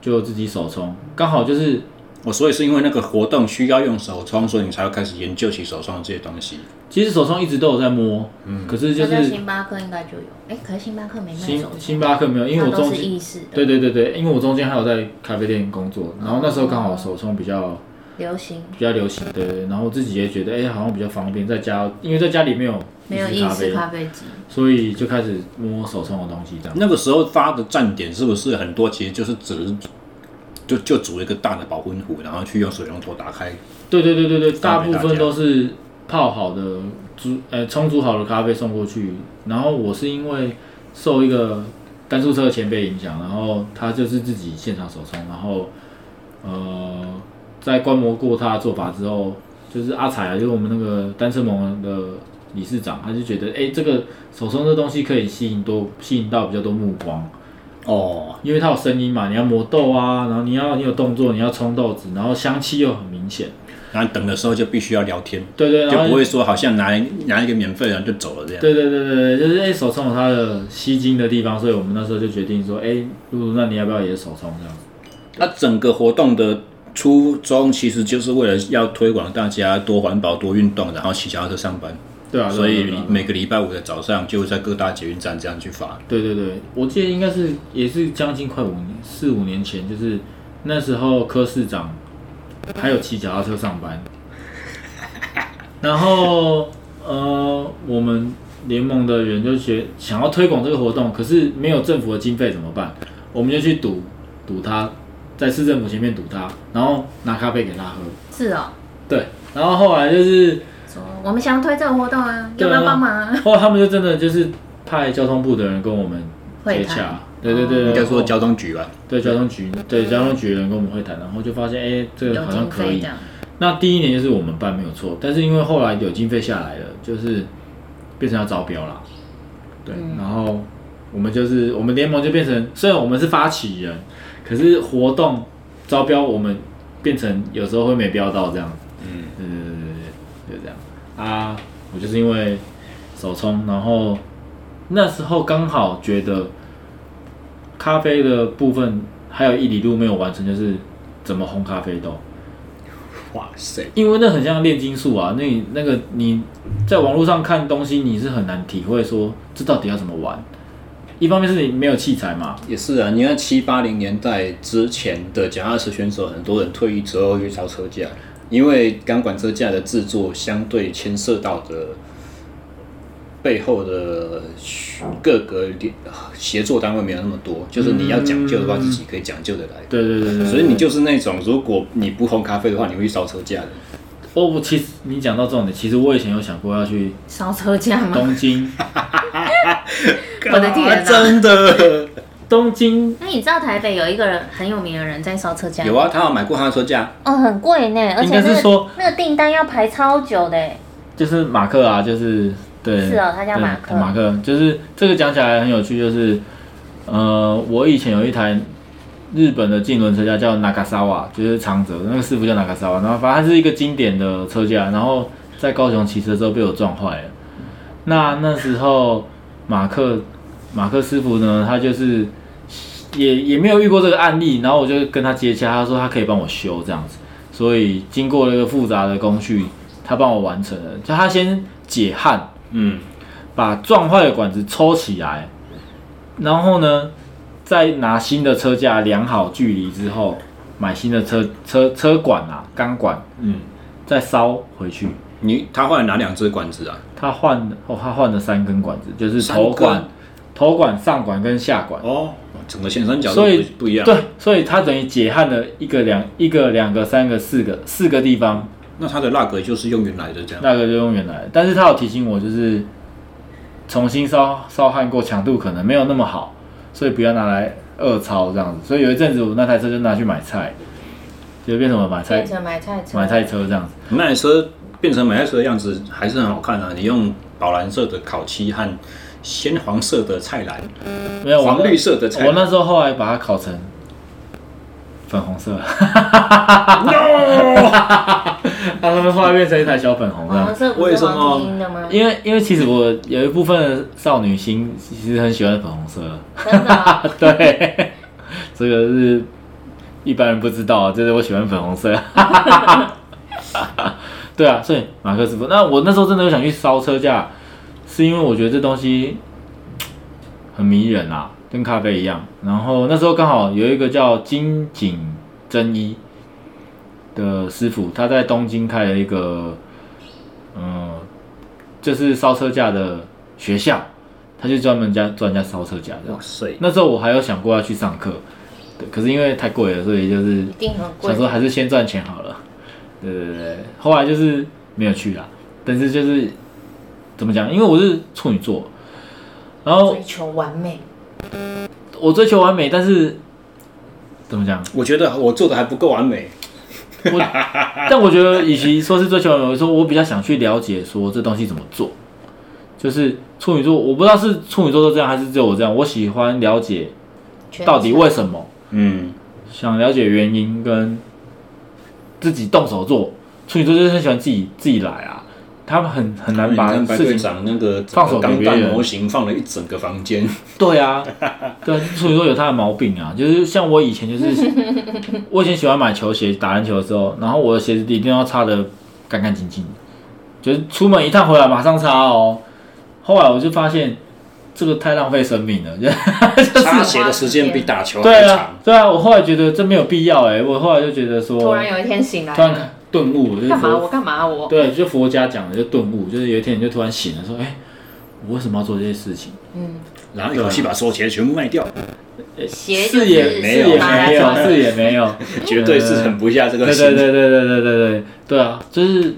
[SPEAKER 3] 就自己手冲，刚好就是
[SPEAKER 1] 我哦所以是因为那个活动需要用手冲，所以你才要开始研究起手冲这些东西。
[SPEAKER 3] 其实手冲一直都有在摸，可是就
[SPEAKER 2] 那在
[SPEAKER 3] 是
[SPEAKER 2] 星巴克应该就有，哎，可是星巴克没卖
[SPEAKER 3] 星
[SPEAKER 2] 手机，
[SPEAKER 3] 星巴克没有，因为我
[SPEAKER 2] 它都
[SPEAKER 3] 中
[SPEAKER 2] 是
[SPEAKER 3] 间
[SPEAKER 2] 意式的，
[SPEAKER 3] 对对对对，因为我中间还有在咖啡店工作，然后那时候刚好手冲比较。
[SPEAKER 2] 流行
[SPEAKER 3] 比较流行对对，对然后我自己也觉得，哎、好像比较方便，在家，因为在家里没有
[SPEAKER 2] 没有
[SPEAKER 3] 意式
[SPEAKER 2] 意
[SPEAKER 3] 咖
[SPEAKER 2] 式
[SPEAKER 3] 啡，
[SPEAKER 2] 咖啡机，
[SPEAKER 3] 所以就开始摸手冲的东西，这样。
[SPEAKER 1] 那个时候发的站点是不是很多？其实就是只是就就煮一个大的保温壶，然后去用水龙头打开。
[SPEAKER 3] 对对对对对，大
[SPEAKER 1] 方便
[SPEAKER 3] 部
[SPEAKER 1] 大家
[SPEAKER 3] 分都是泡好的煮，呃，冲煮好的咖啡送过去。然后我是因为受一个单速车的前辈影响，然后他就是自己现场手冲，然后呃，在观摩过他的做法之后，就是阿彩啊，就是我们那个单车盟的理事长，他就觉得，哎，这个手冲这东西可以吸引多吸引到比较多目光，
[SPEAKER 1] 哦，
[SPEAKER 3] 因为它有声音嘛，你要磨豆啊，然后你要你有动作，你要冲豆子，然后香气又很明显，
[SPEAKER 1] 然后等的时候就必须要聊天，
[SPEAKER 3] 对对，然
[SPEAKER 1] 就
[SPEAKER 3] 后
[SPEAKER 1] 不会说好像拿一拿一个免费然后就走了这样。
[SPEAKER 3] 对对对对，对就是哎、手冲有它的吸睛的地方，所以我们那时候就决定说，哎、露露，那你要不要也手冲这样子？
[SPEAKER 1] 那、整个活动的初衷其实就是为了要推广大家多环保、多运动，然后骑脚踏车上班。
[SPEAKER 3] 对啊，对啊
[SPEAKER 1] 所
[SPEAKER 3] 对
[SPEAKER 1] 以
[SPEAKER 3] 啊
[SPEAKER 1] 每个礼拜五的早上就在各大捷运站这样去发。
[SPEAKER 3] 对对对，我记得应该是也是将近快五年四五年前，就是那时候柯市长还有骑脚踏车上 <laughs> 班，然后呃，我们联盟的人就觉想要推广这个活动，可是没有政府的经费怎么办？我们就去赌赌他，在市政府前面赌他，然后拿咖啡给他喝。
[SPEAKER 2] 是哦，
[SPEAKER 3] 对，然后后来
[SPEAKER 2] <laughs>
[SPEAKER 3] 就是
[SPEAKER 2] 说我们想要推这个活动啊，要
[SPEAKER 3] 对啊
[SPEAKER 2] 不要帮忙啊？
[SPEAKER 3] 后来他们就真的就是派交通部的人跟我们接
[SPEAKER 2] 会谈哦
[SPEAKER 3] 洽。对对对，
[SPEAKER 1] 应该说
[SPEAKER 3] 然后
[SPEAKER 1] 交通局吧，
[SPEAKER 3] 对交通局，对交通局的人跟我们会谈，然后就发现，哎、这个
[SPEAKER 2] 有
[SPEAKER 3] 好像
[SPEAKER 2] 经
[SPEAKER 3] 可
[SPEAKER 2] 费
[SPEAKER 3] 以
[SPEAKER 2] 这。样，
[SPEAKER 3] 那第一年就是我们办没有错，但是因为后来有经费下来了，就是变成要招标啦。对，然后我们就是我们联盟就变成，虽然我们是发起人，可是活动招标我们变成有时候会没标到这样子。嗯，对对对对对，就这样啊。我就是因为手冲，然后那时候刚好觉得咖啡的部分还有一里路没有完成，就是怎么烘咖啡豆。
[SPEAKER 1] 哇塞，
[SPEAKER 3] 因为那很像炼金术啊，那你那个你在网络上看东西，你是很难体会说这到底要怎么玩。一方面是你没有器材嘛，
[SPEAKER 1] 也是啊。你看七八零年代之前的脚踏车选手，很多人退役之后去找车架，因为钢管车架的制作相对牵涉到的背后的各个联协作单位没有那么多，就是你要讲究的话，自己可以讲究的来。
[SPEAKER 3] 对对对对
[SPEAKER 1] 所以你就是那种，如果你不烘咖啡的话，你会去烧车架的。
[SPEAKER 3] 哦，我其实你讲到重点，其实我以前有想过要去
[SPEAKER 2] 烧车架吗？
[SPEAKER 3] 东京，
[SPEAKER 2] 我的啊天哪！
[SPEAKER 1] 真的
[SPEAKER 3] 东京
[SPEAKER 2] 那你知道台北有一个人很有名的人在烧车架？
[SPEAKER 1] 有啊，他有买过他的车架，
[SPEAKER 2] 哦，很贵呢，而
[SPEAKER 3] 应
[SPEAKER 2] 且
[SPEAKER 3] 该
[SPEAKER 2] 那
[SPEAKER 3] 是
[SPEAKER 2] 个
[SPEAKER 3] 说
[SPEAKER 2] 那个订单要排超久的。
[SPEAKER 3] 就是马克啊，就是对，
[SPEAKER 2] 是哦他叫
[SPEAKER 3] 对
[SPEAKER 2] 马克
[SPEAKER 3] 马克就是这个讲起来很有趣，就是呃，我以前有一台日本的竞轮车架叫 Nagasawa，就是长泽，那个师傅叫 Nagasawa，然后反正它是一个经典的车架，然后在高雄骑车之后被我撞坏了。那那时候马克马克师傅呢，他就是也也没有遇过这个案例，然后我就跟他接洽，他说他可以帮我修这样子，所以经过了一个复杂的工序，他帮我完成了，就他先解焊，
[SPEAKER 1] 嗯，
[SPEAKER 3] 把撞坏的管子抽起来，然后呢，再拿新的车架量好距离之后，买新的车车车管啊钢管，
[SPEAKER 1] 嗯，
[SPEAKER 3] 再烧回去。
[SPEAKER 1] 你他换了哪两只管子啊？
[SPEAKER 3] 他换哦，他换了三根管子，就是
[SPEAKER 1] 三
[SPEAKER 3] 头管
[SPEAKER 1] 根、
[SPEAKER 3] 头管、上管跟下管。
[SPEAKER 1] 哦，整个前三角都
[SPEAKER 3] 所以
[SPEAKER 1] 不不一样。
[SPEAKER 3] 对，，所以他等于解焊了一个两一个两个三个四个四个地方，
[SPEAKER 1] 那它的蜡格就是用原来的这样。
[SPEAKER 3] 那个就用原来的。但是他有提醒我，就是重新烧烧焊过，强度可能没有那么好，所以不要拿来二超这样子。所以有一阵子我那台车就拿去买菜，就变成我买菜
[SPEAKER 2] 变成买菜车，
[SPEAKER 3] 买菜车这样子。
[SPEAKER 1] 那台车变成买菜车的样子还是很好看啊！你用宝蓝色的烤漆和鲜黄色的菜篮，
[SPEAKER 3] 没有我
[SPEAKER 1] 黄
[SPEAKER 3] 那
[SPEAKER 1] 绿色的菜
[SPEAKER 3] 我那时候后来把它烤成粉红 <laughs> 色，它后面后来变成一台小粉红这样
[SPEAKER 2] 黄。色不
[SPEAKER 1] 为
[SPEAKER 2] 哦是
[SPEAKER 1] 什么
[SPEAKER 2] 黄金的吗？
[SPEAKER 3] 因为因为其实我有一部分少女心其实很喜欢粉红色，
[SPEAKER 2] 真的哦、
[SPEAKER 3] <laughs> 对，这个是一般人不知道，啊就是我喜欢粉红色。 <laughs> 对啊，所以马克思傅，那我那时候真的有想去烧车架，是因为我觉得这东西很迷人啊，跟咖啡一样。然后那时候刚好有一个叫金井真一的师傅，他在东京开了一个，嗯，就是烧车架的学校，他就专门教专家烧车架这样
[SPEAKER 1] 哇。塞！
[SPEAKER 3] 那时候我还有想过要去上课，对，可是因为太贵了，所以就是
[SPEAKER 2] 一定很贵
[SPEAKER 3] <laughs> 想。说还是先赚钱好了。对对对，后来就是没有去啦。但是就是怎么讲，因为我是处女座，然后
[SPEAKER 2] 追求完美，
[SPEAKER 3] 我追求完美，但是怎么讲，
[SPEAKER 1] 我觉得我做的还不够完美，
[SPEAKER 3] 我但我觉得，与其说是追求完美，我说我比较想去了解说这东西怎么做。就是处女座，我不知道是处女座都这样，还是只有我这样。我喜欢了解
[SPEAKER 2] 全
[SPEAKER 3] 到底为什么，
[SPEAKER 1] 嗯，
[SPEAKER 3] 想了解原因跟自己动手做。处女座就是很喜欢自己自己来啊，他们很很难
[SPEAKER 1] 你
[SPEAKER 3] 把
[SPEAKER 1] 看白队
[SPEAKER 3] 事情
[SPEAKER 1] 长那个
[SPEAKER 3] 放手给
[SPEAKER 1] 钢
[SPEAKER 3] 别
[SPEAKER 1] 弹
[SPEAKER 3] 人
[SPEAKER 1] 模型放了一整个房
[SPEAKER 3] <laughs>
[SPEAKER 1] 间，
[SPEAKER 3] 对啊，对啊，所以说有他的毛病啊，就是像我以前就是， <laughs> 我以前喜欢买球鞋，打篮球的时候，然后我的鞋子一定要擦的干干净净，就是出门一趟回来马上擦哦。后来我就发现这个太浪费生命了，就
[SPEAKER 1] 擦鞋的时间比打球
[SPEAKER 3] 啊对
[SPEAKER 1] 还
[SPEAKER 3] 啊
[SPEAKER 1] 长。，
[SPEAKER 3] 对啊，我后来觉得这没有必要哎、我后来就觉得说，
[SPEAKER 2] 突然有一天醒来
[SPEAKER 3] 突然
[SPEAKER 2] 了，
[SPEAKER 3] 顿悟，就是
[SPEAKER 2] 干嘛
[SPEAKER 3] 佛
[SPEAKER 2] 我干嘛我？
[SPEAKER 3] 对，就佛家讲的就顿悟，就是有一天你就突然醒了，说，哎、我为什么要做这些事情？
[SPEAKER 2] 嗯，
[SPEAKER 1] 然后一口气把所有鞋全部卖掉，
[SPEAKER 3] 啊
[SPEAKER 5] 鞋就是
[SPEAKER 3] 也
[SPEAKER 1] 没有
[SPEAKER 3] 是也
[SPEAKER 5] 拿
[SPEAKER 3] 没
[SPEAKER 5] 来
[SPEAKER 3] 有，
[SPEAKER 5] 穿
[SPEAKER 3] 是也没有。
[SPEAKER 1] 绝对是很不下这个
[SPEAKER 3] 对
[SPEAKER 1] 心。
[SPEAKER 3] 对对对对对对对对啊！就是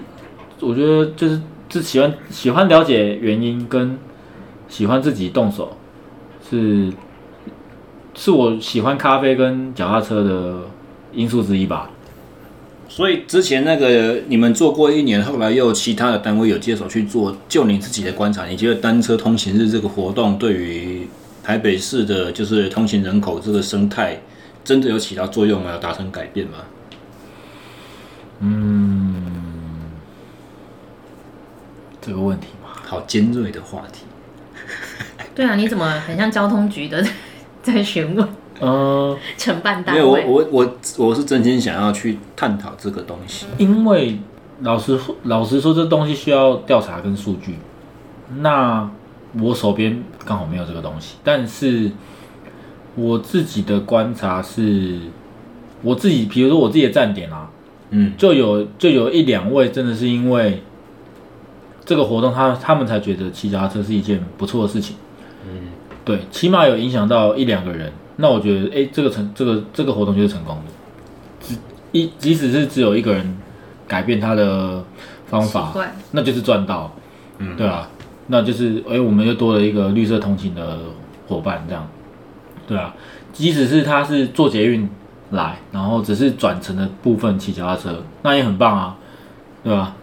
[SPEAKER 3] 我觉得就是就喜欢喜欢了解原因跟喜欢自己动手是是我喜欢咖啡跟脚踏车的因素之一吧。
[SPEAKER 1] 所以之前那个你们做过一年，后来又有其他的单位有接手去做。就你自己的观察，你觉得单车通勤日这个活动对于台北市的，就是通勤人口这个生态，真的有起到作用吗？有达成改变吗？
[SPEAKER 3] 这个问题嘛，
[SPEAKER 1] 好尖锐的话题。
[SPEAKER 2] 对啊，你怎么很像交通局的 <laughs> 在询问
[SPEAKER 3] 嗯、
[SPEAKER 2] 承办单
[SPEAKER 1] 没有，我
[SPEAKER 2] 位？
[SPEAKER 1] 我我我是真心想要去探讨这个东西。
[SPEAKER 3] 因为老实老实说，这东西需要调查跟数据。那我手边刚好没有这个东西，但是我自己的观察是，我自己比如说我自己的站点啊，
[SPEAKER 1] 嗯，
[SPEAKER 3] 就有就有一两位真的是因为这个活动他，他们才觉得骑脚踏车是一件不错的事情。嗯，对，起码有影响到一两个人，那我觉得，哎、这个成这个这个活动就是成功的。只一即使是只有一个人改变他的方法
[SPEAKER 2] 习惯，
[SPEAKER 3] 那就是赚到。嗯，对啊，那就是哎、我们又多了一个绿色通勤的伙伴，这样，对啊。即使是他是坐捷运来，然后只是转乘的部分骑脚踏车，那也很棒啊，对吧？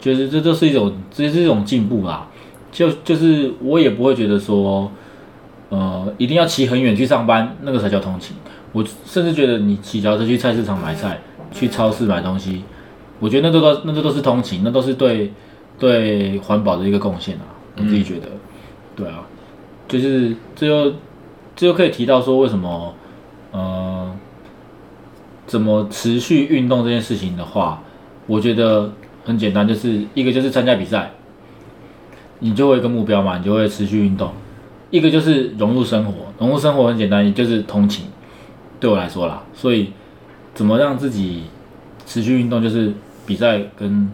[SPEAKER 3] 就是这就是一种，这是一种进步啦。就就是我也不会觉得说，呃，一定要骑很远去上班，那个才叫通勤。我甚至觉得你骑脚踏车去菜市场买菜，去超市买东西，我觉得那都都那都都是通勤，那都是对对环保的一个贡献啊。我自己觉得，对啊，就是这就这就可以提到说为什么，呃，怎么持续运动这件事情的话，我觉得很简单，就是一个就是参加比赛，你就会有一个目标嘛，你就会持续运动；一个就是融入生活，融入生活很简单，也就是通勤。对我来说啦，所以怎么让自己持续运动，就是比赛跟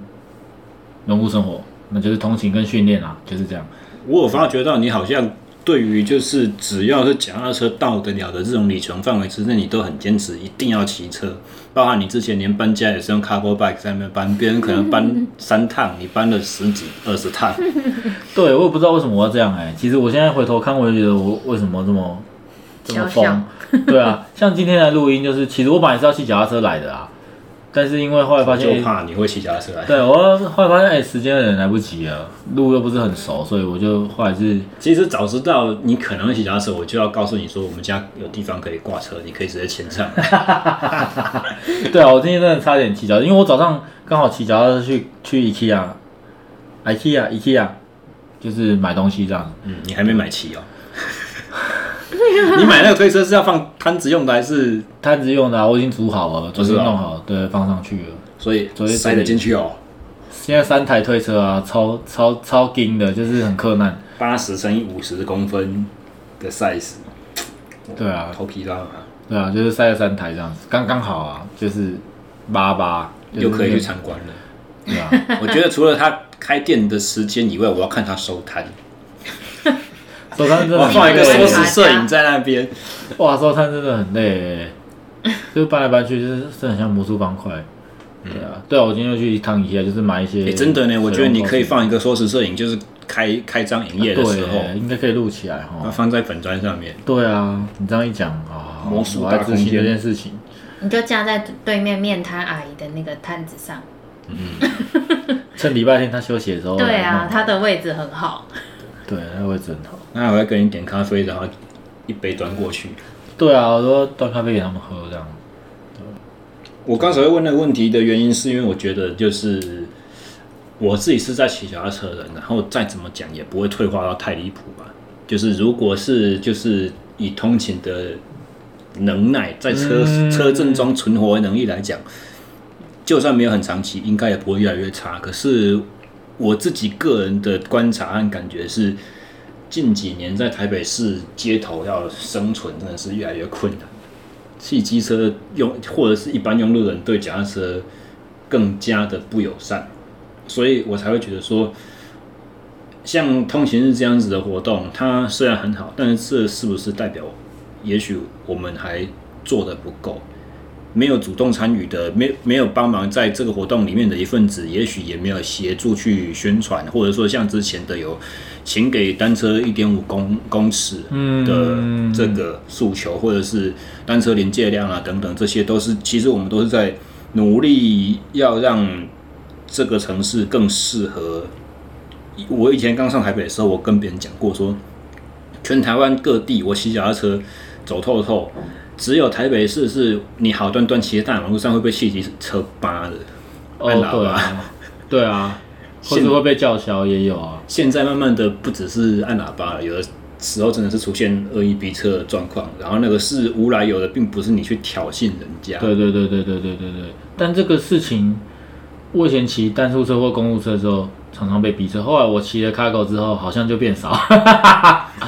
[SPEAKER 3] 融入生活，那就是通勤跟训练啊，就是这样。
[SPEAKER 1] 我有发觉到你好像对于就是只要是脚踏车到得了的这种里程范围之内，你都很坚持一定要骑 <laughs> 车。包含你之前连搬家也是用 cargo bike 在那边搬，别人可能搬三趟，你搬了十几二十趟。
[SPEAKER 3] 对，我也不知道为什么我要这样哎、其实我现在回头看，我也觉得我为什么这么这么
[SPEAKER 2] 肖像
[SPEAKER 3] 疯？对啊， <laughs> 像今天的录音就是，其实我本来是要骑脚踏车来的啊，但是因为后来发
[SPEAKER 1] 就
[SPEAKER 3] 现，
[SPEAKER 1] 怕你会骑脚踏车来。
[SPEAKER 3] 对我后来发现，哎、时间有点来不及了，路又不是很熟，所以我就后来是
[SPEAKER 1] 其实早知道你可能会骑脚踏车，我就要告诉你说，我们家有地方可以挂车，你可以直接牵 <laughs> 上来。
[SPEAKER 3] 对啊，我今天真的差点骑脚，因为我早上刚好骑脚踏车去去 IKEA，IKEA，IKEA 就是买东西这样。
[SPEAKER 1] 嗯，你还没买齐哦。 <laughs> 你买那个推车是要放摊子用的，还是
[SPEAKER 3] 摊子用的、啊、我已经煮好了，昨
[SPEAKER 1] 是
[SPEAKER 3] 天
[SPEAKER 1] 哦
[SPEAKER 3] 弄好，对，放上去了。
[SPEAKER 1] 所以
[SPEAKER 3] 昨天
[SPEAKER 1] 塞得进去哦？
[SPEAKER 3] 现在三台推车啊，超超超硬的，就是很困难。
[SPEAKER 1] 八十乘以五十公分的 size，
[SPEAKER 3] 对啊，
[SPEAKER 1] 头皮拉嘛，
[SPEAKER 3] 对啊，就是塞了三台这样子，刚刚好啊，就是八八，
[SPEAKER 1] 又可以去
[SPEAKER 3] 尝。
[SPEAKER 1] 参观了。
[SPEAKER 3] 对啊，
[SPEAKER 1] <laughs> 我觉得除了他开店的时间以外，我要看他收摊。
[SPEAKER 3] 收摊真的
[SPEAKER 1] 我
[SPEAKER 3] 很
[SPEAKER 1] 放一个收
[SPEAKER 3] 累
[SPEAKER 1] 拾摄影在那边，
[SPEAKER 3] 哇，收摊真的很累欸，就搬来搬去，就是真的很像魔术方块。对啊，对啊，我今天又去一趟一下，就是买一些、
[SPEAKER 1] 诶哎真的呢，嗯我觉得你可以放一个收拾摄影，就是开开张营业的时候，
[SPEAKER 3] 对，应该可以录起来
[SPEAKER 1] 把它
[SPEAKER 3] 哈。
[SPEAKER 1] 放在粉砖上面。
[SPEAKER 3] 对啊，你这样一讲啊，
[SPEAKER 1] 魔术
[SPEAKER 3] 我
[SPEAKER 1] 大
[SPEAKER 3] 还
[SPEAKER 1] 空
[SPEAKER 3] 执
[SPEAKER 1] 间
[SPEAKER 3] 行这件事情。
[SPEAKER 2] 你就架在对面面摊阿姨的那个摊子上。
[SPEAKER 3] 趁礼拜天他休息的时候来弄，
[SPEAKER 2] 对啊，她的位置很好。
[SPEAKER 3] 对，那会真好。
[SPEAKER 1] 那我要跟你点咖啡，然后一杯端过去。
[SPEAKER 3] 对啊，我说端咖啡给他们喝这样。
[SPEAKER 1] 我刚才会问那个问题的原因，是因为我觉得就是。我自己是在骑脚踏车的人，然后再怎么讲也不会退化到太离谱吧。就是如果是就是以通勤的能耐，在车、
[SPEAKER 3] 嗯
[SPEAKER 1] 车阵中存活的能力来讲，就算没有很长期，应该也不会越来越差。可是我自己个人的观察和感觉是，近几年在台北市街头要生存真的是越来越困难。汽机车用或者是一般用路人对脚踏车更加的不友善，所以我才会觉得说，像通勤日这样子的活动，它虽然很好，但是这是不是代表，也许我们还做的不够？没有主动参与的，没没有帮忙在这个活动里面的一份子，也许也没有协助去宣传，或者说像之前的有，请给单车一点五公公尺嗯的
[SPEAKER 3] 嗯
[SPEAKER 1] 这个诉求，或者是单车临界量啊等等，这些都是其实我们都是在努力要让这个城市更适合。我以前刚上台北的时候，我跟别人讲过说，全台湾各地我骑脚踏车走透透，只有台北市是你好端端骑在大马路上会被汽机车扒的，
[SPEAKER 3] 哦，
[SPEAKER 1] 按喇
[SPEAKER 3] 对
[SPEAKER 1] 叭。
[SPEAKER 3] 啊，
[SPEAKER 1] <laughs>
[SPEAKER 3] 对啊，或
[SPEAKER 1] 现
[SPEAKER 3] 者会被叫嚣也有啊。
[SPEAKER 1] 现在慢慢的不只是按喇叭了，有的时候真的是出现恶意逼车的状况，然后那个是无来由的，并不是你去挑衅人家。 <laughs>
[SPEAKER 3] 对对对对对对对对。但这个事情，我以前骑单速车或公路车的时候，常常被逼车。后来我骑了 cargo 之后，好像就变少，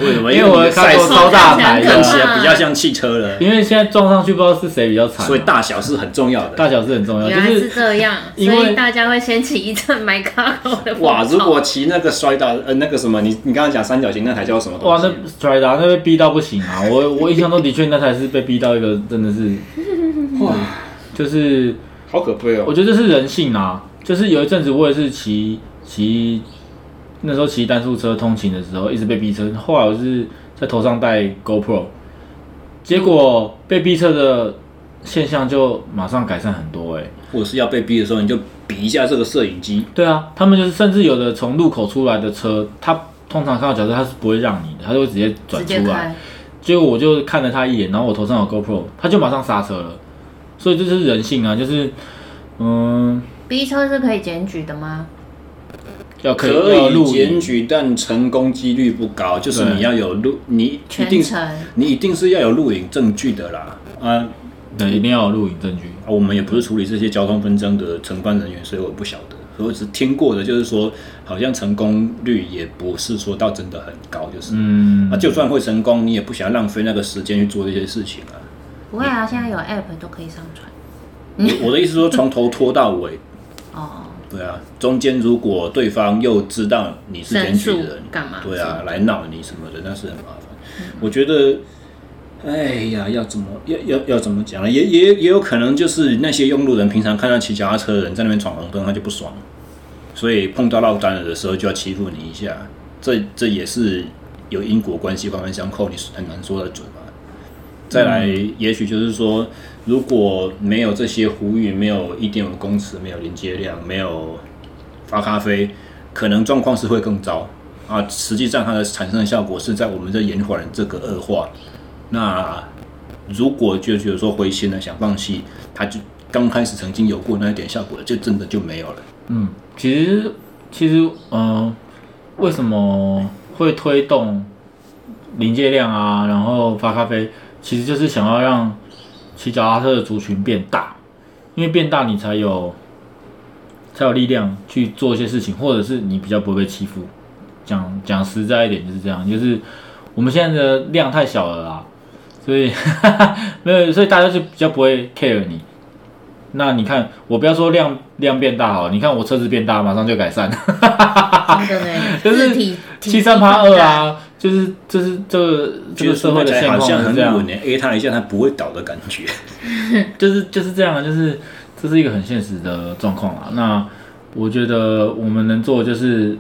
[SPEAKER 1] 为什么？
[SPEAKER 3] 因
[SPEAKER 1] 因
[SPEAKER 3] 为我
[SPEAKER 1] 你
[SPEAKER 3] 的
[SPEAKER 1] 的
[SPEAKER 3] cargo
[SPEAKER 1] 赛事
[SPEAKER 3] 超大牌
[SPEAKER 1] 看
[SPEAKER 2] 看起
[SPEAKER 1] 起
[SPEAKER 3] 的，
[SPEAKER 1] 来比较像汽车
[SPEAKER 3] <laughs>
[SPEAKER 1] 了，
[SPEAKER 3] <laughs> 因为现在撞上去不知道是谁比较惨啊、
[SPEAKER 1] 所以大小是很重要的。
[SPEAKER 3] 大小是很重要，呃就
[SPEAKER 2] 原来
[SPEAKER 3] 是
[SPEAKER 2] 是这样，
[SPEAKER 3] 因
[SPEAKER 2] 所
[SPEAKER 3] 为
[SPEAKER 2] 以大家会掀起一阵买 cargo 的风
[SPEAKER 1] 哇！
[SPEAKER 2] 潮
[SPEAKER 1] 如果骑那个摔到呃那个什么，你你刚刚讲三角形那台叫什么东
[SPEAKER 3] 哇，
[SPEAKER 1] 西？
[SPEAKER 3] 那 Strada 那被逼到不行啊！我我印象中的确那才是被逼到一个真的是，哇，就是
[SPEAKER 1] 好可悲
[SPEAKER 3] 我
[SPEAKER 1] 哦！
[SPEAKER 3] 觉得这是人性啊。就是有一阵子我也是骑骑那时候骑单速车通勤的时候，一直被逼车，后来我是在头上戴 GoPro，结果被逼车的现象就马上改善很多哎、
[SPEAKER 1] 或者是要被逼的时候，你就比一下这个摄影机，
[SPEAKER 3] 对啊，他们就是甚至有的从路口出来的车，他通常看到角色他是不会让你的，他就会直接转
[SPEAKER 2] 直
[SPEAKER 3] 出
[SPEAKER 2] 接
[SPEAKER 3] 来。
[SPEAKER 2] 开，
[SPEAKER 3] 结果我就看了他一眼，然后我头上有 GoPro，他就马上刹车了。所以这就是人性啊，就是嗯，
[SPEAKER 2] 逼车是可以检举的吗？
[SPEAKER 3] 要可
[SPEAKER 1] 可
[SPEAKER 3] 要录
[SPEAKER 1] 以
[SPEAKER 3] 影
[SPEAKER 1] 检举，但成功几率不高。就是
[SPEAKER 3] 对
[SPEAKER 1] 你要有录，你一
[SPEAKER 2] 全
[SPEAKER 1] 定
[SPEAKER 2] 程
[SPEAKER 1] 你一定是要有录影证据的啦。啊，
[SPEAKER 3] 对，一定要有录影证据。
[SPEAKER 1] 啊，我们也不是处理这些交通纷争的承办人员，所以我不晓得。所以我只听过的就是说，好像成功率也不是说到真的很高，就是、
[SPEAKER 3] 嗯，
[SPEAKER 1] 啊，就算会成功，你也不想浪费那个时间去做这些事情啊。
[SPEAKER 2] 不会啊，现在有 app 都可以上传嗯
[SPEAKER 1] 我我的意思是说，从头拖到尾，
[SPEAKER 2] 哦。
[SPEAKER 1] 对啊，中间如果对方又知道你是检举
[SPEAKER 2] 申
[SPEAKER 1] 人
[SPEAKER 2] 诉，干嘛
[SPEAKER 1] 对啊，来闹你什么的，那是很麻烦。我觉得，哎呀，要怎么要要要怎么讲呢？也也也有可能就是那些用路人平常看到骑脚踏车的人在那边闯红灯，他就不爽，所以碰到落单了的时候就要欺负你一下。这这也是有因果关系环环相扣，你是很难说得准吧？再来，也许就是说，如果没有这些呼吁，没有一点五公尺，没有临界量，没有发咖啡，可能状况是会更糟啊。实际上，它的产生的效果是在我们这延缓这个恶化。那如果就觉得说灰心了，想放弃，它就刚开始曾经有过那一点效果，就真的就没有了。
[SPEAKER 3] 嗯，其实其实嗯、呃为什么会推动临界量啊，然后发咖啡，其实就是想要让骑脚踏车的族群变大，因为变大你才有才有力量去做一些事情，或者是你比较不会被欺负。讲讲实在一点就是这样，就是我们现在的量太小了啦，所以 <laughs> 没有，所以大家就比较不会 care 你。那你看，我不要说量量变大好了，你看我车子变大，马上就改善。
[SPEAKER 2] 真的呢，
[SPEAKER 3] 就是
[SPEAKER 2] 字体
[SPEAKER 3] 七三八二，啊，就是就是这个这个社会的现
[SPEAKER 1] 好
[SPEAKER 3] 况
[SPEAKER 1] 像
[SPEAKER 3] 是
[SPEAKER 1] 很
[SPEAKER 3] 这样
[SPEAKER 1] 稳，诶、a 它一下它不会倒的感觉。
[SPEAKER 3] 就是就是这样啊，就是这是一个很现实的状况啦。那我觉得我们能做的就是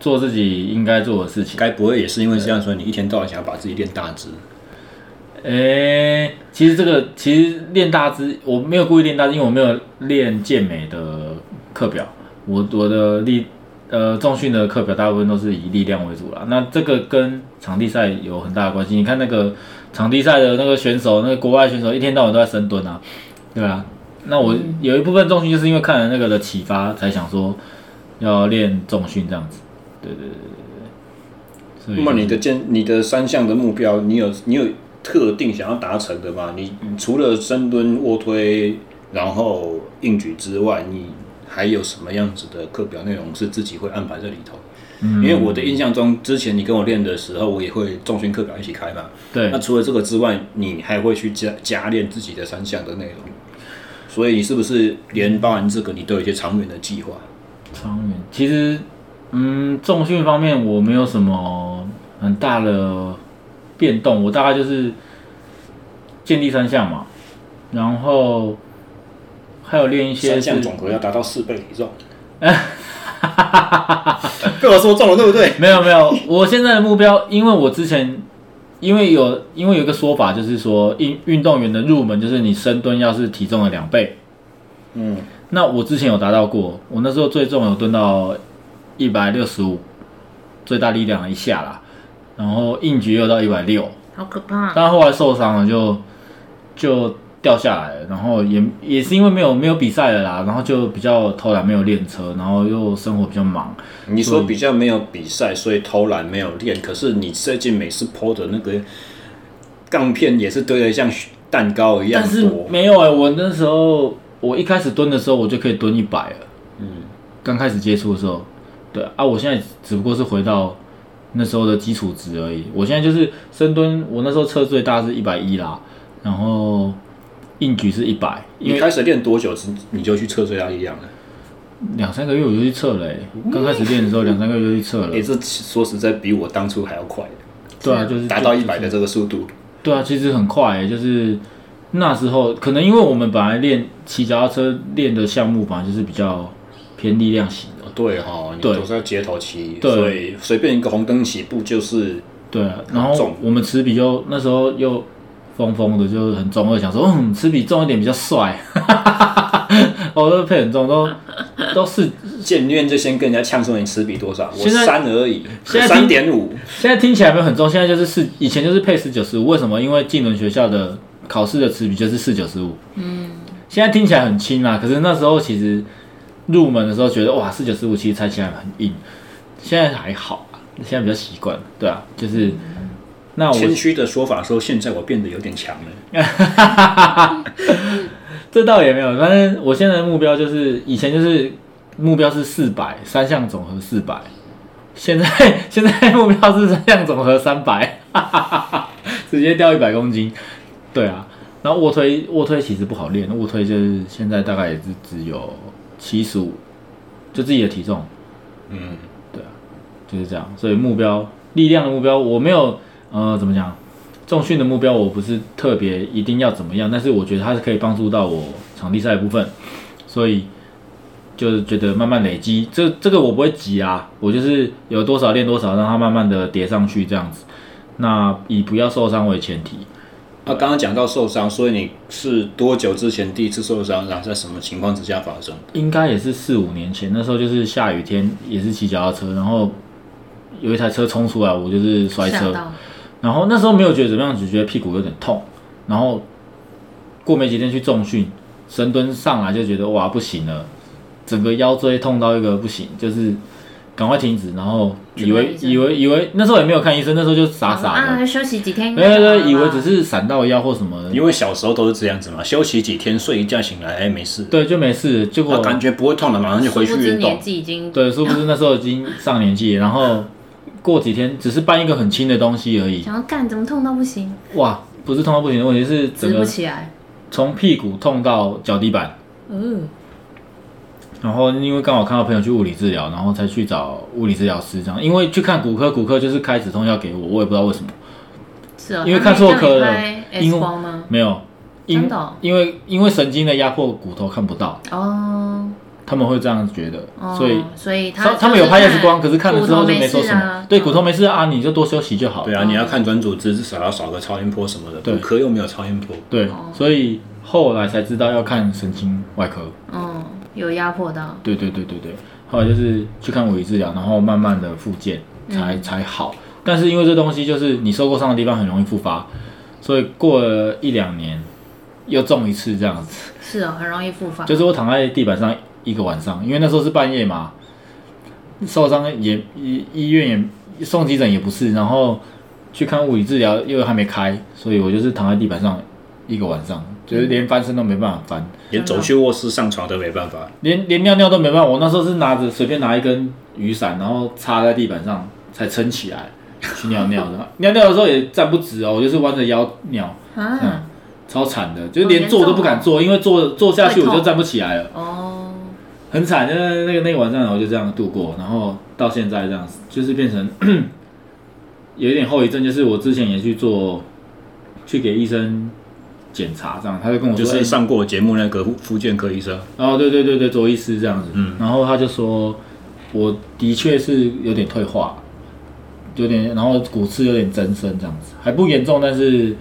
[SPEAKER 3] 做自己应该做的事情。
[SPEAKER 1] 该不会也是因为这样，所以你一天到晚想要把自己练大只？
[SPEAKER 3] 诶、其实这个其实练大肢，我没有故意练大肢，因为我没有练健美的课表，我我的力呃重训的课表大部分都是以力量为主啦。那这个跟场地赛有很大的关系。你看那个场地赛的那个选手，那个国外选手一天到晚都在深蹲啊，对啊。那我有一部分重训就是因为看了那个的启发，才想说要练重训这样子。对对对对对对。所以
[SPEAKER 1] 那么你的健，你的三项的目标，你有你有特定想要达成的吗？你你除了深蹲、卧推，然后硬举之外，你还有什么样子的课表内容是自己会安排在里头？
[SPEAKER 3] 嗯
[SPEAKER 1] 因为我的印象中，之前你跟我练的时候，我也会重训课表一起开嘛。
[SPEAKER 3] 对
[SPEAKER 1] 那除了这个之外，你还会去加加练自己的三项的内容，所以你是不是连包含这个，你都有一些长远的计划？
[SPEAKER 3] 长远，其实，嗯，重训方面我没有什么很大的变动，我大概就是建立三项嘛，然后还有练一些
[SPEAKER 1] 三
[SPEAKER 3] 是
[SPEAKER 1] 项总和要达到四倍体
[SPEAKER 3] <laughs>
[SPEAKER 1] 重。被我说中了，对不对？
[SPEAKER 3] 没有没有，我现在的目标，因为我之前因为有因为有一个说法，就是说运运动员的入门就是你深蹲要是体重的两倍。
[SPEAKER 1] 嗯，
[SPEAKER 3] 那我之前有达到过，我那时候最重有蹲到一百六十五，最大力量的一下啦，然后硬举又到一百六，
[SPEAKER 2] 好可怕！
[SPEAKER 3] 但后来受伤了就就掉下来了，然后也也是因为没有没有比赛了啦，然后就比较偷懒，没有练车，然后又生活比较忙，
[SPEAKER 1] 你说比较没有比赛，所以偷懒没有练。可是你最近每次剖的那个杠片也是堆得像蛋糕一样
[SPEAKER 3] 但是
[SPEAKER 1] 多。
[SPEAKER 3] 没有哎、我那时候我一开始蹲的时候，我就可以蹲一百了。
[SPEAKER 1] 嗯，
[SPEAKER 3] 刚开始接触的时候，对啊，我现在只不过是回到那时候的基础值而已。我现在就是深蹲，我那时候测最大是一百一啦，然后硬举是一百，因
[SPEAKER 1] 你
[SPEAKER 3] 为
[SPEAKER 1] 开始练多久之你就去测最大力量了？
[SPEAKER 3] 两三个月我就去测了、欸。刚开始练的时候，两三个月就去测
[SPEAKER 1] <laughs>
[SPEAKER 3] 了
[SPEAKER 1] 也。是说实在比我当初还要快，
[SPEAKER 3] 对啊，就是
[SPEAKER 1] 达到一百的这个速度。
[SPEAKER 3] 对啊，其实很快、欸，就是那时候可能因为我们本来练骑脚踏车练的项目本来就是比较偏力量型的。
[SPEAKER 1] 对哈、哦，你
[SPEAKER 3] 对
[SPEAKER 1] 都是要街头骑，
[SPEAKER 3] 对
[SPEAKER 1] 所以随便一个红灯起步就是
[SPEAKER 3] 对啊，然后
[SPEAKER 1] 重
[SPEAKER 3] 我们持笔就那时候又疯疯的，就很中二，想说嗯，持笔重一点比较帅。 <laughs> 我都配很重，都都是
[SPEAKER 1] 见面就先跟人家呛说你齿比多少，我
[SPEAKER 3] 现在
[SPEAKER 1] 三而已，
[SPEAKER 3] 现在
[SPEAKER 1] 三点五，
[SPEAKER 3] 现在听起来没有很重，现在就是四，以前就是配四九十五，为什么？因为进轮学校的考试的持笔就是四九十五，嗯，现在听起来很轻啊啦，可是那时候其实入门的时候觉得哇，四九十五其实踩起来很硬，现在还好啊，现在比较习惯了，对啊，就是那我
[SPEAKER 1] 谦虚的说法说现在我变得有点强了。
[SPEAKER 3] 这倒也没有，反正我现在的目标就是以前就是目标是四百，三项总和四百，现在 <laughs> 现在目标是三项总和三百， <laughs> 直接掉一百公斤。对啊，然后卧推卧推其实不好练，卧推就是现在大概也是只有七十五，就自己的体重啊
[SPEAKER 1] 嗯，
[SPEAKER 3] 就是这样，所以目标力量的目标我没有呃怎么讲，重训的目标我不是特别一定要怎么样，但是我觉得它是可以帮助到我场地赛的部分，所以就是觉得慢慢累积，这这个我不会急啊，我就是有多少练多少，让它慢慢的叠上去这样子，那以不要受伤为前提，
[SPEAKER 1] 那啊刚刚讲到受伤，所以你是多久之前第一次受伤，然后在什么情况之下发生？
[SPEAKER 3] 应该也是四五年前，那时候就是下雨天，也是骑脚踏车，然后有一台车冲出来，我就是摔
[SPEAKER 2] 吓
[SPEAKER 3] 车。
[SPEAKER 2] 到，
[SPEAKER 3] 然后那时候没有觉得怎么样，只觉得屁股有点痛。然后过没几天去重训，深蹲上来就觉得哇不行了，整个腰椎痛到一个不行，就是赶快停止。然后以
[SPEAKER 2] 去看
[SPEAKER 3] 为
[SPEAKER 2] 医生
[SPEAKER 3] 以为以为那时候也没有看医生，那时候就傻傻的，
[SPEAKER 2] 啊，休息几天，
[SPEAKER 3] 没有对，以为只是闪到腰或什么的，
[SPEAKER 1] 因为小时候都是这样子嘛，休息几天，睡一觉醒来，哎，没事，
[SPEAKER 3] 对就没事。结
[SPEAKER 1] 啊
[SPEAKER 3] 果
[SPEAKER 1] 感觉不会痛了，马上就回去
[SPEAKER 2] 殊不知
[SPEAKER 1] 运
[SPEAKER 2] 年
[SPEAKER 1] 动。
[SPEAKER 2] 纪已经
[SPEAKER 3] 对，是不是那时候已经上年纪？然后过几天只是搬一个很轻的东西而已，
[SPEAKER 2] 想要干，怎么痛到不行，
[SPEAKER 3] 哇，不是痛到不行的问题是
[SPEAKER 2] 直
[SPEAKER 3] 整
[SPEAKER 2] 不
[SPEAKER 3] 个
[SPEAKER 2] 起来。
[SPEAKER 3] 从屁股痛到脚底板。
[SPEAKER 2] 嗯，
[SPEAKER 3] 然后因为刚好看到朋友去物理治疗，然后才去找物理治疗师这样。因为去看骨科，骨科就是开止痛药给我，我也不知道为什么
[SPEAKER 2] 是哦，
[SPEAKER 3] 因为
[SPEAKER 2] 他
[SPEAKER 3] 看
[SPEAKER 2] 没
[SPEAKER 3] 错
[SPEAKER 2] 叫
[SPEAKER 3] 科
[SPEAKER 2] 你
[SPEAKER 3] 了
[SPEAKER 2] 拍
[SPEAKER 3] 因
[SPEAKER 2] X
[SPEAKER 3] 为
[SPEAKER 2] 光吗？
[SPEAKER 3] 没有。因
[SPEAKER 2] 真的哦
[SPEAKER 3] 因为因为神经的压迫骨头看不到，
[SPEAKER 2] 哦，
[SPEAKER 3] 他们会这样觉得，
[SPEAKER 2] 哦
[SPEAKER 3] 所以
[SPEAKER 2] 所以
[SPEAKER 3] 他
[SPEAKER 2] 他
[SPEAKER 3] 他们有拍 X 光，可是看了之后就没
[SPEAKER 2] 没
[SPEAKER 3] 说什么。对，骨头没事啊，你就多休息就好。
[SPEAKER 1] 对啊，你要看转组织，至少要少个超音波什么的，
[SPEAKER 3] 嗯对
[SPEAKER 1] 骨科又没有超音波。
[SPEAKER 3] 对
[SPEAKER 2] 哦
[SPEAKER 3] 所以后来才知道要看神经外科。
[SPEAKER 2] 嗯，有压迫到，
[SPEAKER 3] 对对对对对，后来就是去看物理治疗，然后慢慢的复健才、才好。但是因为这东西就是你受过伤的地方很容易复发，所以过了一两年又中一次这样子。
[SPEAKER 2] 啊是哦，很容易复发。
[SPEAKER 3] 就是我躺在地板上一个晚上，因为那时候是半夜嘛，受伤也医医院也送急诊也不是，然后去看物理治疗又还没开，所以我就是躺在地板上一个晚上，就是连翻身都没办法翻，
[SPEAKER 1] 连走去卧室上床都没办法。
[SPEAKER 3] 连连尿尿都没办法。我那时候是拿着随便拿一根雨伞，然后插在地板上才撑起来去尿尿的。 <laughs> 尿尿的时候也站不直哦，我就是弯着腰尿，
[SPEAKER 2] 啊，
[SPEAKER 3] 嗯超惨的，就是
[SPEAKER 2] 哦
[SPEAKER 3] 连
[SPEAKER 2] 严
[SPEAKER 3] 坐都
[SPEAKER 2] 重
[SPEAKER 3] 不敢
[SPEAKER 2] 哦
[SPEAKER 3] 坐，因为坐坐下去
[SPEAKER 2] 会
[SPEAKER 3] 我
[SPEAKER 2] 痛
[SPEAKER 3] 就站不起来了。
[SPEAKER 2] 哦，
[SPEAKER 3] 很惨，那那个那个晚上我就这样度过，然后到现在这样子，就是变成 <coughs> 有一点后遗症，就是我之前也去做，去给医生检查，这样他就跟我
[SPEAKER 1] 就
[SPEAKER 3] 说，
[SPEAKER 1] 是
[SPEAKER 3] 哎
[SPEAKER 1] 上过我节目那个复复健科医生，
[SPEAKER 3] 哦，对对对对，周医师这样子，
[SPEAKER 1] 嗯
[SPEAKER 3] 然后他就说，我的确是有点退化，有点，然后骨刺有点增生这样子，还不严重，但是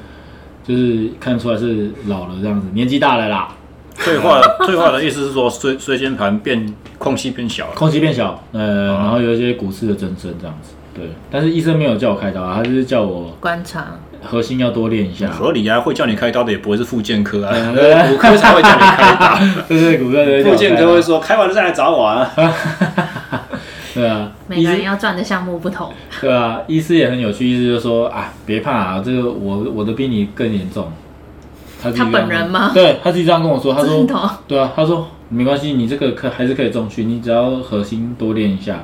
[SPEAKER 3] 就是看出来是老了这样子，年纪大了啦，
[SPEAKER 1] 退化了。退化的意思是说椎椎间盘变空隙变小了。
[SPEAKER 3] 空隙变小，
[SPEAKER 1] 哦
[SPEAKER 3] 呃，然后有一些骨刺的增生这样子。对，但是医生没有叫我开刀啊，他就是叫我
[SPEAKER 2] 观察，
[SPEAKER 3] 核心要多练一 <laughs> 下。
[SPEAKER 1] 合理啊，会叫你开刀的也不会是复健科啊，
[SPEAKER 3] 嗯
[SPEAKER 1] 骨科才会叫你开刀。
[SPEAKER 3] <laughs> 对对，骨
[SPEAKER 1] <laughs>
[SPEAKER 3] 科对
[SPEAKER 1] 复健嗯科会说开完了再来找我啊。
[SPEAKER 3] 对啊，
[SPEAKER 2] 每
[SPEAKER 3] 医
[SPEAKER 2] 个人
[SPEAKER 3] 师
[SPEAKER 2] 要赚的项目不同，
[SPEAKER 3] 对啊，医师也很有趣，医师就说啊，别怕啊，这个我我的比你更严重。他自己
[SPEAKER 2] 他
[SPEAKER 3] 这
[SPEAKER 2] 本
[SPEAKER 3] 样
[SPEAKER 2] 人吗
[SPEAKER 3] 对他自己这样跟我说，他说
[SPEAKER 2] 真的哦
[SPEAKER 3] 对啊，他说没关系，你这个可还是可以重训，你只要核心多练一下。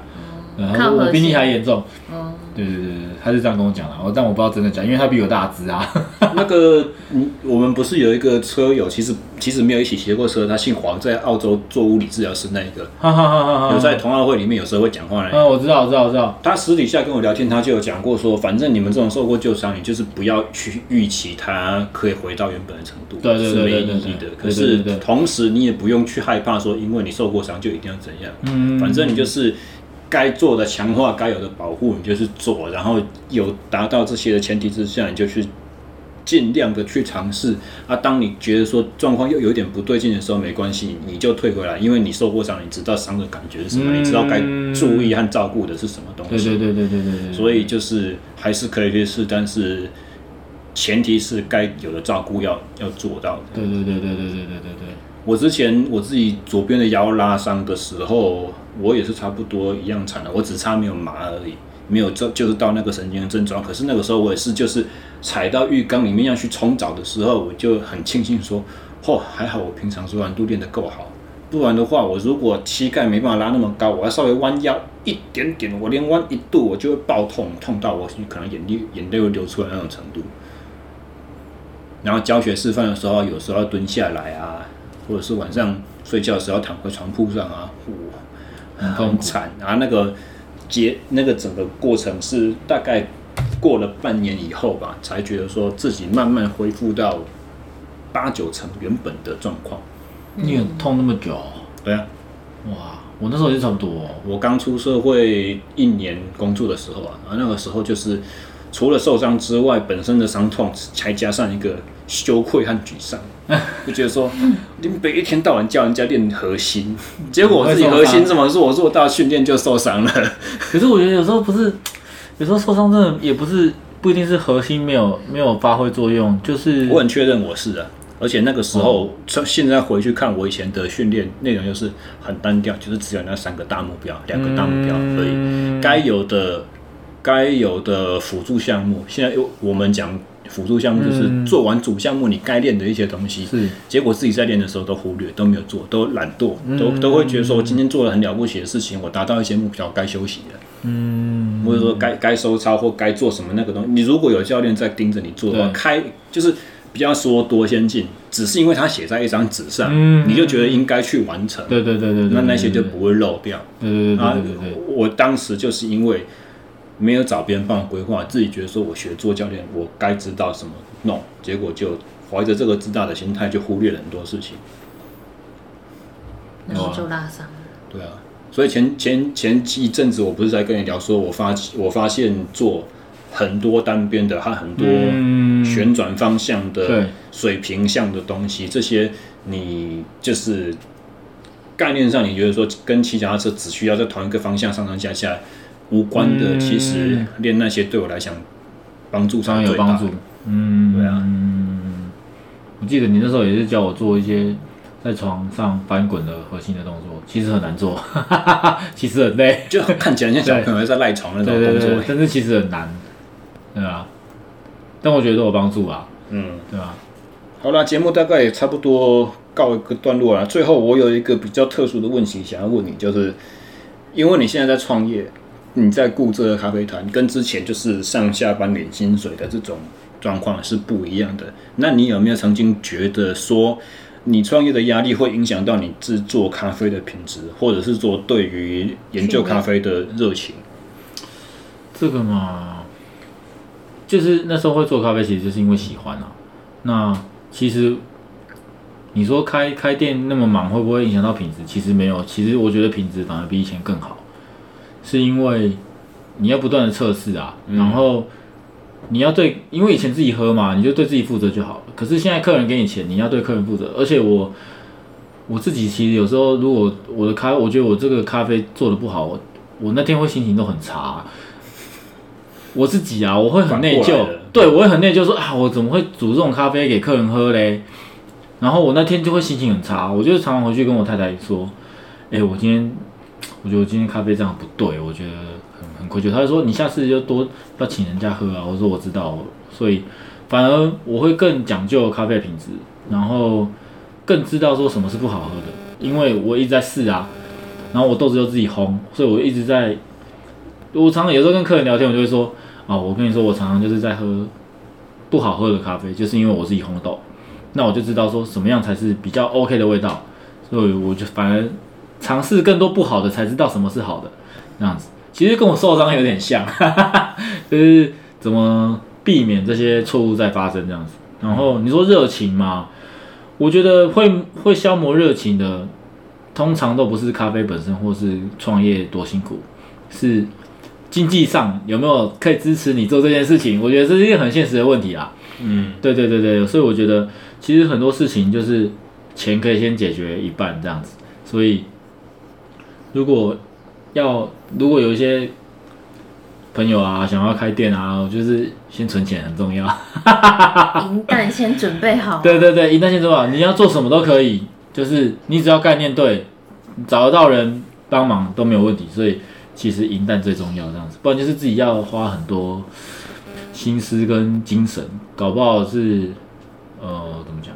[SPEAKER 3] 然后他
[SPEAKER 2] 哦靠
[SPEAKER 3] 说
[SPEAKER 2] 核
[SPEAKER 3] 我比你
[SPEAKER 2] 心
[SPEAKER 3] 还严重，
[SPEAKER 2] 嗯，
[SPEAKER 3] 对对对对，他是这样跟我讲的，我但我不知道真的假，因为他比我大只啊。
[SPEAKER 1] <laughs> 那个，嗯我们不是有一个车友，其实其实没有一起骑过车，他姓黄，在澳洲做物理治疗师那一个，
[SPEAKER 3] 哈哈哈哈
[SPEAKER 1] <laughs>
[SPEAKER 3] 哈！
[SPEAKER 1] 有
[SPEAKER 3] <laughs>
[SPEAKER 1] 在同好会里面有时候会讲话呢。
[SPEAKER 3] 嗯，我知道，我知道，我知道。
[SPEAKER 1] 他私底下跟我聊天，他就有讲过说，反正你们这种受过旧伤，你就是不要去预期它可以回到原本的程度，
[SPEAKER 3] 对对
[SPEAKER 1] 是
[SPEAKER 3] 对
[SPEAKER 1] 没
[SPEAKER 3] 对
[SPEAKER 1] 意
[SPEAKER 3] 对
[SPEAKER 1] 义的
[SPEAKER 3] 对。
[SPEAKER 1] 可
[SPEAKER 3] 对
[SPEAKER 1] 是
[SPEAKER 3] 对对
[SPEAKER 1] 同时你也不用去害怕说，因为你受过伤就一定要怎样，
[SPEAKER 3] 嗯
[SPEAKER 1] 反正你就是该做的强化，该有的保护，你就是做，然后有达到这些的前提之下，你就去尽量的去尝试。啊，当你觉得说状况又有点不对劲的时候，没关系，你就退回来，因为你受过伤，你知道伤的感觉是什么，
[SPEAKER 3] 嗯
[SPEAKER 1] 你知道该注意和照顾的是什么东
[SPEAKER 3] 对
[SPEAKER 1] 西。
[SPEAKER 3] 对对对对对对。
[SPEAKER 1] 所以就是还是可以去试，但是前提是该有的照顾要要做到的。
[SPEAKER 3] 对对对对对对对对对。
[SPEAKER 1] 我之前我自己左边的腰拉伤的时候，我也是差不多一样惨的，我只差没有麻而已，没有就就是到那个神经的症状。可是那个时候我也是就是踩到浴缸里面要去冲澡的时候，我就很庆幸说，嚯、还好我平常柔软度练得够好，不然的话，我如果膝盖没办法拉那么高，我要稍微弯腰一点点，我连弯一度我就会爆痛，痛到我可能眼泪眼泪会流出来那种程度。然后教学示范的时候，有时候要蹲下来啊，或者是晚上睡觉的时候躺回床铺上啊，哇，
[SPEAKER 3] 痛苦
[SPEAKER 1] 很惨啊！那个结那个整个过程是大概过了半年以后吧，才觉得说自己慢慢恢复到八九成原本的状况。
[SPEAKER 2] 嗯
[SPEAKER 3] 你很痛那么久哦、
[SPEAKER 1] 对啊，
[SPEAKER 3] 哇！我那时候也是差不多哦、
[SPEAKER 1] 我刚出社会一年工作的时候啊，然后那个时候就是除了受伤之外，本身的伤痛，还加上一个羞愧和沮丧， <laughs> 就觉得说，你们别一天到晚叫人家练核心，结果我自己核心怎么做做到训练就受伤了，
[SPEAKER 3] 可是我觉得有时候不是，有时候受伤真的也不是不一定是核心没有没有发挥作用，就是
[SPEAKER 1] 我很确认我是啊。而且那个时
[SPEAKER 3] 哦
[SPEAKER 1] 候，从现在回去看我以前的训练内容，就是很单调，就是只有那三个大目标、两个大目标而已。
[SPEAKER 3] 嗯
[SPEAKER 1] 该有的该有的辅助项目，现在又我们讲辅助项目就是
[SPEAKER 3] 嗯
[SPEAKER 1] 做完主项目你该练的一些东西，
[SPEAKER 3] 是
[SPEAKER 1] 结果自己在练的时候都忽略，都没有做，都懒惰，都
[SPEAKER 3] 嗯
[SPEAKER 1] 都会觉得说我今天做了很了不起的事情，我达到一些目标，该休息了。
[SPEAKER 3] 嗯，
[SPEAKER 1] 或者说该该收操或该做什么那个东西，你如果有教练在盯着你做的话，
[SPEAKER 3] 对
[SPEAKER 1] 开就是不要说多先进，只是因为他写在一张纸上，
[SPEAKER 3] 嗯
[SPEAKER 1] 你就觉得应该去完成，
[SPEAKER 3] 对对对对对，
[SPEAKER 1] 那那些就
[SPEAKER 3] 对
[SPEAKER 1] 不会漏掉。
[SPEAKER 3] 对对
[SPEAKER 1] 啊
[SPEAKER 3] 对对对，对，
[SPEAKER 1] 我当时就是因为没有找别人帮我规划，自己觉得说我学做教练，我该知道什么弄，结果就怀着这个自大的心态，就忽略了很多事情。
[SPEAKER 2] 然后就拉伤
[SPEAKER 3] <laughs>
[SPEAKER 2] 了，
[SPEAKER 1] 对啊，所以前前前一阵子我不是在跟你聊说，我发我发现做很多单边的和很多
[SPEAKER 3] 嗯
[SPEAKER 1] 旋转方向
[SPEAKER 3] 对
[SPEAKER 1] 的、水平向的东西，这些你就是概念上，你觉得说跟骑脚踏车只需要在同一个方向上上下下无关的，
[SPEAKER 3] 嗯
[SPEAKER 1] 其实练那些对我来讲帮助
[SPEAKER 3] 当
[SPEAKER 1] 上
[SPEAKER 3] 然有帮助，嗯，
[SPEAKER 1] 对啊
[SPEAKER 3] 嗯，我记得你那时候也是叫我做一些在床上翻滚的核心的动作，其实很难做，其实很累，
[SPEAKER 1] 就看起来像小朋友在赖床那种
[SPEAKER 3] 对
[SPEAKER 1] 动
[SPEAKER 3] 对
[SPEAKER 1] 作、
[SPEAKER 3] 对，但是其实很难，对啊。但我觉得都有帮助啊，
[SPEAKER 1] 嗯，
[SPEAKER 3] 对吧？
[SPEAKER 1] 好啦，节目大概也差不多告一个段落了。最后，我有一个比较特殊的问题想要问你，就是因为你现在在创业，你在顾这个咖啡团，跟之前就是上下班领薪水的这种状况是不一样的。那你有没有曾经觉得说，你创业的压力会影响到你制作咖啡的品质，或者是说对于研究咖啡的热情？
[SPEAKER 3] 这个嘛，就是那时候会做咖啡，其实就是因为喜欢啊。那其实你说开开店那么忙，会不会影响到品质？其实没有，其实我觉得品质反而比以前更好，是因为你要不断的测试啊，然后你要对，因为以前自己喝嘛，你就对自己负责就好了。可是现在客人给你钱，你要对客人负责，而且我。我自己其实有时候，如果我的咖，我觉得我这个咖啡做的不好，我我那天会心情都很差啊、我自己啊，我会很内
[SPEAKER 1] 反
[SPEAKER 3] 疚
[SPEAKER 1] 过来了，
[SPEAKER 3] 对我会很内疚说啊，我怎么会煮这种咖啡给客人喝嘞？然后我那天就会心情很差，我就常常回去跟我太太说，哎、我今天我觉得我今天咖啡这样不对，我觉得很很愧疚。她就说你下次就多要请人家喝啊。我说我知道，我所以反而我会更讲究咖啡品质，然后更知道说什么是不好喝的，因为我一直在试啊，然后我豆子又自己烘，所以我一直在。我常常有时候跟客人聊天，我就会说啊，我跟你说，我常常就是在喝不好喝的咖啡，就是因为我自己烘豆，那我就知道说什么样才是比较 OK 的味道，所以我就反而尝试更多不好的，才知道什么是好的，这样子。其实跟我受伤有点像， <laughs> 就是怎么避免这些错误再发生这样子。然后你说热情嘛，我觉得会会消磨热情的，通常都不是咖啡本身或是创业多辛苦，是经济上有没有可以支持你做这件事情。我觉得这是一个很现实的问题啦。
[SPEAKER 1] 嗯，
[SPEAKER 3] 对对对对，所以我觉得其实很多事情就是钱可以先解决一半这样子，所以如果要如果有一些朋友啊想要开店啊，我就是先存钱很重要。
[SPEAKER 2] 银弹先准备好，啊
[SPEAKER 3] 对对对，一旦先做好，你要做什么都可以，就是你只要概念对，找得到人帮忙都没有问题。所以其实银弹最重要，这样子，不然就是自己要花很多心思跟精神，搞不好是呃怎么讲，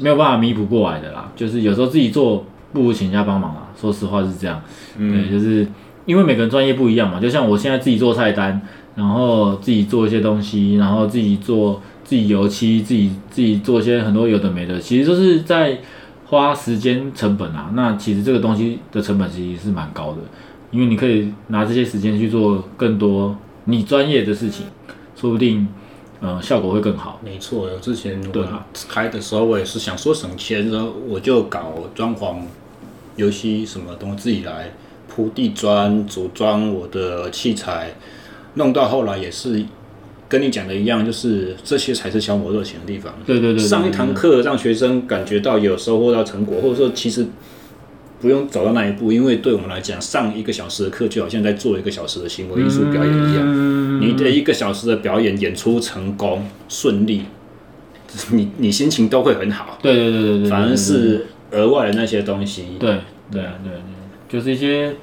[SPEAKER 3] 没有办法弥补过来的啦。就是有时候自己做不如请人家帮忙啊，说实话是这样。
[SPEAKER 1] 嗯
[SPEAKER 3] 对，就是因为每个人专业不一样嘛，就像我现在自己做菜单，然后自己做一些东西，然后自己做自己油漆，自己自己做一些很多有的没的，其实就是在花时间成本啊。那其实这个东西的成本其实是蛮高的，因为你可以拿这些时间去做更多你专业的事情，说不定呃效果会更好。
[SPEAKER 1] 没错，之前
[SPEAKER 3] 对
[SPEAKER 1] 我
[SPEAKER 3] 啊
[SPEAKER 1] 开的时候，我也是想说省钱，然后我就搞装潢、油漆什么东西自己来铺地砖、组装我的器材，弄到后来也是跟你讲的一样，就是这些才是消磨热情的地方。
[SPEAKER 3] 对对对对
[SPEAKER 1] 上一
[SPEAKER 3] 对
[SPEAKER 1] 堂课让学生感觉到有收获到成果，或者说其实不用走到那一步，因为对我们来讲，上一个小时的课就好像在做一个小时的行为艺术表演一样。你的一个小时的表演演出成功顺利， <laughs> 你你心情都会很好，
[SPEAKER 3] 对对对对对对，
[SPEAKER 1] 反而
[SPEAKER 3] 对
[SPEAKER 1] 是额外的那些东西。
[SPEAKER 3] 对对啊对啊对，就是一些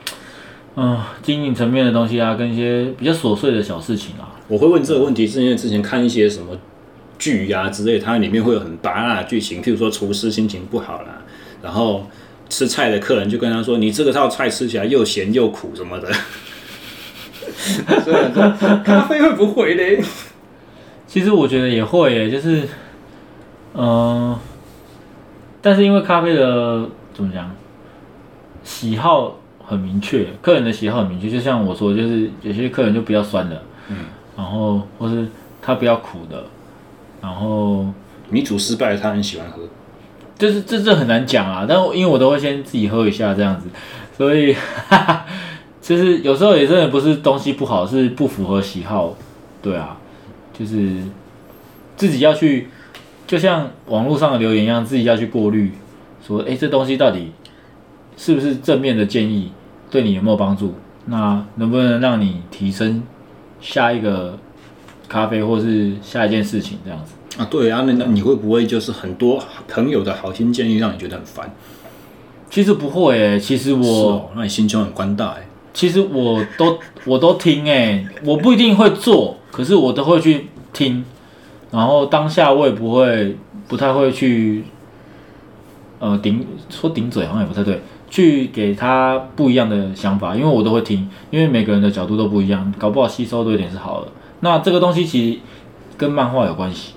[SPEAKER 3] 嗯、经营层面的东西啊，跟一些比较琐碎的小事情啊。
[SPEAKER 1] 我会问这个问题，是因为之前看一些什么剧呀、之类，它里面会有很拔辣的剧情，譬如说厨师心情不好啦，然后吃菜的客人就跟他说：“你这个道菜吃起来又咸又苦什么 <laughs> 的。”所以我 <laughs> 说啊咖啡会不会嘞？
[SPEAKER 3] 其实我觉得也会耶，就是嗯、呃但是因为咖啡的怎么讲，喜好很明确，客人的喜好很明确，就像我说，就是有些客人就不要酸的，嗯，然后或是他不要苦的，然后
[SPEAKER 1] 你煮失败了，他很喜欢喝。
[SPEAKER 3] 就是这这很难讲啊，但我因为我都会先自己喝一下这样子，所以就是有时候也真的不是东西不好，是不符合喜好，对啊，就是自己要去，就像网络上的留言一样，自己要去过滤，说诶这东西到底是不是正面的建议，对你有没有帮助？那能不能让你提升下一个咖啡或是下一件事情这样子？
[SPEAKER 1] 啊，对啊，那那你会不会就是很多朋友的好心建议让你觉得很烦？
[SPEAKER 3] 其实不会诶、其实我、
[SPEAKER 1] 是哦，那你心胸很宽大哎、
[SPEAKER 3] 其实我都我都听诶、我不一定会做，可是我都会去听，然后当下我也不会不太会去，呃顶说顶嘴好像也不太对，去给他不一样的想法，因为我都会听，因为每个人的角度都不一样，搞不好吸收多一点是好的。那这个东西其实跟漫画有关系，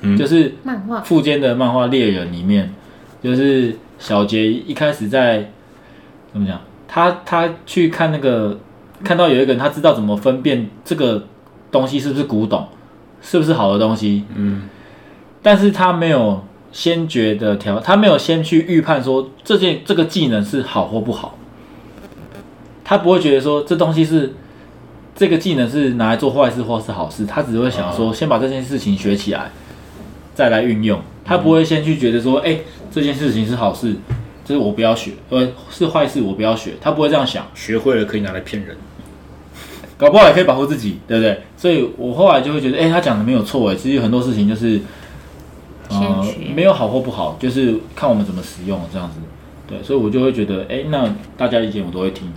[SPEAKER 1] 嗯
[SPEAKER 3] 就是
[SPEAKER 5] 漫画
[SPEAKER 3] 富坚的漫画《猎人》里面，就是小杰一开始在怎么讲？他他去看那个，看到有一个人，他知道怎么分辨这个东西是不是古董，是不是好的东西。嗯，但是他没有先觉的条，他没有先去预判说这件这个技能是好或不好。他不会觉得说这东西是这个技能是拿来做坏事或是好事，他只会想说先把这件事情学起来，再来运用。他不会先去觉得说，哎、这件事情是好事，就是我不要学，呃，是坏事我不要学。他不会这样想，
[SPEAKER 1] 学会了可以拿来骗人。
[SPEAKER 3] 搞不好也可以保护自己，对不对？所以我后来就会觉得，哎、他讲的没有错，哎，其实有很多事情就是，呃
[SPEAKER 2] 先学
[SPEAKER 3] 没有好或不好，就是看我们怎么使用这样子。对，所以我就会觉得，哎、那大家意见我都会听，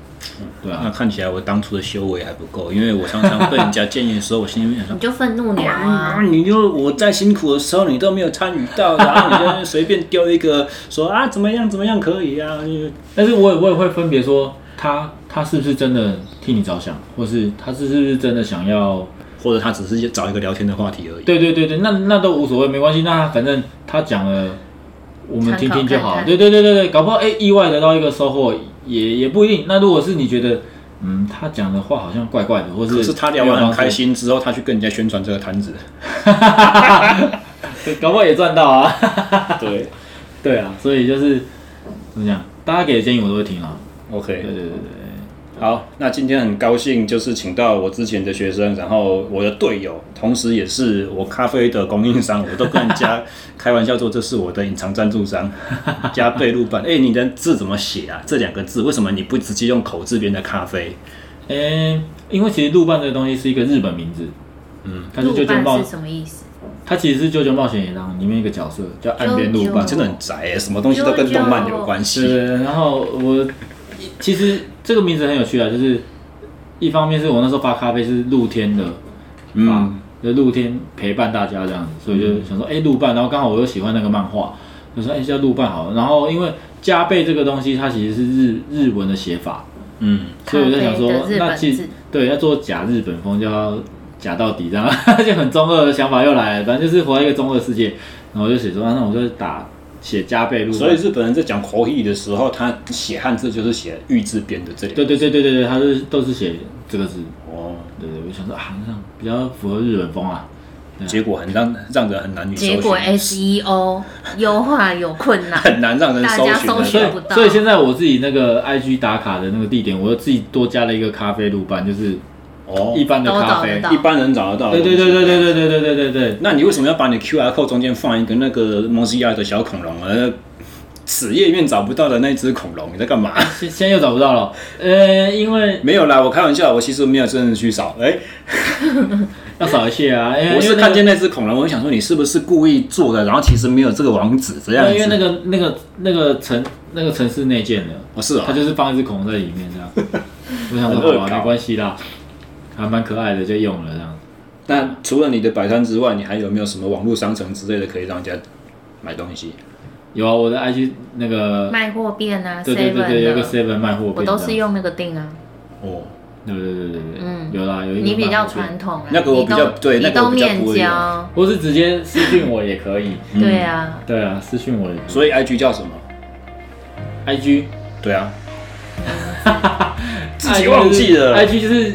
[SPEAKER 3] 对啊
[SPEAKER 1] 那。看起来我当初的修为还不够，因为我常常被人家建议的时候，我心里面想说
[SPEAKER 5] 你。
[SPEAKER 2] <laughs>
[SPEAKER 5] 就愤怒鸟啊！
[SPEAKER 3] <laughs>
[SPEAKER 1] 啊！你就我在辛苦的时候，你都没有参与到，然后你就随便丢一个说啊怎么样怎么样可以啊，你
[SPEAKER 3] 但是我也我也会分别说，他他是不是真的替你着想，或是他是是不是真的想要
[SPEAKER 1] 或者他只是找一个聊天的话题而已。
[SPEAKER 3] 对对对对，那那都无所谓，没关系。那反正他讲了，我们听听就
[SPEAKER 5] 参考
[SPEAKER 3] 好。
[SPEAKER 5] 看看
[SPEAKER 3] 对对对对对，搞不好哎、意外得到一个收获也也不一定。那如果是你觉得，嗯，他讲的话好像怪怪的，或
[SPEAKER 1] 可是他聊完很开
[SPEAKER 3] 心。
[SPEAKER 1] 心之后，他去跟人家宣传这个摊子，
[SPEAKER 3] 搞不好也赚到啊。 <laughs> 对，对啊，所以就是怎么讲，大家给的建议我都会听啊。对
[SPEAKER 1] <laughs>
[SPEAKER 3] <laughs>
[SPEAKER 1] OK，
[SPEAKER 3] 对对对，
[SPEAKER 1] 好，那今天很高兴，就是请到我之前的学生，然后我的队友，同时也是我咖啡的供应商，我都跟人家开玩笑说这是我的隐藏赞助商 <laughs> 加倍录版。哎、你的字怎么写啊？这两个字为什么你不直接用口字边的咖啡？
[SPEAKER 3] 哎、因为其实鹿伴这个东西是一个日本名字，嗯，它是
[SPEAKER 5] 鹿
[SPEAKER 3] 舅舅冒
[SPEAKER 5] 伴是，什么意思？
[SPEAKER 3] 它其实是舅舅冒险野狼里面一个角色叫岸边鹿
[SPEAKER 1] 哇，
[SPEAKER 3] 伴
[SPEAKER 5] 啾。
[SPEAKER 1] 真的很宅哎、什么东西都跟动漫有关
[SPEAKER 3] 对
[SPEAKER 1] 系。
[SPEAKER 3] 对，对然后我其实这个名字很有趣啊，就是一方面是我那时候发咖啡是露天的，
[SPEAKER 1] 嗯，
[SPEAKER 3] 就露天陪伴大家这样子，所以就想说，哎、鹿伴，然后刚好我又喜欢那个漫画，就说，哎、叫鹿伴好了。然后因为加倍这个东西，它其实是日日文的写法，
[SPEAKER 1] 嗯，
[SPEAKER 5] 啊
[SPEAKER 3] 所以我就想说
[SPEAKER 5] 咖啡的，日
[SPEAKER 3] 那
[SPEAKER 5] 本
[SPEAKER 3] 其实
[SPEAKER 5] 字
[SPEAKER 3] 对要做假日本风，就要假到底，这样 <laughs> 就很中二的想法又来了，反正就是活在一个中二世界。然后我就写说，啊那我就打写加倍鹿伴，
[SPEAKER 1] 所以日本人在讲口译的时候，他写汉字就是写玉字边的这
[SPEAKER 5] 嗯
[SPEAKER 1] 里。
[SPEAKER 3] 对对对对对对，他是都是写这个字。
[SPEAKER 1] 哦，
[SPEAKER 3] 对对，我就想说啊，那比较符合日本风啊。
[SPEAKER 1] 结果很让让人很难以搜寻啊
[SPEAKER 5] 结果 SEO 优化有困
[SPEAKER 3] <laughs>
[SPEAKER 5] 难，
[SPEAKER 1] 很难让人
[SPEAKER 5] 大
[SPEAKER 1] 搜
[SPEAKER 5] 家
[SPEAKER 1] 寻啊
[SPEAKER 5] 搜
[SPEAKER 1] 的。
[SPEAKER 5] 寻
[SPEAKER 3] 所以
[SPEAKER 5] 不到
[SPEAKER 3] 所以现在我自己那个 IG 打卡的那个地点，我又自己多加了一个咖啡路伴，就是
[SPEAKER 1] 哦，
[SPEAKER 3] 一般的
[SPEAKER 5] 都
[SPEAKER 3] 咖
[SPEAKER 5] 找得
[SPEAKER 3] 啡。
[SPEAKER 5] 到
[SPEAKER 1] 一。般人找得到。
[SPEAKER 3] 对对对对对对对对对对对。
[SPEAKER 1] 那你为什么要把你的 QR code 中间放一个那个 Mozilla 的小恐龙，而呃此页面找不到的那只恐龙？你在干
[SPEAKER 3] <laughs>
[SPEAKER 1] 嘛？
[SPEAKER 3] 现现在又找不到了，呃，因为
[SPEAKER 1] 没有啦，我开玩笑，我其实没有真的去扫。哎、
[SPEAKER 3] 要扫一下啊，因为
[SPEAKER 1] 我
[SPEAKER 3] 因
[SPEAKER 1] 是
[SPEAKER 3] 为那
[SPEAKER 1] 看
[SPEAKER 3] 个
[SPEAKER 1] 见那只恐龙，我就想说你是不是故意做的，然后其实没有这个网址这样子。
[SPEAKER 3] 因为那个那个那个城那个城市内建的，
[SPEAKER 1] 不是啊、
[SPEAKER 3] 他就是放一只恐龙在里面这样。我想
[SPEAKER 1] 很恶
[SPEAKER 3] 说好吧，
[SPEAKER 1] 搞
[SPEAKER 3] 没关系啦，还蛮可爱的，就用了这样。
[SPEAKER 1] 那除了你的摆摊之外，你还有没有什么网络商城之类的可以让人家买东西？
[SPEAKER 3] 有啊，我的 IG 那个，
[SPEAKER 5] 卖货店啊
[SPEAKER 3] 对对对对，有个
[SPEAKER 5] ，seven 啊，
[SPEAKER 3] Seven 卖货
[SPEAKER 5] 我
[SPEAKER 3] 便
[SPEAKER 5] 都
[SPEAKER 3] 当，
[SPEAKER 5] 是用那个订啊。
[SPEAKER 1] 哦，
[SPEAKER 3] 对对对对对，
[SPEAKER 5] 嗯
[SPEAKER 3] 有啦，有一个
[SPEAKER 5] 你比较
[SPEAKER 3] 卖货便
[SPEAKER 5] 传统啊，
[SPEAKER 1] 那个我比较
[SPEAKER 5] 你都
[SPEAKER 1] 对那
[SPEAKER 5] 你
[SPEAKER 1] 个我
[SPEAKER 5] 都
[SPEAKER 1] 比较
[SPEAKER 5] 面
[SPEAKER 1] 不一
[SPEAKER 5] 交
[SPEAKER 1] 样，
[SPEAKER 3] 或是直接私讯我也可以。
[SPEAKER 5] 对啊，
[SPEAKER 3] 对啊，私讯我也可以。
[SPEAKER 1] 嗯所以 IG 叫什么？
[SPEAKER 3] 以 IG
[SPEAKER 1] 对
[SPEAKER 3] <laughs>
[SPEAKER 1] 啊，自己忘记了
[SPEAKER 3] IG 就是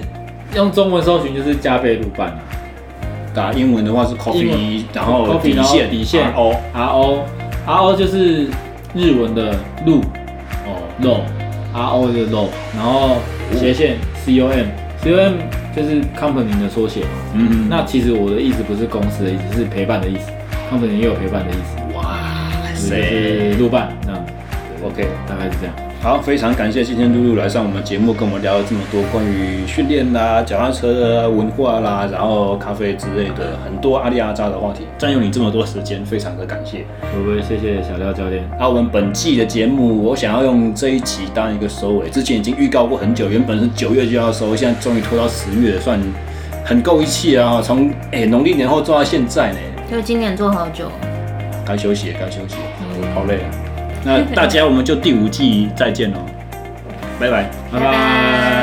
[SPEAKER 3] 用中文搜寻就是加倍路伴
[SPEAKER 1] 打英文的话是
[SPEAKER 3] 英
[SPEAKER 1] coffee，
[SPEAKER 3] 文
[SPEAKER 1] 然后
[SPEAKER 3] coffee，
[SPEAKER 1] 底
[SPEAKER 3] 然后
[SPEAKER 1] 线哦
[SPEAKER 3] 底线
[SPEAKER 1] RO
[SPEAKER 3] ，R O R O 就是日文的路
[SPEAKER 1] 哦，
[SPEAKER 3] 肉，R O 就是肉，然后斜线 C O M C O M 就是 company 的缩写嘛。
[SPEAKER 1] 嗯，
[SPEAKER 3] 那其实我的意思不是公司的意思，是陪伴的意思，company 也有陪伴的意思，
[SPEAKER 1] 哇
[SPEAKER 3] 就是
[SPEAKER 1] 塞
[SPEAKER 3] 路伴这样，
[SPEAKER 1] ，OK。
[SPEAKER 3] 大概是这样。
[SPEAKER 1] 好，非常感谢今天露露来上我们节目，跟我们聊了这么多关于训练啦、脚踏车啦、文化啦，然后咖啡之类的很多阿里阿扎的话题，占用你这么多时间，非常的感谢。
[SPEAKER 4] 会不会谢谢小廖教练？
[SPEAKER 1] 那我们本季的节目，我想要用这一集当一个收尾。之前已经预告过很久，原本是九月就要收，现在终于拖到十月了，算很够义气啊！从哎农历年后做到现在呢，
[SPEAKER 5] 就今年做好久，
[SPEAKER 1] 该休息了该休息了，我好累啊！那大家我们就第五季再见喽，拜拜。
[SPEAKER 5] 拜拜。